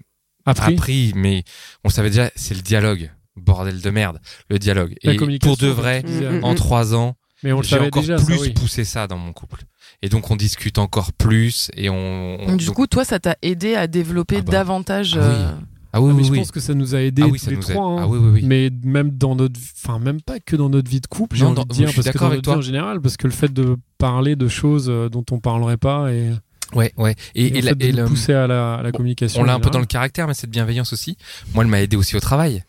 Speaker 2: Après,
Speaker 3: appris, mais on savait déjà, c'est le dialogue. Bordel de merde, le dialogue.
Speaker 2: la
Speaker 3: Et
Speaker 2: communication.
Speaker 3: pour de
Speaker 2: comme
Speaker 3: vrai,
Speaker 2: tu disais,
Speaker 7: Mm, mm.
Speaker 3: en trois ans,
Speaker 2: Mais on le
Speaker 3: j'ai
Speaker 2: savait
Speaker 3: encore
Speaker 2: déjà,
Speaker 3: plus
Speaker 2: ça, oui.
Speaker 3: poussé ça dans mon couple. Et donc, on discute encore plus et on. on-
Speaker 4: Donc, du
Speaker 3: donc-
Speaker 4: coup, toi, ça t'a aidé à développer
Speaker 3: Ah bah.
Speaker 4: davantage.
Speaker 3: Ah oui.
Speaker 4: euh,
Speaker 3: ah oui,
Speaker 2: Ah, mais
Speaker 3: oui,
Speaker 2: je
Speaker 3: oui.
Speaker 2: pense que ça nous a aidés
Speaker 3: Ah oui,
Speaker 2: tous
Speaker 3: ça
Speaker 2: les
Speaker 3: nous aide.
Speaker 2: trois. hein.
Speaker 3: Ah oui, oui, oui.
Speaker 2: mais même dans notre enfin même pas que dans notre vie de couple j'ai
Speaker 3: Non,
Speaker 2: envie
Speaker 3: dans-
Speaker 2: de dire
Speaker 3: je suis
Speaker 2: parce que
Speaker 3: d'accord
Speaker 2: dans
Speaker 3: avec
Speaker 2: notre
Speaker 3: toi.
Speaker 2: vie en général parce que le fait de parler de choses euh, dont on parlerait pas et,
Speaker 3: Ouais, ouais. Et,
Speaker 2: et
Speaker 3: et
Speaker 2: le
Speaker 3: la-
Speaker 2: fait de
Speaker 3: et
Speaker 2: nous
Speaker 3: le-
Speaker 2: pousser à la, à la
Speaker 3: Bon,
Speaker 2: communication
Speaker 3: on
Speaker 2: en
Speaker 3: l'a un peu dans le
Speaker 2: général.
Speaker 3: caractère, mais cette bienveillance aussi. Moi, elle m'a aidé aussi au travail.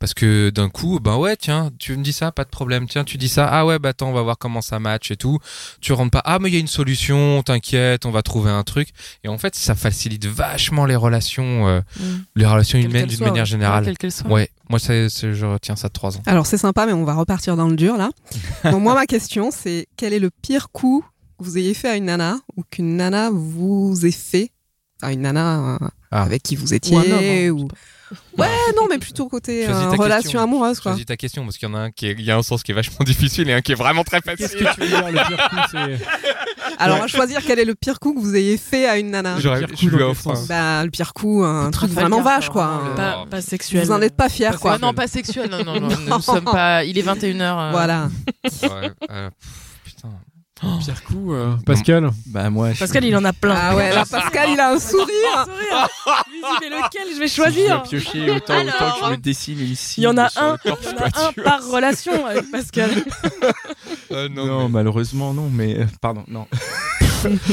Speaker 3: Parce que d'un coup, ben ouais, tiens, tu me dis ça, pas de problème. Tiens, tu dis ça, ah ouais, bah attends, on va voir comment ça match et tout. Tu rentres pas, ah mais il y a une solution, t'inquiète, on va trouver un truc. Et en fait, ça facilite vachement les relations, euh,
Speaker 4: Mm.
Speaker 3: les relations
Speaker 12: Quelles
Speaker 3: humaines
Speaker 12: qu'elles
Speaker 3: d'une
Speaker 12: soient,
Speaker 3: manière
Speaker 12: ouais.
Speaker 3: générale.
Speaker 4: Quelle euh, qu'elle soit.
Speaker 3: Ouais, moi, c'est, c'est- je retiens ça de trois ans.
Speaker 7: Alors, c'est sympa, mais on va repartir dans le dur, là. Donc, moi, ma question, c'est quel est le pire coup que vous ayez fait à une nana ou qu'une nana vous ait fait à une nana euh,
Speaker 3: Ah.
Speaker 7: avec qui vous étiez
Speaker 4: Ou un homme, hein,
Speaker 7: ou- Ouais, non, mais plutôt côté
Speaker 3: Choisis
Speaker 7: euh,
Speaker 3: ta question.
Speaker 7: relation amoureuse, quoi.
Speaker 3: Choisis ta question, parce qu'il y en a un qui est- il y a un sens qui est vachement (laughs) difficile et un qui est vraiment très
Speaker 2: Qu'est-ce
Speaker 3: facile.
Speaker 2: que tu veux dire le pire coup (laughs) c'est
Speaker 7: Alors, à choisir quel est le pire coup que vous ayez fait à une nana.
Speaker 3: J'aurais-
Speaker 2: pire coup
Speaker 3: je lui
Speaker 2: dans quel
Speaker 3: offre un-
Speaker 2: sens
Speaker 7: Bah, le pire coup, un
Speaker 4: Le
Speaker 7: truc
Speaker 4: Trafalgar,
Speaker 7: vraiment vache,
Speaker 4: quoi,
Speaker 7: quoi.
Speaker 4: vraiment,
Speaker 7: Un-
Speaker 3: le-
Speaker 12: pas, pas sexuelle.
Speaker 7: Vous en êtes pas fiers, quoi.
Speaker 4: Ah non, pas sexuel.
Speaker 12: (laughs)
Speaker 4: Non, non, non. nous ne sommes pas. Il est 21h.
Speaker 7: Voilà.
Speaker 3: Ouais, euh, pff, putain.
Speaker 2: Le pire coup euh, Pascal
Speaker 1: Bah, moi, je-
Speaker 12: Pascal, il en a plein.
Speaker 7: Ah ouais, là, Pascal, il a un sourire.
Speaker 12: Lui, il dit, mais lequel je vais
Speaker 14: Si je dois
Speaker 12: choisir
Speaker 14: piocher autant, autant que je me dessine ici.
Speaker 12: Il y en a
Speaker 14: sur le
Speaker 12: un,
Speaker 14: torse,
Speaker 12: il y en
Speaker 14: quoi,
Speaker 12: a un
Speaker 14: tu vois.
Speaker 12: par relation avec Pascal.
Speaker 3: Euh,
Speaker 1: non,
Speaker 3: non, mais-
Speaker 1: malheureusement, non, mais. euh, pardon, non.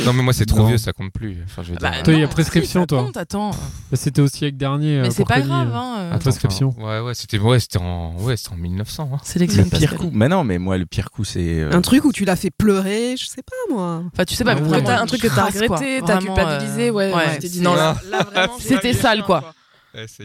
Speaker 3: Non mais moi c'est trop
Speaker 1: Non.
Speaker 3: vieux, ça compte plus. Enfin, je veux
Speaker 4: Bah,
Speaker 3: dire, euh,
Speaker 2: Toi, il y a
Speaker 4: non,
Speaker 2: prescription,
Speaker 4: si, ça
Speaker 2: toi.
Speaker 4: compte, attends.
Speaker 2: Bah, c'était aussi avec dernier
Speaker 4: Mais
Speaker 2: euh,
Speaker 4: c'est
Speaker 2: pour
Speaker 4: pas
Speaker 2: Tony,
Speaker 4: grave.
Speaker 2: euh,
Speaker 4: hein,
Speaker 2: à
Speaker 4: euh,
Speaker 2: prescription
Speaker 3: Enfin, ouais ouais, c'était ouais, c'était en ouais, c'était en 1900 hein.
Speaker 1: Le
Speaker 4: Sélectionne
Speaker 1: pire
Speaker 4: Pascal.
Speaker 1: coup. Mais non, mais moi, le pire coup, c'est. euh,
Speaker 7: Un truc où tu l'as fait pleurer, je sais pas, moi.
Speaker 4: Enfin, Bah, tu sais pas. mais
Speaker 2: Ouais, ouais.
Speaker 4: vraiment,
Speaker 2: T'as
Speaker 12: un truc que t'as
Speaker 4: crasse, quoi.
Speaker 12: regretté, t'as
Speaker 4: Vraiment,
Speaker 12: culpabilisé,
Speaker 4: euh,
Speaker 12: ouais,
Speaker 4: ouais.
Speaker 12: tu t'es dit
Speaker 7: c'est-
Speaker 12: non, là,
Speaker 3: Ah.
Speaker 12: là, vraiment, j'ai
Speaker 4: C'était
Speaker 12: pas
Speaker 4: sale,
Speaker 12: bien,
Speaker 4: quoi.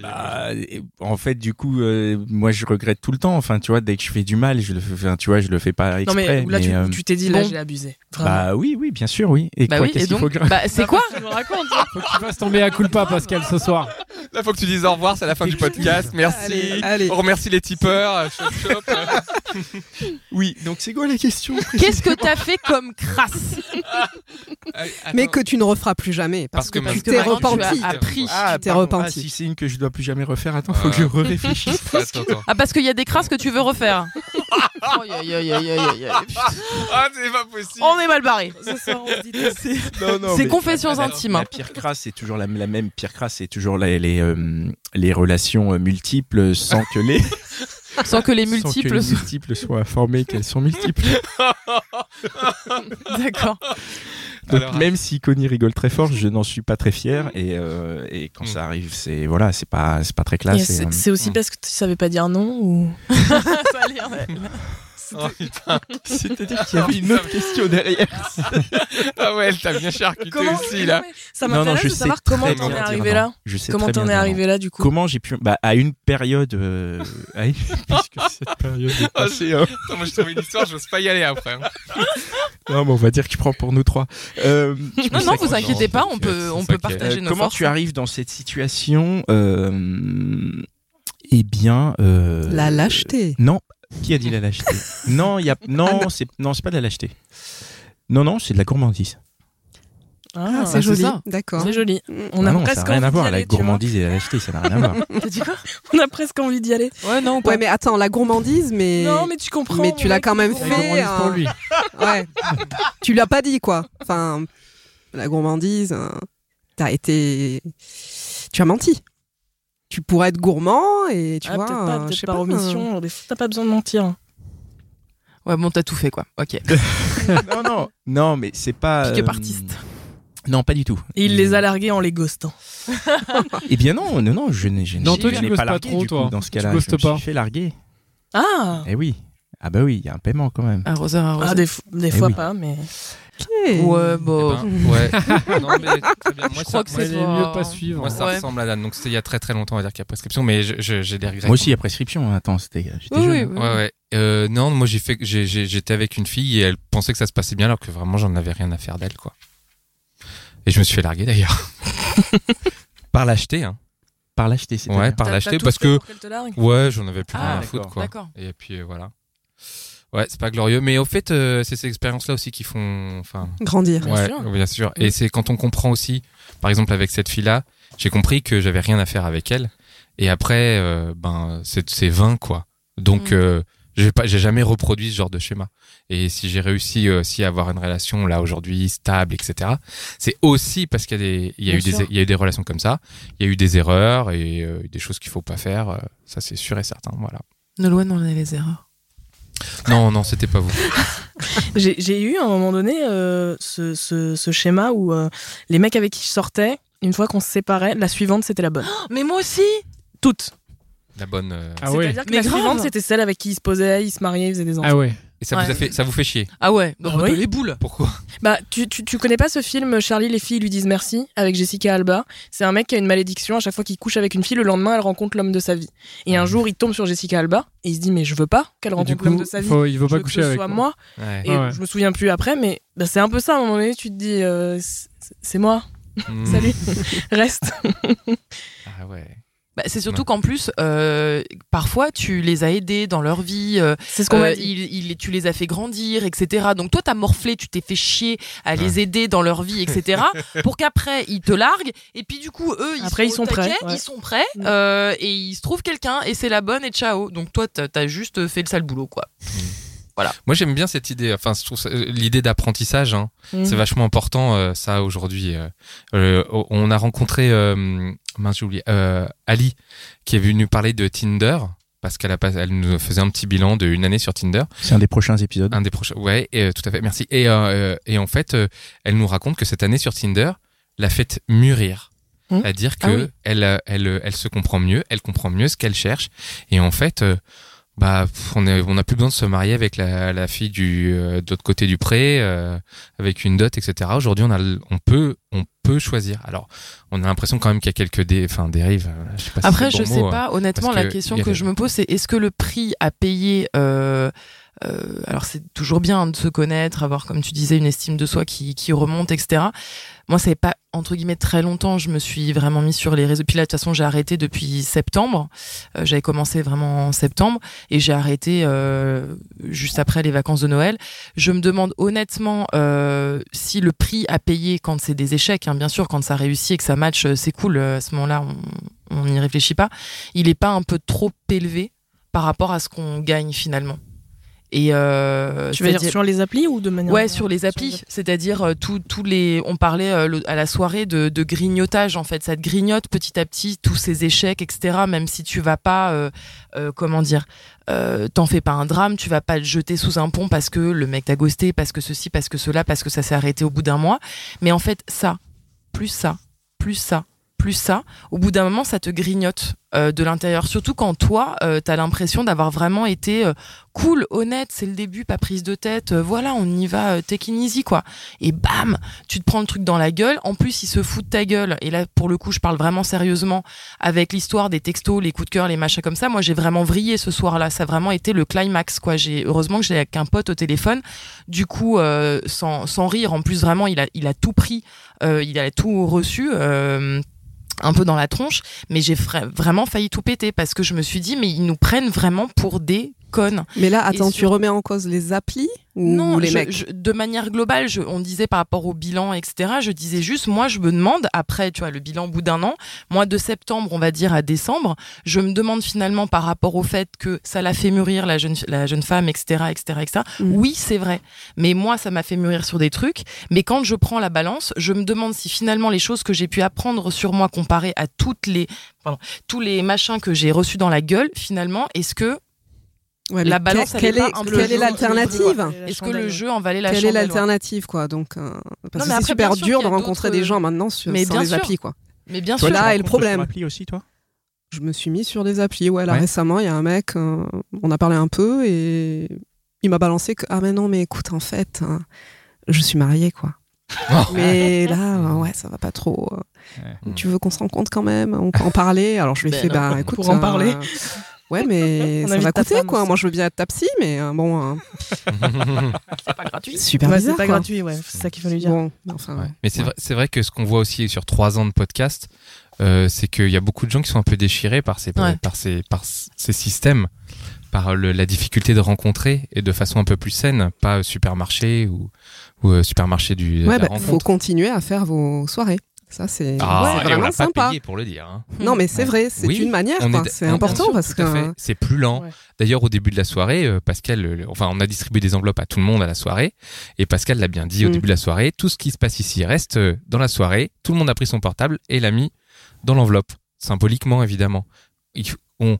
Speaker 1: Bah, et- en fait, du coup, euh, moi, je regrette tout le temps. Enfin, tu vois, dès que je fais du mal, je le, fais- enfin, tu vois, je le fais pas
Speaker 12: Non,
Speaker 1: exprès.
Speaker 12: mais là, tu-
Speaker 1: euh,
Speaker 12: tu t'es dit, là,
Speaker 4: bon.
Speaker 12: j'ai abusé. Vraiment.
Speaker 1: bah oui, oui, bien sûr, oui. Et
Speaker 4: Bah
Speaker 1: quoi,
Speaker 4: oui,
Speaker 1: qu'est-ce
Speaker 4: et
Speaker 1: qu'il faut
Speaker 4: donc.
Speaker 1: que
Speaker 4: Bah, c'est quoi
Speaker 12: Tu me racontes
Speaker 2: faut que tu fasses tomber à culpa Pascal ce soir
Speaker 3: Là faut que tu dises au revoir, c'est la fin du podcast. Merci.
Speaker 7: Allez, allez.
Speaker 3: On remercie les tipeurs. Euh, Chop, chop.
Speaker 1: Oui, donc c'est quoi la question
Speaker 4: (laughs) Qu'est-ce que t'as fait comme crasse
Speaker 3: Allez, attends.
Speaker 7: Mais que tu ne referas plus jamais.
Speaker 3: parce
Speaker 7: Parce,
Speaker 3: que
Speaker 7: que, tu
Speaker 3: maintenant,
Speaker 7: t'es
Speaker 4: tu as
Speaker 7: repenti.
Speaker 4: appris.
Speaker 7: Ah, t'es
Speaker 1: pardon.
Speaker 7: repenti.
Speaker 1: Ah, si c'est une que je dois plus jamais refaire, attends, faut que je
Speaker 3: Euh.
Speaker 1: réfléchisse.
Speaker 3: Attends, attends.
Speaker 4: Ah, parce qu'il y a des crasses que tu veux refaire. Aïe, aïe, aïe, aïe, aïe, aïe.
Speaker 3: Ah c'est pas possible.
Speaker 4: On est mal barré.
Speaker 12: Ce soir, on se dit
Speaker 1: (laughs)
Speaker 4: C'est
Speaker 1: Non, non,
Speaker 4: c'est
Speaker 1: mais-
Speaker 4: confessions
Speaker 1: la-
Speaker 4: intimes.
Speaker 1: La
Speaker 4: hein.
Speaker 1: pire crasse, c'est toujours la, la même pire crasse, c'est toujours la- les, euh, les relations euh, multiples sans que les,
Speaker 4: Sans que
Speaker 1: (laughs)
Speaker 4: les
Speaker 1: sans que
Speaker 4: multiples
Speaker 1: les
Speaker 4: soient.
Speaker 1: multiples soient informés qu'elles sont multiples.
Speaker 4: D'accord.
Speaker 1: Donc,
Speaker 3: Alors,
Speaker 1: même si Connie rigole très fort, je n'en suis pas très fier. Et, euh, et quand ça arrive, c'est voilà, c'est pas, c'est pas très
Speaker 15: Et
Speaker 1: classe. et,
Speaker 15: C'est
Speaker 1: euh,
Speaker 15: c'est aussi parce que tu savais pas dire non
Speaker 4: (laughs)
Speaker 15: ou.
Speaker 3: Oh putain.
Speaker 1: (laughs) C'est-à-dire qu'il y avait une autre question derrière.
Speaker 3: (laughs) Ah ouais, elle t'a bien charcuté
Speaker 15: Comment
Speaker 3: aussi là.
Speaker 4: (laughs)
Speaker 15: Non, mais Ça
Speaker 1: Non, non,
Speaker 15: m'intéresse
Speaker 1: je
Speaker 15: de
Speaker 1: sais
Speaker 15: savoir comment
Speaker 1: très
Speaker 15: t'en
Speaker 1: bien
Speaker 15: es
Speaker 1: dire
Speaker 15: arrivé
Speaker 1: non.
Speaker 15: là.
Speaker 1: Je sais
Speaker 15: Comment
Speaker 1: très
Speaker 15: t'en
Speaker 1: bien
Speaker 15: es
Speaker 1: dire non.
Speaker 15: arrivé là du coup
Speaker 1: Comment j'ai pu bah, à une période euh, (laughs) à une- puisque cette période est passée, hein.
Speaker 3: Ah, Attends, moi j'ai trouvé une histoire, j'ose pas y aller après. hein.
Speaker 1: non mais on va dire qu'il prend pour nous trois Euh, je me
Speaker 4: Non, non,
Speaker 1: sacre-
Speaker 4: vous inquiétez pas, on peut, on peut
Speaker 3: Ok.
Speaker 1: Euh,
Speaker 4: partager nos
Speaker 1: comment
Speaker 4: forces.
Speaker 1: tu arrives dans cette situation euh, eh bien euh,
Speaker 7: La lâcheté.
Speaker 1: non qui a dit la lâcheté
Speaker 15: (laughs)
Speaker 1: non il y a
Speaker 15: Ah,
Speaker 1: non c'est non c'est pas de la lâcheté non non c'est de la gourmandise
Speaker 15: Ah,
Speaker 7: c'est joli.
Speaker 4: ça.
Speaker 7: D'accord.
Speaker 15: C'est joli. On
Speaker 1: Ah
Speaker 15: a
Speaker 1: non, ça
Speaker 15: presque
Speaker 1: n'a rien
Speaker 15: envie
Speaker 1: à
Speaker 15: d'y
Speaker 1: voir
Speaker 15: aller,
Speaker 1: la
Speaker 15: tu vois.
Speaker 1: gourmandise et la lâcheté ça n'a rien à
Speaker 15: (laughs)
Speaker 1: voir
Speaker 4: T'as dit quoi
Speaker 15: On a presque envie d'y aller.
Speaker 4: Ouais, non,
Speaker 7: Ouais, mais attends, la gourmandise, mais.
Speaker 15: Non, mais tu comprends.
Speaker 7: mais tu l'as quand même
Speaker 2: La
Speaker 7: fait,
Speaker 2: gourmandise
Speaker 7: hein.
Speaker 2: pour lui.
Speaker 7: (laughs) Ouais. tu l'as pas dit, quoi. Enfin, la gourmandise, hein, t'as été. Tu as menti. Tu pourrais être gourmand et tu
Speaker 15: Tu ah,
Speaker 7: vois.
Speaker 15: peut-être pas,
Speaker 7: euh, je
Speaker 15: peut-être
Speaker 7: sais
Speaker 15: par
Speaker 7: pas, euh,
Speaker 15: omission. Des fois, T'as pas besoin de mentir.
Speaker 4: Ouais, bon, t'as tout fait, quoi. Ok.
Speaker 1: non non non mais c'est pas
Speaker 4: Pique-up
Speaker 1: euh,
Speaker 4: artiste.
Speaker 1: non pas du tout Euh,
Speaker 15: Et il les a largués en les ghostant.
Speaker 1: (laughs) Eh bien non, non, non, je n'ai je n'ai-
Speaker 2: Non, toi,
Speaker 1: je
Speaker 2: tu
Speaker 1: n'ai
Speaker 2: bosses
Speaker 1: pas
Speaker 2: pas
Speaker 1: largué
Speaker 2: trop,
Speaker 1: du
Speaker 2: toi.
Speaker 1: coup, dans ce
Speaker 2: Tu
Speaker 1: cas-là,
Speaker 2: bosses
Speaker 1: je me
Speaker 2: pas.
Speaker 1: suis fait larguer.
Speaker 15: Ah
Speaker 1: Eh oui. Ah bah oui, il y a un paiement quand même.
Speaker 4: Arroseur,
Speaker 15: Ah,
Speaker 4: arroseur.
Speaker 15: des, f- des
Speaker 1: Eh
Speaker 15: fois
Speaker 1: oui.
Speaker 15: pas, mais.
Speaker 7: ok.
Speaker 15: bah,
Speaker 4: Ouais, bah, bon.
Speaker 3: Eh ben, ouais. Non, mais très bien. Moi,
Speaker 4: Oh. Je
Speaker 3: ça-
Speaker 4: crois que
Speaker 2: Moi,
Speaker 4: c'est
Speaker 2: il est
Speaker 4: toi.
Speaker 2: mieux de pas suivre.
Speaker 3: Moi, ça
Speaker 4: Ouais.
Speaker 3: ressemble à Dan. Donc, c'était il y a très très longtemps, on va dire qu'il y a prescription, mais je- je- j'ai des regrets.
Speaker 1: Moi aussi, il y a prescription. hein. Attends, c'était. j'étais
Speaker 4: Oui,
Speaker 15: Mmh.
Speaker 1: jeune.
Speaker 4: oui, oui.
Speaker 3: Ouais, ouais. Euh, non, moi, j'ai fait, j'ai- j'ai- j'étais avec une fille et elle pensait que ça se passait bien, alors que vraiment, j'en avais rien à faire d'elle, quoi. Et je me suis fait larguer d'ailleurs.
Speaker 15: (laughs)
Speaker 3: par l'acheter, hein.
Speaker 1: Par l'acheter, c'était.
Speaker 3: Ouais, par
Speaker 15: T'as- t'as
Speaker 3: l'acheter,
Speaker 15: tout
Speaker 3: parce
Speaker 15: fait
Speaker 3: que,
Speaker 15: pour qu'elle te largue
Speaker 3: ouais, j'en avais plus
Speaker 4: Ah,
Speaker 3: rien à foutre, quoi.
Speaker 4: D'accord.
Speaker 3: Et puis, euh, voilà. Ouais, c'est pas glorieux. Mais au fait, euh, c'est ces expériences-là aussi qui font, enfin,
Speaker 7: Grandir.
Speaker 3: ouais,
Speaker 4: sûr.
Speaker 3: bien sûr.
Speaker 15: Mm.
Speaker 3: Et c'est quand on comprend aussi, par exemple avec cette fille-là, j'ai compris que j'avais rien à faire avec elle. Et après, euh, ben c'est c'est 20 quoi. Donc
Speaker 4: Mm.
Speaker 3: euh, j'ai pas, j'ai jamais reproduit ce genre de schéma. Et si j'ai réussi euh, aussi à avoir une relation là aujourd'hui stable, etc. C'est aussi parce qu'il y a des, il y a
Speaker 4: Bien
Speaker 3: eu des,
Speaker 4: sûr.
Speaker 3: il y a eu des relations comme ça. Il y a eu des erreurs et euh, des choses qu'il faut pas faire. euh, ça c'est sûr et certain. Voilà.
Speaker 4: Nolwenn, on a les erreurs.
Speaker 3: Non, non, c'était pas vous.
Speaker 15: J'ai j'ai eu à un moment donné euh, ce, ce- ce schéma où euh, les mecs avec qui je sortais, une fois qu'on se séparait, la suivante c'était la bonne.
Speaker 4: Oh, Mais moi aussi
Speaker 15: Toutes.
Speaker 3: La bonne. euh,
Speaker 2: Ah ouais.
Speaker 15: C'est-à-dire que
Speaker 4: Mais
Speaker 15: la
Speaker 4: grave.
Speaker 15: suivante c'était celle avec qui ils se posaient, ils se mariaient, ils faisaient des enfants.
Speaker 2: Ah ouais.
Speaker 3: Et ça vous
Speaker 4: Ouais.
Speaker 3: a fait, ça vous fait chier.
Speaker 4: Ah ouais, donc
Speaker 15: Ah oui.
Speaker 4: les boules.
Speaker 3: Pourquoi
Speaker 15: Bah, tu, tu, tu connais pas ce film Charlie, les filles lui disent merci avec Jessica Alba. C'est un mec qui a une malédiction. À chaque fois qu'il couche avec une fille, le lendemain, elle rencontre l'homme de sa vie. Et un jour, il tombe sur Jessica Alba et il se dit mais je veux pas qu'elle
Speaker 2: Et Du
Speaker 15: rencontre l'homme
Speaker 2: coup,
Speaker 15: de sa vie.
Speaker 2: faut- il veut
Speaker 15: Je
Speaker 2: pas
Speaker 15: veux
Speaker 2: coucher
Speaker 15: que ce
Speaker 2: avec.
Speaker 15: soit
Speaker 2: quoi.
Speaker 15: moi.
Speaker 3: Ouais.
Speaker 15: Et
Speaker 2: Ah ouais.
Speaker 15: je me souviens plus après, mais bah, c'est un peu ça à un moment donné. Tu te dis euh, c'est- c'est moi,
Speaker 3: Mm.
Speaker 4: (laughs)
Speaker 15: salut, reste.
Speaker 3: Ah ouais.
Speaker 4: Bah, c'est
Speaker 3: Ouais.
Speaker 4: surtout qu'en plus, euh, parfois, tu les as aidés dans leur vie, euh,
Speaker 15: C'est ce qu'on m'a
Speaker 4: euh,
Speaker 15: dit.
Speaker 4: il, il- tu les as fait grandir, etc. Donc toi, t'as morflé, tu t'es fait chier à les aider dans leur vie, etc.
Speaker 15: (laughs)
Speaker 4: pour qu'après, ils te larguent. Et puis du coup, eux, ils
Speaker 15: Après,
Speaker 4: sont,
Speaker 15: ils
Speaker 4: au
Speaker 15: sont prêts,
Speaker 4: taquet,
Speaker 15: ouais.
Speaker 4: ils sont prêts,
Speaker 15: Mm.
Speaker 4: euh, et ils se trouvent quelqu'un, et c'est la bonne, et ciao. Donc toi, t'as t'as juste fait le sale boulot, quoi.
Speaker 3: Moi, j'aime bien cette idée. Enfin, je trouve ça- euh, l'idée d'apprentissage, hein,
Speaker 15: Mm.
Speaker 3: c'est vachement important euh, ça aujourd'hui. euh. Euh, o- on a rencontré, euh, mince, j'ai oublié, euh, Ali, qui est venu nous parler de Tinder parce qu'elle a pas- elle nous faisait un petit bilan de une année sur Tinder.
Speaker 1: C'est un des prochains
Speaker 15: Ah,
Speaker 1: épisodes.
Speaker 3: Un des prochains, ouais, et, euh, tout à fait, merci. Et, euh, euh, et en fait, euh, elle nous raconte que cette année sur Tinder l'a fait mûrir.
Speaker 15: Mm.
Speaker 3: À dire que
Speaker 4: Ah oui.
Speaker 3: elle, euh, elle, euh, elle se comprend mieux, elle comprend mieux ce qu'elle cherche. Et en fait, euh, bah, pff, on n'a on a plus besoin de se marier avec la, la fille du, euh, de l'autre côté du pré, euh, avec une dot, etc. Aujourd'hui, on, a le- on, peut, on peut choisir. Alors, on a l'impression quand même qu'il y a quelques dé, enfin, dérives. euh, Je sais pas si
Speaker 4: Après,
Speaker 3: c'est
Speaker 4: je
Speaker 3: le bon
Speaker 4: sais
Speaker 3: mot, hein.
Speaker 4: pas. Honnêtement,
Speaker 3: parce
Speaker 4: la
Speaker 3: que
Speaker 4: question
Speaker 3: il y a
Speaker 4: que
Speaker 3: des-
Speaker 4: je me pose, c'est est-ce que le prix à payer euh, euh, alors c'est toujours bien de se connaître, avoir comme tu disais une estime de soi qui, qui remonte, etc. Moi, ça n'est pas entre guillemets très longtemps. Je me suis vraiment mis sur les réseaux. Puis là, de toute façon, j'ai arrêté depuis septembre. Euh, J'avais commencé vraiment en septembre et j'ai arrêté euh, juste après les vacances de Noël. Je me demande honnêtement euh, si le prix à payer quand c'est des échecs, hein, bien sûr, quand ça réussit et que ça match, euh, c'est cool. Euh, À ce moment-là, on- on n'y réfléchit pas il n'est pas un peu trop élevé par rapport à ce qu'on gagne finalement. Et euh,
Speaker 12: Tu veux dire
Speaker 4: c'est-à-dire-
Speaker 12: sur les applis ou de manière
Speaker 4: Ouais, sur les applis, c'est-à-dire euh, tout- tous les. On parlait euh, le- à la soirée de, de grignotage en fait, ça te grignote petit à petit tous ces échecs, etc. Même si tu vas pas, euh, euh, comment dire, euh, t'en fais pas un drame, tu vas pas te jeter sous un pont parce que le mec t'a ghosté, parce que ceci, parce que cela, parce que ça s'est arrêté au bout d'un mois. Mais en fait, ça, plus ça, plus ça, plus ça, au bout d'un moment, ça te grignote euh, de l'intérieur. Surtout quand toi, euh, t'as l'impression d'avoir vraiment été euh, cool, honnête, c'est le début, pas prise de tête, euh, voilà, on y va, euh, take it easy, quoi. Et bam, tu te prends le truc dans la gueule. En plus, il se fout de ta gueule. Et là, pour le coup, je parle vraiment sérieusement avec l'histoire des textos, les coups de cœur, les machins comme ça. Moi, j'ai vraiment vrillé ce soir-là. Ça a vraiment été le climax, quoi. J'ai, heureusement que j'ai qu'un pote au téléphone. Du coup, euh, sans, sans rire, en plus, vraiment, il a, il a tout pris, euh, il a tout reçu. euh, un peu dans la tronche, mais j'ai fra- vraiment failli tout péter parce que je me suis dit, mais ils nous prennent vraiment pour des connes.
Speaker 7: Mais là, attends,
Speaker 4: Et
Speaker 7: tu
Speaker 4: sur-
Speaker 7: remets en cause les applis ou
Speaker 4: non,
Speaker 7: les
Speaker 4: je-
Speaker 7: mecs
Speaker 4: je- de manière globale, je- on disait par rapport au bilan, etc. Je disais juste, moi, je me demande, après, tu vois, le bilan au bout d'un an, moi, de septembre, on va dire, à décembre, je me demande finalement par rapport au fait que ça l'a fait mûrir, la jeune, la jeune femme, etc., etc., etc.
Speaker 7: Mm.
Speaker 4: Oui, c'est vrai. Mais moi, ça m'a fait mûrir sur des trucs. Mais quand je prends la balance, je me demande si finalement les choses que j'ai pu apprendre sur moi comparées à toutes les, pardon, tous les machins que j'ai reçus dans la gueule, finalement, est-ce que
Speaker 7: Ouais, mais
Speaker 4: la balance,
Speaker 7: quelle,
Speaker 4: elle est
Speaker 7: quelle
Speaker 4: pas
Speaker 7: est,
Speaker 4: un peu
Speaker 7: quelle est
Speaker 4: jaune,
Speaker 7: l'alternative
Speaker 4: est-ce que le jeu en valait la
Speaker 7: Quelle est
Speaker 4: chandelle, ouais.
Speaker 7: l'alternative, quoi Donc, euh,
Speaker 4: Non,
Speaker 7: parce
Speaker 4: mais
Speaker 7: que c'est
Speaker 4: après,
Speaker 7: super
Speaker 4: bien sûr
Speaker 7: dur
Speaker 4: qu'il
Speaker 7: de
Speaker 4: y a
Speaker 7: rencontrer des
Speaker 4: d'autres- euh,
Speaker 7: gens maintenant sur,
Speaker 4: Mais
Speaker 7: sans
Speaker 4: bien
Speaker 7: les
Speaker 4: sûr.
Speaker 7: applis, quoi.
Speaker 4: Mais bien
Speaker 7: Toi,
Speaker 4: sûr.
Speaker 7: tu Là est le
Speaker 1: rencontres
Speaker 7: problème.
Speaker 1: Sur l'appli aussi, toi
Speaker 7: Je me suis mis sur des applis. Ouais, là
Speaker 1: Ouais.
Speaker 7: récemment, il y a un mec, euh, on a parlé un peu et il m'a balancé que ah mais non, mais écoute, en fait, euh, je suis mariée, quoi. mais là, euh, ouais, ça va pas trop. euh. Tu veux qu'on se rencontre quand même On peut en parler Alors je lui ai
Speaker 12: Ben
Speaker 7: fait,
Speaker 12: non.
Speaker 7: bah écoute,
Speaker 12: Pour en parler.
Speaker 7: ouais, mais
Speaker 12: (laughs) On
Speaker 7: ça
Speaker 12: invite
Speaker 7: va
Speaker 12: ta
Speaker 7: coûter,
Speaker 12: femme
Speaker 7: quoi.
Speaker 12: aussi.
Speaker 7: Moi, je veux bien être ta psy, mais euh, bon, euh,
Speaker 3: hein. (laughs)
Speaker 4: C'est pas gratuit.
Speaker 7: super
Speaker 12: Ouais,
Speaker 7: bizarre.
Speaker 12: c'est pas
Speaker 7: quoi.
Speaker 12: gratuit, ouais, c'est ça qu'il fallait dire.
Speaker 7: Bon, mais enfin.
Speaker 3: Mais c'est vrai, c'est vrai que ce qu'on voit aussi sur trois ans de podcast, euh, c'est qu'il y a beaucoup de gens qui sont un peu déchirés par ces,
Speaker 4: Ouais.
Speaker 3: par ces, par ces systèmes, par le- la difficulté de rencontrer et de façon un peu plus saine, pas euh, supermarché ou, ou euh, supermarché du. de
Speaker 7: Ouais,
Speaker 3: la
Speaker 7: bah, faut
Speaker 3: rencontre.
Speaker 7: continuer à faire vos soirées. Ça, c'est
Speaker 3: Ah,
Speaker 7: c'est
Speaker 3: et on
Speaker 7: vraiment
Speaker 3: l'a pas
Speaker 7: sympa.
Speaker 3: payé pour le dire. hein.
Speaker 4: Mm.
Speaker 7: Non, mais c'est vrai, c'est
Speaker 3: Oui,
Speaker 7: une manière,
Speaker 3: on est
Speaker 7: quoi.
Speaker 3: d-
Speaker 7: c'est
Speaker 3: on-
Speaker 7: important
Speaker 3: bien sûr,
Speaker 7: parce
Speaker 3: tout à
Speaker 7: que.
Speaker 3: fait. c'est plus lent.
Speaker 12: Ouais.
Speaker 3: D'ailleurs, au début de la soirée, euh, Pascal, euh, le- enfin, on a distribué des enveloppes à tout le monde à la soirée, et Pascal l'a bien dit au
Speaker 7: Mm.
Speaker 3: début de la soirée. Tout ce qui se passe ici reste euh, dans la soirée. Tout le monde a pris son portable et l'a mis dans l'enveloppe, symboliquement évidemment. Il f- on,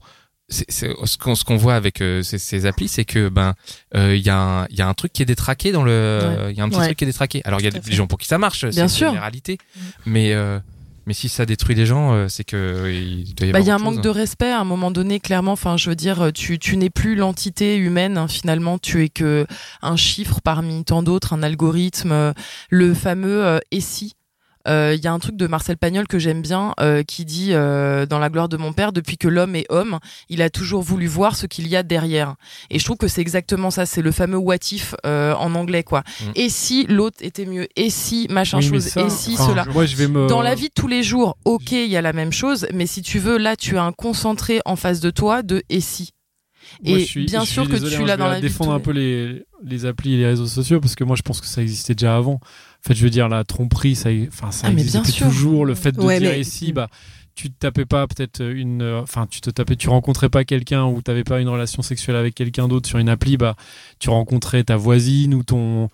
Speaker 3: c'est- c'est- ce qu'on ce qu'on voit avec euh, ces, ces applis, c'est que ben euh, il y, a un- il y a un truc qui est détraqué dans le, il y a un petit
Speaker 12: Ouais.
Speaker 3: truc qui est détraqué. Alors il y a
Speaker 12: Tout à
Speaker 3: des,
Speaker 12: fait.
Speaker 3: des gens pour qui ça marche, c'est une
Speaker 4: sûr.
Speaker 3: généralité, mais euh, mais si ça détruit les gens, euh, c'est que euh, il doit y
Speaker 4: Bah,
Speaker 3: avoir.
Speaker 4: il y a un
Speaker 3: autre chose. hein.
Speaker 4: manque de respect à un moment donné, clairement. Enfin, je veux dire, euh, tu, tu n'es plus l'entité humaine, hein, finalement. Tu es que un chiffre parmi tant d'autres, un algorithme, euh, le fameux euh, et si. Euh, Il y a un truc de Marcel Pagnol que j'aime bien euh, qui dit euh, dans La gloire de mon père, depuis que l'homme est homme, il a toujours voulu voir ce qu'il y a derrière. Et je trouve que c'est exactement ça, c'est le fameux what if euh, en anglais quoi.
Speaker 3: Mm.
Speaker 4: Et si l'autre était mieux, et si machin
Speaker 2: Oui, mais
Speaker 4: chose,
Speaker 2: ça,
Speaker 4: et si
Speaker 2: enfin,
Speaker 4: cela.
Speaker 2: Moi, je vais me.
Speaker 4: Dans la vie de tous les jours, ok, il y a la même chose, mais si tu veux, là, tu as un concentré en face de toi de et si.
Speaker 2: Moi,
Speaker 4: Et
Speaker 2: je suis-
Speaker 4: bien
Speaker 2: je suis
Speaker 4: sûr que
Speaker 2: désolé,
Speaker 4: tu
Speaker 2: hein,
Speaker 4: l'as
Speaker 2: je
Speaker 4: dans
Speaker 2: vais
Speaker 4: la vie de
Speaker 2: défendre
Speaker 4: tous
Speaker 2: un
Speaker 4: les-
Speaker 2: peu les, les applis et les réseaux sociaux parce que moi je pense que ça existait déjà avant. En fait, je veux dire la tromperie, ça, enfin ça
Speaker 4: Ah, mais
Speaker 2: existait
Speaker 4: bien sûr.
Speaker 2: toujours. Le fait de
Speaker 7: Ouais,
Speaker 2: dire
Speaker 7: mais-
Speaker 2: et si, bah tu te tapais pas peut-être une, euh, enfin tu te tapais, tu rencontrais pas quelqu'un ou t'avais pas une relation sexuelle avec quelqu'un d'autre sur une appli, bah tu rencontrais ta voisine ou ton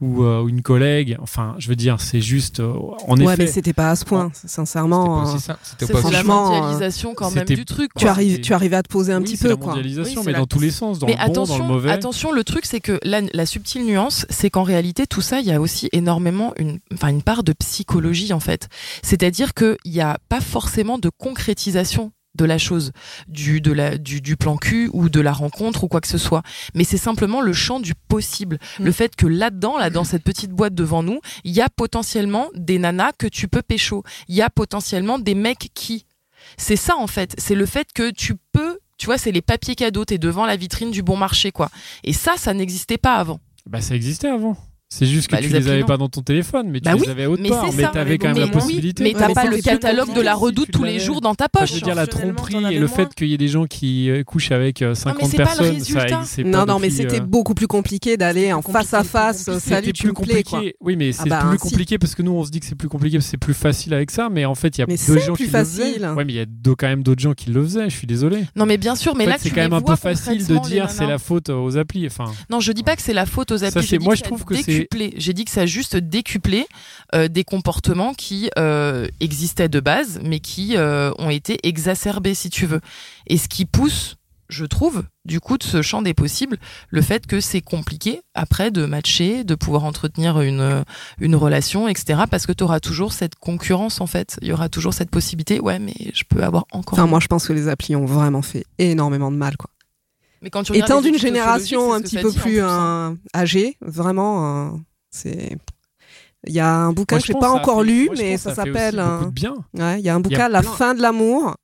Speaker 2: ou, euh, ou une collègue. Enfin, je veux dire, c'est juste. euh, en
Speaker 7: Ouais, mais
Speaker 2: effet,
Speaker 7: c'était pas à ce point, sincèrement.
Speaker 3: C'était pas
Speaker 7: hein.
Speaker 3: aussi simple, c'était
Speaker 4: C'est
Speaker 3: pas
Speaker 4: c'est
Speaker 3: aussi
Speaker 4: la
Speaker 7: franchement, euh,
Speaker 4: mondialisation quand même
Speaker 2: c'était-
Speaker 4: du truc.
Speaker 7: Tu
Speaker 4: quoi.
Speaker 7: arrives, tu arrives à te poser un
Speaker 2: Oui,
Speaker 7: petit
Speaker 2: c'est
Speaker 7: peu,
Speaker 2: la
Speaker 7: quoi.
Speaker 2: mondialisation,
Speaker 4: Oui,
Speaker 2: mais
Speaker 4: c'est la-
Speaker 2: dans tous les sens, dans
Speaker 4: mais
Speaker 2: le bon,
Speaker 4: attention,
Speaker 2: dans le mauvais.
Speaker 4: attention, le truc c'est que la, la subtile nuance, c'est qu'en réalité tout ça, il y a aussi énormément une, enfin une part de psychologie en fait. C'est-à-dire que il n'y a pas forcément de concrétisation de la chose, du, de la, du, du plan cul ou de la rencontre ou quoi que ce soit. Mais c'est simplement le champ du possible. Le fait que là-dedans, là, dans cette petite boîte devant nous, il y a potentiellement des nanas que tu peux pécho. Il y a potentiellement des mecs qui. C'est ça, en fait. C'est le fait que tu peux. Tu vois, c'est les papiers cadeaux. T'es devant la vitrine du bon marché, quoi. Et ça, ça n'existait pas avant.
Speaker 2: Bah ça existait avant. C'est juste que
Speaker 4: Bah,
Speaker 2: tu
Speaker 4: les
Speaker 2: les,
Speaker 4: applis,
Speaker 2: avais
Speaker 4: non.
Speaker 2: pas dans ton téléphone, mais tu
Speaker 4: Bah
Speaker 2: les
Speaker 4: oui,
Speaker 2: avais autre
Speaker 4: mais
Speaker 2: part.
Speaker 4: c'est
Speaker 2: Mais
Speaker 4: ça.
Speaker 2: t'avais quand même
Speaker 4: Mais
Speaker 2: la
Speaker 4: oui,
Speaker 2: possibilité.
Speaker 4: mais
Speaker 2: de-
Speaker 4: t'as
Speaker 12: mais
Speaker 4: pas
Speaker 12: c'est
Speaker 4: le
Speaker 12: ce que je
Speaker 4: catalogue de
Speaker 12: comprends.
Speaker 4: la
Speaker 12: Si
Speaker 4: redoute
Speaker 2: tu
Speaker 4: tous les
Speaker 2: l'avais.
Speaker 4: jours dans ta
Speaker 2: Enfin,
Speaker 4: poche. hein,
Speaker 2: je veux dire, la
Speaker 12: Personnellement, t'en
Speaker 2: tromperie
Speaker 12: avais
Speaker 2: et le
Speaker 12: moins.
Speaker 2: fait qu'il y ait des gens qui euh, couchent avec euh,
Speaker 4: mais
Speaker 2: 50
Speaker 4: c'est pas le
Speaker 2: personnes, ça
Speaker 4: résultat.
Speaker 2: existe
Speaker 7: Non, non, mais
Speaker 2: hein.
Speaker 7: c'était beaucoup plus compliqué d'aller en
Speaker 4: Plus
Speaker 7: face à
Speaker 4: compliqué,
Speaker 7: face.
Speaker 4: plus
Speaker 7: euh,
Speaker 4: compliqué.
Speaker 7: Salut,
Speaker 2: euh, C'était
Speaker 7: tu
Speaker 2: plus
Speaker 7: me plais,
Speaker 2: compliqué.
Speaker 7: quoi.
Speaker 2: Oui, mais c'est
Speaker 7: bah,
Speaker 2: plus
Speaker 7: si.
Speaker 2: compliqué parce que nous on se dit que c'est plus compliqué parce que c'est plus facile avec ça, mais en fait il y a
Speaker 7: Mais
Speaker 2: deux
Speaker 7: c'est
Speaker 2: gens
Speaker 7: plus
Speaker 2: qui le
Speaker 7: facile.
Speaker 2: faisaient. Ouais, mais il y a deux- quand même d'autres gens qui le faisaient. Je suis désolé.
Speaker 4: Non mais bien sûr, mais
Speaker 2: En fait,
Speaker 4: là
Speaker 2: c'est
Speaker 4: tu
Speaker 2: quand
Speaker 4: les
Speaker 2: même un peu
Speaker 4: vois
Speaker 2: facile de
Speaker 4: concrètement, les
Speaker 2: dire c'est
Speaker 4: nanas.
Speaker 2: la faute aux applis. Enfin,
Speaker 4: Non, je dis pas que c'est la faute aux applis.
Speaker 2: c'est-
Speaker 4: dis
Speaker 2: moi,
Speaker 4: que
Speaker 2: je
Speaker 4: ça a
Speaker 2: trouve que c'est-
Speaker 4: décuplé. J'ai dit que ça a juste décuplé euh, des comportements qui euh, existaient de base, mais qui euh, ont été exacerbés, si tu veux. Et ce qui pousse, je trouve, du coup, de ce champ des possibles, le fait que c'est compliqué après de matcher, de pouvoir entretenir une euh, une relation, etc. Parce que tu auras toujours cette concurrence en fait. Il y aura toujours cette possibilité. Ouais, mais je peux avoir encore.
Speaker 7: Enfin, moi, je pense que les applis ont vraiment fait énormément de mal, quoi.
Speaker 4: mais quand tu regardes
Speaker 7: Étant
Speaker 4: les
Speaker 7: d'une
Speaker 4: études
Speaker 7: génération
Speaker 4: sociologiques,
Speaker 7: un
Speaker 4: c'est ce
Speaker 7: petit
Speaker 4: que
Speaker 7: peu
Speaker 4: ça dit, en
Speaker 7: plus
Speaker 4: hein.
Speaker 7: hein, âgée, vraiment, hein, c'est. Il y a un bouquin
Speaker 2: Moi,
Speaker 7: que
Speaker 2: je
Speaker 7: j'ai
Speaker 2: pense
Speaker 7: pas
Speaker 2: que ça a
Speaker 7: encore
Speaker 2: fait-
Speaker 7: lu,
Speaker 2: moi, je
Speaker 7: mais
Speaker 2: pense que
Speaker 7: ça
Speaker 2: a fait aussi
Speaker 7: s'appelle.
Speaker 2: beaucoup de
Speaker 7: hein,
Speaker 2: bien.
Speaker 7: ouais, Il y a un bouquin, La
Speaker 2: plein.
Speaker 7: fin de l'amour,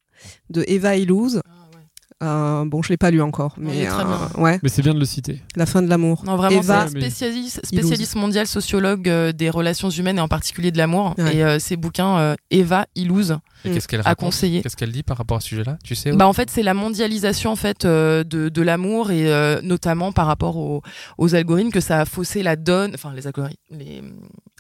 Speaker 7: de Eva Illouz.
Speaker 4: Ah ouais.
Speaker 7: Euh, bon, je l'ai pas lu encore,
Speaker 4: il
Speaker 7: mais euh,
Speaker 4: est très bien.
Speaker 7: ouais,
Speaker 2: Mais c'est bien de le citer.
Speaker 7: La fin de l'amour.
Speaker 4: Non, vraiment, c'est
Speaker 7: Eva-
Speaker 4: un spécialiste,
Speaker 2: Il ose.
Speaker 4: spécialiste mondial, sociologue euh, des relations humaines et en particulier de l'amour.
Speaker 7: Ouais.
Speaker 4: Et euh, ses bouquins, euh, Eva Illouz,
Speaker 3: Et qu'est-ce qu'elle
Speaker 4: à
Speaker 3: raconte
Speaker 4: conseiller.
Speaker 3: Qu'est-ce qu'elle dit par rapport à ce sujet-là Tu sais
Speaker 4: Bah, en fait, c'est la mondialisation en fait euh, de, de l'amour et euh, notamment par rapport aux, aux algorithmes que ça a faussé la donne, enfin les algorithmes, les,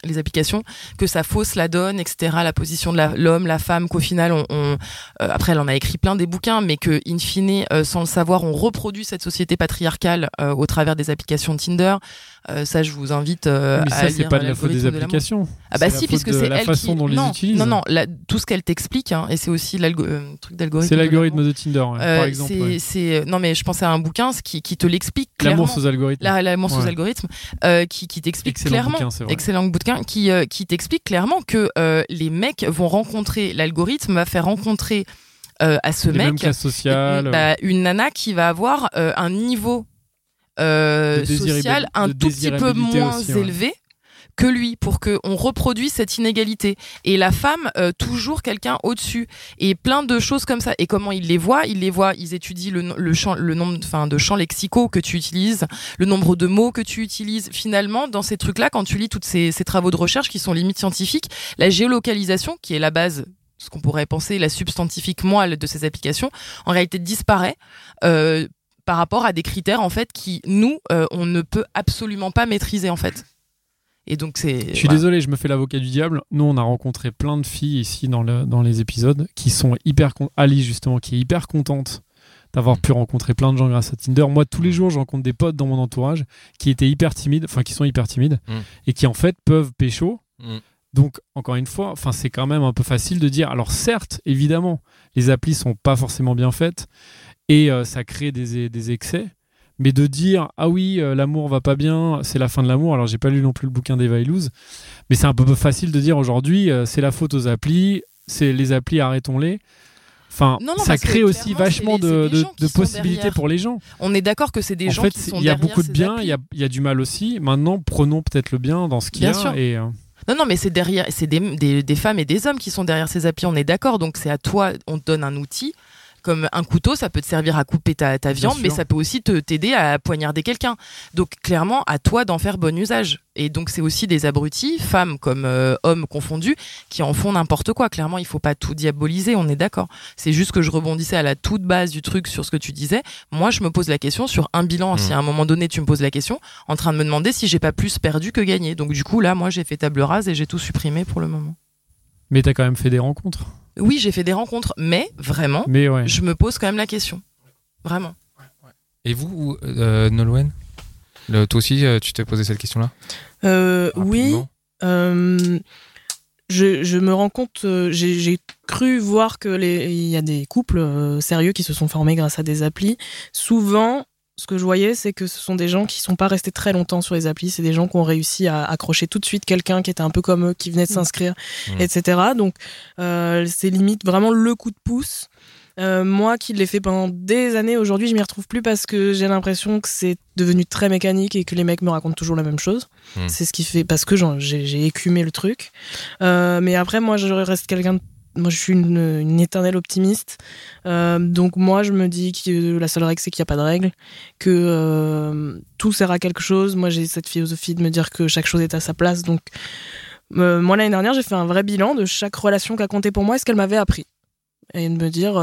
Speaker 4: les applications, que ça fausse la donne, etc. La position de la- l'homme, la, femme, qu'au final, on, on- euh, après elle en a écrit plein des bouquins, mais que in fine, euh, sans le savoir, on reproduit cette société patriarcale euh, au travers des applications Tinder. Euh, ça, je vous invite euh,
Speaker 2: mais
Speaker 4: à
Speaker 2: ça, c'est
Speaker 4: lire
Speaker 2: pas de la faute des
Speaker 4: l'algorithme de l'amour.
Speaker 2: applications.
Speaker 4: Ah bah
Speaker 2: C'est la
Speaker 4: si,
Speaker 2: faute
Speaker 4: puisque
Speaker 2: de
Speaker 4: c'est
Speaker 2: la
Speaker 4: elle
Speaker 2: façon
Speaker 4: qui...
Speaker 2: dont on les
Speaker 4: non,
Speaker 2: utilise.
Speaker 4: Non, non, la- tout ce qu'elle t'explique, hein, et c'est aussi l'algo- euh, truc d'algorithme.
Speaker 2: C'est
Speaker 4: de
Speaker 2: l'algorithme
Speaker 4: l'amour.
Speaker 2: de Tinder, ouais,
Speaker 4: Euh,
Speaker 2: par exemple.
Speaker 4: c'est-
Speaker 2: ouais.
Speaker 4: c'est- euh, non mais je pensais à un bouquin ce qui, qui te l'explique clairement.
Speaker 2: L'amour sous algorithme.
Speaker 4: La- L'amour sous
Speaker 2: Ouais.
Speaker 4: algorithme, euh, qui, qui t'explique
Speaker 2: Excellent
Speaker 4: clairement.
Speaker 2: bouquin, c'est vrai.
Speaker 4: Excellent bouquin qui, euh, qui t'explique clairement que euh, les mecs vont rencontrer l'algorithme va faire rencontrer euh, à ce
Speaker 2: Les mêmes
Speaker 4: mec
Speaker 2: classes sociales.
Speaker 4: bah, une nana qui va avoir euh, un niveau euh,
Speaker 2: De désirabil-
Speaker 4: social un
Speaker 2: de
Speaker 4: tout petit peu
Speaker 2: désirabilité
Speaker 4: moins
Speaker 2: aussi, ouais.
Speaker 4: élevé que lui pour que on reproduise cette inégalité et la femme euh, toujours quelqu'un au-dessus et plein de choses comme ça et comment ils les voient ils les voient ils étudient le, no- le champ le nombre enfin de champs lexicaux que tu utilises le nombre de mots que tu utilises finalement dans ces trucs là quand tu lis toutes ces, ces travaux de recherche qui sont limites scientifiques la géolocalisation qui est la base ce qu'on pourrait penser la substantifique moelle de ces applications en réalité disparaît euh, par rapport à des critères en fait qui nous euh, on ne peut absolument pas maîtriser en fait et donc c'est
Speaker 2: Je suis
Speaker 4: voilà.
Speaker 2: désolé, je me fais l'avocat du diable. Nous, on a rencontré plein de filles ici dans, le- dans les épisodes qui sont hyper. con- Ali, justement, qui est hyper contente d'avoir pu rencontrer plein de gens grâce à Tinder. Moi, tous les jours, je rencontre des potes dans mon entourage qui étaient hyper timides, enfin, qui sont hyper timides
Speaker 3: Mm.
Speaker 2: et qui, en fait, peuvent pécho.
Speaker 3: Mm.
Speaker 2: Donc, encore une fois, enfin, c'est quand même un peu facile de dire. Alors, certes, évidemment, les applis sont pas forcément bien faites et euh, ça crée des, des excès. Mais de dire ah oui euh, l'amour va pas bien, c'est la fin de l'amour. Alors j'ai pas lu non plus le bouquin d'Eva Illouz, mais c'est un peu facile de dire aujourd'hui euh, c'est la faute aux applis, c'est les applis arrêtons-les. Enfin,
Speaker 4: Non, non,
Speaker 2: ça
Speaker 4: parce que
Speaker 2: crée aussi
Speaker 4: clairement, c'est
Speaker 2: vachement
Speaker 4: les- c'est
Speaker 2: de,
Speaker 4: les
Speaker 2: de-
Speaker 4: gens qui
Speaker 2: de
Speaker 4: sont
Speaker 2: possibilités
Speaker 4: derrière.
Speaker 2: pour les gens.
Speaker 4: on est d'accord que c'est des
Speaker 2: en
Speaker 4: gens
Speaker 2: fait,
Speaker 4: qui
Speaker 2: c'est-
Speaker 4: sont
Speaker 2: il y a
Speaker 4: derrière
Speaker 2: beaucoup de
Speaker 4: ces
Speaker 2: bien,
Speaker 4: applis.
Speaker 2: il y a, il y a du mal aussi. Maintenant, prenons peut-être le bien dans ce qu'il y
Speaker 4: Bien
Speaker 2: a.
Speaker 4: sûr.
Speaker 2: Et, euh,
Speaker 4: Non, non, mais c'est derrière, c'est des, des, des femmes et des hommes qui sont derrière ces applis, on est d'accord. Donc c'est à toi, on te donne un outil. Comme un couteau, ça peut te servir à couper ta, ta
Speaker 2: Bien
Speaker 4: viande, mais
Speaker 2: sûr.
Speaker 4: ça peut aussi te t'aider à poignarder quelqu'un. Donc clairement, à toi d'en faire bon usage. Et donc c'est aussi des abrutis, femmes comme euh, hommes confondus, qui en font n'importe quoi. Clairement, il faut pas tout diaboliser, on est d'accord. C'est juste que je rebondissais à la toute base du truc sur ce que tu disais. Moi, je me pose la question sur un bilan.
Speaker 3: Mhm.
Speaker 2: Mm.
Speaker 4: Si à un moment donné tu me poses la question, en train de me demander si j'ai pas plus perdu que gagné. Donc du coup là, moi j'ai fait table rase et j'ai tout supprimé pour le moment.
Speaker 2: mais t'as quand même fait des rencontres.
Speaker 4: Oui, j'ai fait des rencontres, mais vraiment,
Speaker 2: Mais ouais.
Speaker 4: je me pose quand même la question. Vraiment.
Speaker 3: Et vous, euh, Nolwenn Le- Toi aussi, euh, tu t'es posé cette question-là
Speaker 12: Euh, oui.
Speaker 3: Rapidement.
Speaker 12: Euh, je, je me rends compte, euh, j'ai j'ai cru voir que les- il y a des couples euh, sérieux qui se sont formés grâce à des applis. Souvent, ce que je voyais, c'est que ce sont des gens qui sont pas restés très longtemps sur les applis. C'est des gens qui ont réussi à accrocher tout de suite quelqu'un qui était un peu comme eux, qui venait de s'inscrire,
Speaker 3: Mmh.
Speaker 12: etc. Donc, euh, c'est limite vraiment le coup de pouce. Euh, moi qui l'ai fait pendant des années, aujourd'hui, je m'y retrouve plus parce que j'ai l'impression que c'est devenu très mécanique et que les mecs me racontent toujours la même chose. C'est ce qui fait parce que j'en- j'ai j'ai écumé le truc. Euh, mais après, moi, je reste quelqu'un de
Speaker 4: moi, je suis une, une éternelle optimiste. Euh, donc, moi, je me dis que la seule règle, c'est qu'il n'y a pas de règle, que euh, tout sert à quelque chose. Moi, j'ai cette philosophie de me dire que chaque chose est à sa place. Donc, euh, moi, l'année dernière, j'ai fait un vrai bilan de chaque relation qui a compté pour moi et ce qu'elle m'avait appris. Et de me dire,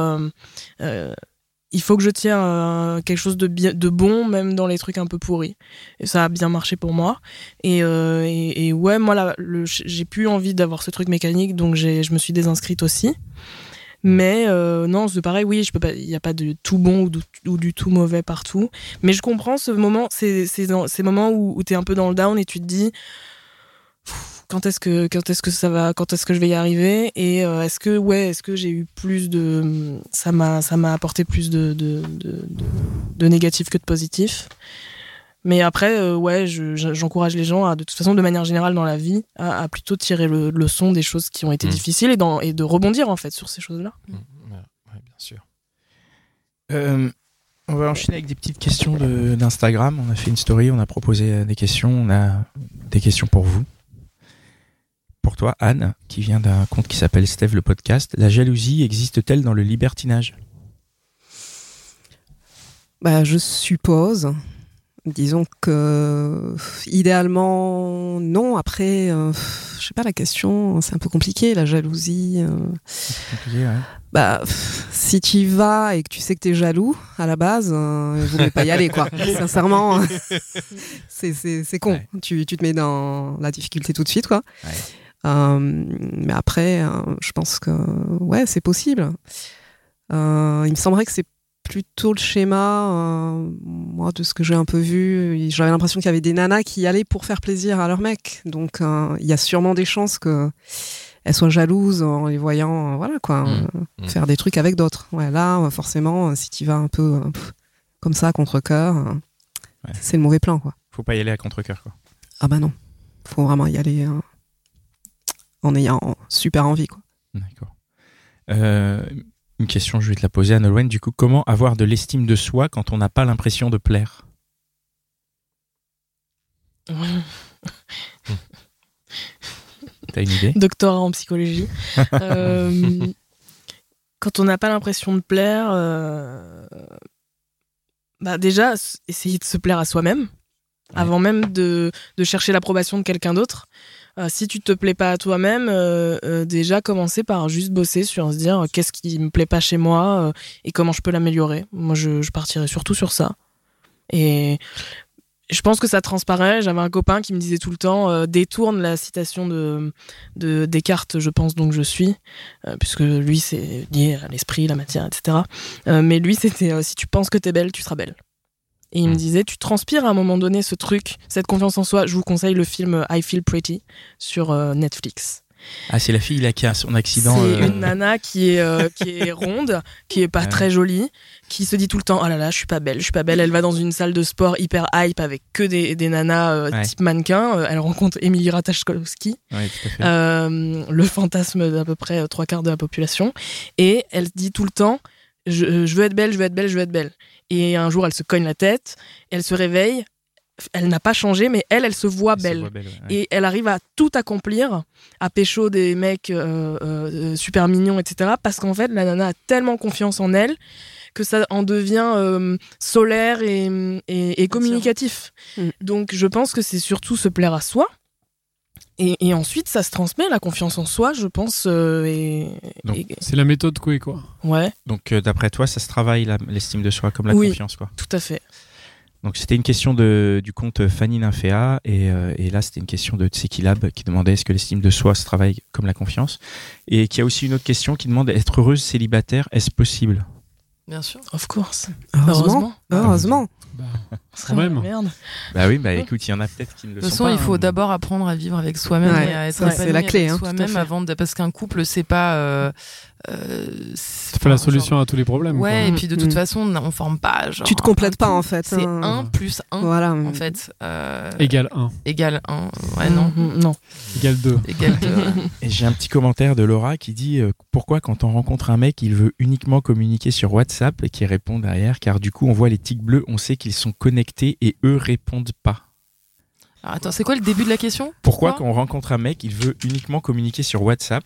Speaker 4: il faut que je tienne euh, quelque chose de, bien, de bon, même dans les trucs un peu pourris. Et ça a bien marché pour moi. Et, euh, et, et ouais, moi, là, j'ai plus envie d'avoir ce truc mécanique, donc je me suis désinscrite aussi. Mais euh, non, c'est pareil, oui, il n'y a pas de tout bon ou, de, ou, du tout mauvais partout. Mais je comprends ce moment, ces, ces, ces moments où, où tu es un peu dans le down et tu te dis quand est-ce que quand est-ce que ça va quand est-ce que je vais y arriver et euh, est-ce que ouais est-ce que j'ai eu plus de ça m'a ça m'a apporté plus de de, de, de de, négatif que de positif mais après euh, ouais j'encourage je, les gens à de toute façon de manière générale dans la vie à, à plutôt tirer le leçon des choses qui ont été mmh. difficiles et dans, et de rebondir en fait sur ces choses là
Speaker 3: mmh. ouais, bien sûr
Speaker 1: euh... On va enchaîner avec des petites questions d'Instagram. On a fait une story, on a proposé euh, des questions, on a des questions pour vous pour toi, Anne, qui vient d'un compte qui s'appelle Steve le podcast, la jalousie existe-t-elle dans le libertinage
Speaker 7: bah, Je suppose. Disons que idéalement non. Après, euh, je sais pas la question, c'est un peu compliqué la jalousie. Euh...
Speaker 1: Compliqué, ouais.
Speaker 7: Bah si tu y vas et que tu sais que t'es jaloux à la base, euh, il vaut mieux pas y aller quoi. Sincèrement, hein. c'est con. Ouais. Tu, tu, te mets dans la difficulté tout de suite quoi. Ouais. Euh, mais après, euh, je pense que ouais, c'est possible. Euh, il me semblerait que c'est plutôt le schéma, euh, moi, de ce que j'ai un peu vu. J'avais l'impression qu'il y avait des nanas qui y allaient pour faire plaisir à leur mec. Donc, euh, il y a sûrement des chances que elles soient jalouses en les voyant, voilà quoi, mmh, mmh. faire des trucs avec d'autres. Ouais, là, euh, forcément, si tu vas un peu comme ça contre cœur, ouais. c'est le mauvais plan quoi.
Speaker 1: Faut pas y aller à contre cœur quoi.
Speaker 7: Ah bah non, faut vraiment y aller. Hein en ayant super envie. Quoi.
Speaker 1: D'accord. Euh, une question, je vais te la poser à Nolwenn. Du coup, comment avoir de l'estime de soi quand on n'a pas l'impression de plaire
Speaker 4: ouais.
Speaker 1: hmm. T'as une idée
Speaker 4: Doctorat en psychologie. euh, quand on n'a pas l'impression de plaire, euh... bah déjà, essayer de se plaire à soi-même. Ouais. Avant même de, de chercher l'approbation de quelqu'un d'autre, euh, si tu te plais pas à toi-même, euh, euh, déjà commencer par juste bosser sur se dire euh, qu'est-ce qui me plaît pas chez moi euh, et comment je peux l'améliorer. Moi, je, je, partirais surtout sur ça. Et je pense que ça transparaît. J'avais un copain qui me disait tout le temps euh, détourne la citation de, de Descartes, je pense donc je suis, euh, puisque lui c'est lié à l'esprit, la matière, etc. mais lui c'était euh, si tu penses que t'es belle, tu seras belle. Et il me disait, tu transpires à un moment donné ce truc, cette confiance en soi. Je vous conseille le film I Feel Pretty sur euh, Netflix.
Speaker 1: Ah, c'est la fille là, qui a son accident.
Speaker 4: C'est euh... une nana qui est, euh, qui est ronde, qui est pas ouais. très jolie, qui se dit tout le temps Oh là là, je suis pas belle, je suis pas belle. Elle va dans une salle de sport hyper hype avec que des, des nanas euh, ouais. type mannequin. Elle rencontre Émilie Ratajkowski,
Speaker 1: ouais,
Speaker 4: Euh, le fantasme d'à peu près euh, trois quarts de la population. Et elle dit tout le temps je, je veux être belle, je veux être belle, je veux être belle. Et un jour, elle se cogne la tête, elle se réveille, elle n'a pas changé, mais elle, elle
Speaker 1: (laughs)
Speaker 4: se voit elle belle. Se voit belle ouais. Et elle arrive à tout accomplir, à pécho des mecs euh, euh, super mignons, etc. Parce qu'en fait, la nana a tellement confiance en elle que ça en devient euh, solaire et, et, et communicatif.
Speaker 16: Mm.
Speaker 4: Mmh. Donc, je pense que c'est surtout se plaire à soi. Et, et, ensuite, ça se transmet, la confiance en soi, je pense. Euh, et,
Speaker 2: c'est la méthode Coué, quoi.
Speaker 4: Ouais.
Speaker 1: Donc, euh, d'après toi, ça se travaille l'estime de soi comme la
Speaker 4: oui,
Speaker 1: confiance, quoi.
Speaker 4: Tout à fait.
Speaker 1: Donc, c'était une question de, du compte euh, Fanny Nymphéa, et, euh, et là, c'était une question de Tsekilab qui demandait est-ce que l'estime de soi se travaille comme la confiance Et qui a aussi une autre question qui demande être heureuse célibataire, est-ce possible
Speaker 4: Bien sûr. Of course.
Speaker 7: Heureusement. Heureusement.
Speaker 2: Bah, quand même.
Speaker 4: Merde.
Speaker 1: Bah oui, bah écoute, il y en a peut-être qui ne le hein.
Speaker 16: sont pas. De toute
Speaker 1: façon,
Speaker 16: il faut d'abord apprendre à vivre avec soi-même ouais, et à être
Speaker 7: c'est la clé, hein,
Speaker 16: soi-même avant de... parce qu'un couple c'est pas euh, euh,
Speaker 2: c'est pas la solution genre... à tous les problèmes.
Speaker 16: Ouais, quoi. et puis de toute mmh. façon, on forme pas
Speaker 2: Ah.
Speaker 16: genre,
Speaker 7: Mm. Tu te complètes pas en fait. hein.
Speaker 16: C'est 1 plus 1 voilà. en fait. Euh...
Speaker 2: Égale 1.
Speaker 16: Égale 1. Ouais, non.
Speaker 7: Mm,
Speaker 16: Mmh,
Speaker 2: non. Égale 2.
Speaker 16: Égale 2.
Speaker 7: (laughs)
Speaker 1: et j'ai un petit commentaire de Laura qui dit euh, pourquoi quand on rencontre un mec, il veut uniquement communiquer sur WhatsApp et qui répond derrière car du coup, on voit les tics bleus, on sait qu'ils sont connectés et eux répondent pas.
Speaker 16: Alors attends, c'est quoi le début de la question
Speaker 1: Pourquoi, Pourquoi quand on rencontre un mec, il veut uniquement communiquer sur WhatsApp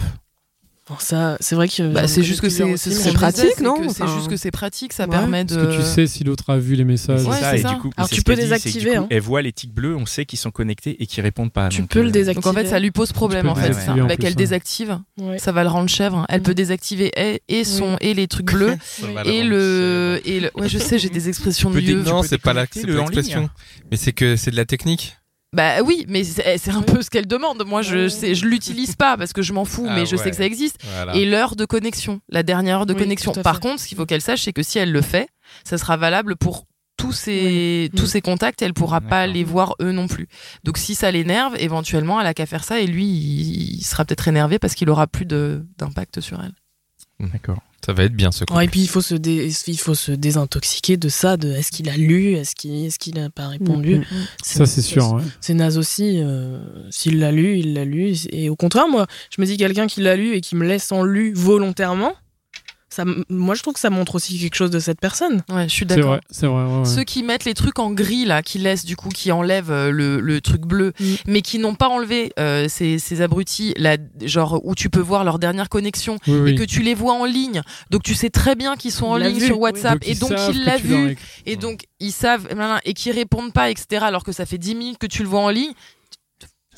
Speaker 12: Bon, ça, c'est vrai que.
Speaker 4: Bah,
Speaker 12: j'en
Speaker 4: c'est
Speaker 12: connais
Speaker 4: juste que
Speaker 12: plusieurs
Speaker 4: c'est
Speaker 12: aussi,
Speaker 4: c'est
Speaker 12: mais-
Speaker 4: ce qu'on
Speaker 7: pratique,
Speaker 4: disait, c'est
Speaker 7: non
Speaker 4: que C'est
Speaker 7: Enfin,
Speaker 4: juste que c'est pratique, ça
Speaker 7: ouais.
Speaker 4: permet de.
Speaker 2: Parce que tu sais si l'autre a vu les messages.
Speaker 4: Euh, Ouais,
Speaker 1: ça,
Speaker 4: c'est
Speaker 1: et
Speaker 4: ça.
Speaker 1: du coup,
Speaker 12: Alors,
Speaker 1: c'est
Speaker 12: tu
Speaker 1: ce qu'elle
Speaker 12: peux
Speaker 1: dit, c'est que du
Speaker 12: désactiver,
Speaker 1: coup,
Speaker 12: hein.
Speaker 1: Elle voit les tics bleus, on sait qu'ils sont connectés et qu'ils répondent pas.
Speaker 12: Tu
Speaker 1: donc,
Speaker 12: peux le
Speaker 1: euh,
Speaker 12: désactiver.
Speaker 4: Donc en fait, ça lui pose problème
Speaker 2: Tu
Speaker 4: en
Speaker 2: peux
Speaker 4: fait.
Speaker 1: désactiver
Speaker 4: ça. Bah,
Speaker 2: en plus,
Speaker 4: qu'elle
Speaker 2: ouais.
Speaker 4: désactive,
Speaker 12: Ouais. Mm.
Speaker 4: ça va le rendre chèvre. Elle peut désactiver et, et son et
Speaker 12: (laughs)
Speaker 4: les trucs bleus
Speaker 3: Ça va
Speaker 4: et
Speaker 3: la
Speaker 4: le et le. Ouais, je sais, j'ai des expressions de
Speaker 3: Peut-être-
Speaker 4: vieux.
Speaker 3: non,
Speaker 1: peux
Speaker 3: c'est pas la,
Speaker 1: déconnecter
Speaker 3: c'est
Speaker 1: le
Speaker 3: pas
Speaker 1: en ligne.
Speaker 3: l'expression. Mais c'est que c'est de la technique.
Speaker 4: Bah oui, mais c'est c'est un peu ce qu'elle demande. Moi, je sais, je l'utilise pas parce que je m'en fous,
Speaker 3: Ah
Speaker 4: mais je sais
Speaker 3: ouais.
Speaker 4: que ça existe.
Speaker 3: Voilà.
Speaker 4: et l'heure de connexion, la dernière heure de
Speaker 12: Bah. Oui,
Speaker 4: connexion.
Speaker 12: tout à
Speaker 4: Par
Speaker 12: fait.
Speaker 4: contre, ce qu'il faut qu'elle sache, c'est que si elle le fait, ça sera valable pour tous ses,
Speaker 12: Oui.
Speaker 4: tous
Speaker 12: Mm.
Speaker 4: ses contacts, elle pourra pas
Speaker 1: D'accord.
Speaker 4: les voir eux non plus. Donc si ça l'énerve, éventuellement, elle a qu'à faire ça et lui, il, il sera peut-être énervé parce qu'il aura plus de- d'impact sur elle.
Speaker 1: D'accord.
Speaker 3: Ça va être bien ce coup.
Speaker 12: Ouais, et puis il faut se dé- il faut se désintoxiquer de ça de est-ce qu'il a lu est-ce qu'il est-ce qu'il a pas répondu
Speaker 7: Mhm.
Speaker 2: Ça, c'est sûr. ouais.
Speaker 12: c'est naze aussi euh, s'il l'a lu il l'a lu et au contraire moi je me dis quelqu'un qui l'a lu et qui me laisse en lu volontairement ça m- moi je trouve que ça montre aussi quelque chose de cette personne
Speaker 4: Ouais, je suis
Speaker 2: C'est
Speaker 4: d'accord.
Speaker 2: vrai. C'est vrai. ouais, ouais.
Speaker 4: Ceux qui mettent les trucs en gris là, qui laissent du coup, qui enlèvent euh, le, le truc bleu,
Speaker 12: Mm.
Speaker 4: mais qui n'ont pas enlevé euh, ces, ces abrutis, là, genre où tu peux voir leur dernière connexion,
Speaker 2: Oui, oui.
Speaker 4: et que tu les vois en ligne. Donc tu sais très bien qu'ils sont en
Speaker 12: Il l'a
Speaker 4: ligne
Speaker 12: vu,
Speaker 4: sur
Speaker 12: oui.
Speaker 4: WhatsApp et donc
Speaker 2: savent
Speaker 4: ils
Speaker 2: que
Speaker 4: l'ont
Speaker 2: tu leur
Speaker 4: vu
Speaker 2: écris.
Speaker 4: et donc ils savent blablabla, et qu'ils répondent pas, etc. Alors que ça fait 10 minutes que tu le vois en ligne.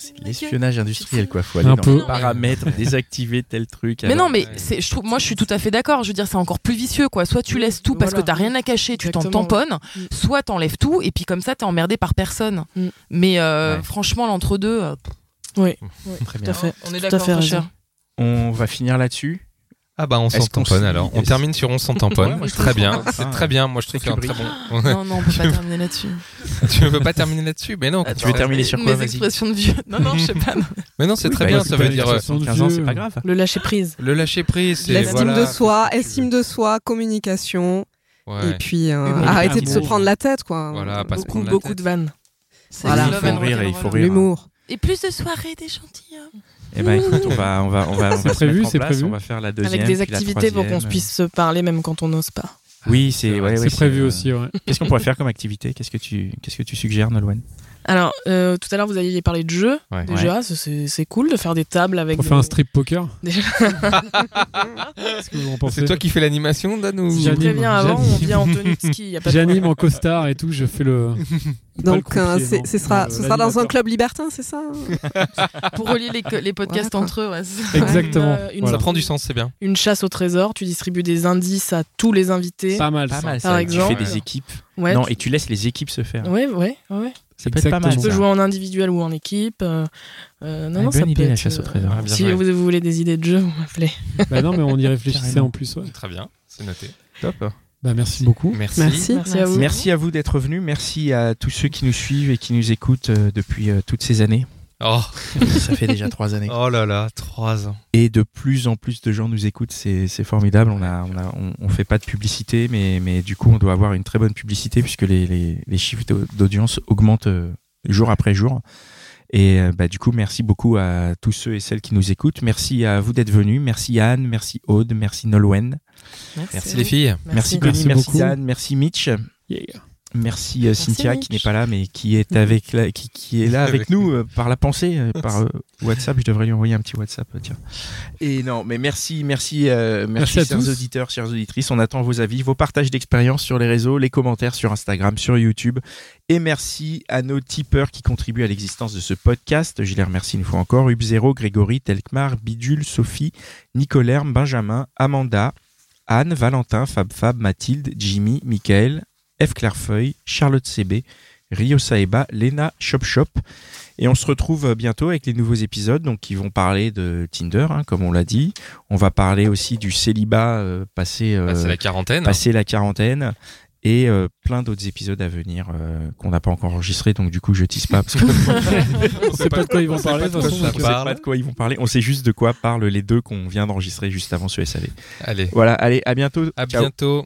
Speaker 1: C'est de l'espionnage industriel, quoi. Faut aller
Speaker 2: Un
Speaker 1: dans
Speaker 2: peu.
Speaker 1: les paramètres, (laughs) désactiver tel truc.
Speaker 4: mais
Speaker 1: alors-
Speaker 4: non, mais
Speaker 3: ouais.
Speaker 4: c'est, je trouve, moi je suis tout à fait d'accord. Je veux dire, c'est encore plus vicieux, quoi. Soit tu
Speaker 12: Oui,
Speaker 4: laisses tout parce que
Speaker 12: voilà.
Speaker 4: t'as rien à cacher, tu t'en
Speaker 12: Exactement,
Speaker 4: tamponnes.
Speaker 12: ouais. Mm.
Speaker 4: Soit t'enlèves tout et puis comme ça t'es emmerdé par personne.
Speaker 12: Mm.
Speaker 4: Mais euh,
Speaker 1: Ouais. Mm.
Speaker 4: franchement, l'entre-deux, euh,
Speaker 1: Très
Speaker 12: tout à
Speaker 1: bien.
Speaker 12: fait
Speaker 4: on est
Speaker 12: Tout à fait
Speaker 4: d'accord,
Speaker 12: raison.
Speaker 4: cher.
Speaker 1: On va finir là-dessus.
Speaker 3: Ah bah on s'en
Speaker 1: Est-ce qu'on
Speaker 3: tamponne
Speaker 1: se-
Speaker 3: alors. On
Speaker 1: est-ce-
Speaker 3: termine sur on s'en tamponne.
Speaker 1: Ouais, moi, je
Speaker 3: très
Speaker 1: trouve
Speaker 3: bien.
Speaker 1: ça.
Speaker 3: C'est très bien. Moi je trouve
Speaker 1: C'est
Speaker 3: qu'il y a un très bon. (laughs)
Speaker 4: Non, non, on peut
Speaker 1: (laughs)
Speaker 4: pas terminer là-dessus.
Speaker 3: tu veux pas terminer là-dessus Mais non.
Speaker 1: Ah, tu veux terminer sur quoi
Speaker 4: Mes
Speaker 1: Vas-y.
Speaker 4: expressions de vieux. (laughs) Non, non, je sais pas.
Speaker 3: Mais non, c'est
Speaker 1: Oui,
Speaker 3: très
Speaker 1: bah,
Speaker 3: bien.
Speaker 1: écoute,
Speaker 3: Ça veut
Speaker 1: t'as
Speaker 3: dire euh,
Speaker 1: 15 ans, c'est pas
Speaker 2: Ouais.
Speaker 1: grave.
Speaker 12: le lâcher prise
Speaker 3: le lâcher prise. c'est-
Speaker 7: L'estime
Speaker 3: voilà,
Speaker 7: de soi,
Speaker 3: fais ce que tu
Speaker 7: estime de soi, communication,
Speaker 3: veux. Ouais.
Speaker 7: et puis euh,
Speaker 2: Et puis,
Speaker 7: arrêter de se
Speaker 2: amour.
Speaker 7: prendre la tête, quoi.
Speaker 3: Voilà, pas se
Speaker 12: beaucoup
Speaker 3: prendre la
Speaker 12: beaucoup
Speaker 3: tête.
Speaker 12: de vannes
Speaker 1: Voilà.
Speaker 4: Love
Speaker 1: Il
Speaker 4: and
Speaker 1: faut rire et il
Speaker 4: rock'n'roll.
Speaker 1: faut rire.
Speaker 7: L'humour.
Speaker 4: Et plus de soirées des gentilshommes.
Speaker 1: Eh ben écoute, on va, on va, on va, on va se mettre
Speaker 2: prévu,
Speaker 1: en
Speaker 2: c'est
Speaker 1: place,
Speaker 2: prévu.
Speaker 1: On va faire la deuxième.
Speaker 12: avec des
Speaker 1: puis la
Speaker 12: activités pour qu'on
Speaker 1: troisième.
Speaker 12: se puisse se parler même quand on n'ose pas
Speaker 1: Oui, c'est. ouais, ouais,
Speaker 2: C'est prévu
Speaker 1: euh,
Speaker 2: aussi. ouais.
Speaker 1: Qu'est-ce qu'on pourrait faire comme activité Qu'est-ce que tu, qu'est-ce que tu suggères, Nolwenn
Speaker 12: alors euh, tout à l'heure vous aviez parlé de jeux
Speaker 3: Ouais.
Speaker 12: déjà c'est- c'est c'est cool de faire des tables avec
Speaker 2: On fait
Speaker 12: des-
Speaker 2: un strip poker.
Speaker 4: (laughs)
Speaker 12: Déjà.
Speaker 2: Qu'est-ce que vous en
Speaker 3: C'est
Speaker 2: pensez
Speaker 3: toi qui fais l'animation, Dan ou...
Speaker 2: Si
Speaker 12: Je
Speaker 2: j'anime,
Speaker 12: préviens avant, on
Speaker 2: j'anime.
Speaker 12: vient en tenue de ski. y a pas de
Speaker 2: (laughs) J'anime en costard et tout, je fais le. Pas le
Speaker 7: Donc,
Speaker 2: croupier,
Speaker 7: euh, c'est-
Speaker 2: non.
Speaker 7: ce sera,
Speaker 2: Le-
Speaker 7: ce sera dans un
Speaker 2: l'animateur.
Speaker 7: club libertin, c'est ça hein.
Speaker 2: (laughs)
Speaker 4: Pour relier les, co- les podcasts
Speaker 7: Voilà,
Speaker 4: entre eux. ouais, c'est-
Speaker 2: Exactement.
Speaker 12: Une, euh, une
Speaker 2: Voilà.
Speaker 3: Ça prend du sens, c'est bien.
Speaker 12: une chasse au trésor, tu distribues des indices à tous les invités.
Speaker 2: Pas mal. ça.
Speaker 12: ça.
Speaker 4: Ah,
Speaker 12: Par
Speaker 1: Tu
Speaker 12: exemple.
Speaker 1: fais des équipes.
Speaker 12: ouais,
Speaker 1: Non, et tu laisses les équipes se faire.
Speaker 12: tu- ouais, ouais, ouais.
Speaker 1: Ça peut être pas
Speaker 2: Exactement.
Speaker 1: mal.
Speaker 12: Tu peux
Speaker 1: ça.
Speaker 12: jouer en individuel ou en équipe. euh, euh, non,
Speaker 1: Ah,
Speaker 12: non, ça
Speaker 1: bonne
Speaker 12: peut
Speaker 1: idée, la
Speaker 12: être,
Speaker 1: chasse au
Speaker 12: euh,
Speaker 1: trésor.
Speaker 3: Ah, bien
Speaker 12: si
Speaker 3: joué.
Speaker 12: vous, vous voulez des idées de jeu, vous m'appelez.
Speaker 2: Bah non, mais on y réfléchissait
Speaker 1: Carrément.
Speaker 2: en plus. ouais.
Speaker 3: Très bien, c'est noté. Top.
Speaker 2: Bah merci beaucoup.
Speaker 3: Merci.
Speaker 7: Merci.
Speaker 12: Merci à vous.
Speaker 1: Merci à vous d'être venus. Merci à tous ceux qui nous suivent et qui nous écoutent euh, depuis euh, toutes ces années.
Speaker 3: Oh,
Speaker 1: (laughs) Ça fait déjà trois années.
Speaker 3: oh là là, trois ans.
Speaker 1: Et de plus en plus de gens nous écoutent. C'est c'est formidable. On a, on, a- on- on fait pas de publicité, mais, mais du coup, on doit avoir une très bonne publicité puisque les, les- les chiffres d'au- d'audience augmentent euh, jour après jour. Et euh, bah, du coup, merci beaucoup à tous ceux et celles qui nous écoutent. Merci à vous d'être venus. Merci Anne, merci Aude, merci Nolwenn.
Speaker 3: Merci les filles.
Speaker 12: Merci.
Speaker 1: Merci, Denis,
Speaker 2: Merci
Speaker 1: merci,
Speaker 2: beaucoup.
Speaker 1: Anne, merci Mitch.
Speaker 2: Yeah.
Speaker 1: Merci euh, Cynthia
Speaker 4: Mitch.
Speaker 1: qui n'est pas là mais qui est avec la- qui, qui est là avec,
Speaker 3: Avec
Speaker 1: nous euh, par la pensée euh, par euh, WhatsApp je devrais lui envoyer un petit WhatsApp euh, tiens et non mais merci merci euh, merci,
Speaker 2: Merci à
Speaker 1: chers
Speaker 2: tous.
Speaker 1: auditeurs chères auditrices on attend vos avis vos partages d'expériences sur les réseaux les commentaires sur Instagram sur YouTube et merci à nos tipeurs qui contribuent à l'existence de ce podcast je les remercie une fois encore Hub0 Grégory Telkmar Bidule Sophie Nicolerme Benjamin Amanda Anne, Valentin, Fab Fab, Mathilde, Jimmy, Michael, F. Clairefeuille, Charlotte CB, Rio Saeba, Lena Shop Shop. Et on se retrouve euh, bientôt avec les nouveaux épisodes donc, qui vont parler de Tinder, hein, comme on l'a dit. On va parler aussi du célibat euh, passé, euh,
Speaker 3: Bah, c'est la quarantaine.
Speaker 1: passé la quarantaine et euh, plein d'autres épisodes à venir euh, qu'on n'a pas encore enregistrés. Donc du coup, je tease pas parce
Speaker 4: (laughs)
Speaker 1: qu'on
Speaker 12: (laughs)
Speaker 2: On sait pas de quoi ils vont parler. de toute
Speaker 3: quoi
Speaker 2: façon,
Speaker 3: ça
Speaker 2: donc,
Speaker 1: sait
Speaker 2: euh,
Speaker 3: parle.
Speaker 1: pas de quoi ils vont parler. On sait juste de quoi parlent les deux qu'on vient d'enregistrer juste avant ce SAV.
Speaker 3: Allez,
Speaker 1: Voilà, allez, à bientôt.
Speaker 3: à
Speaker 1: Ciao.
Speaker 3: bientôt.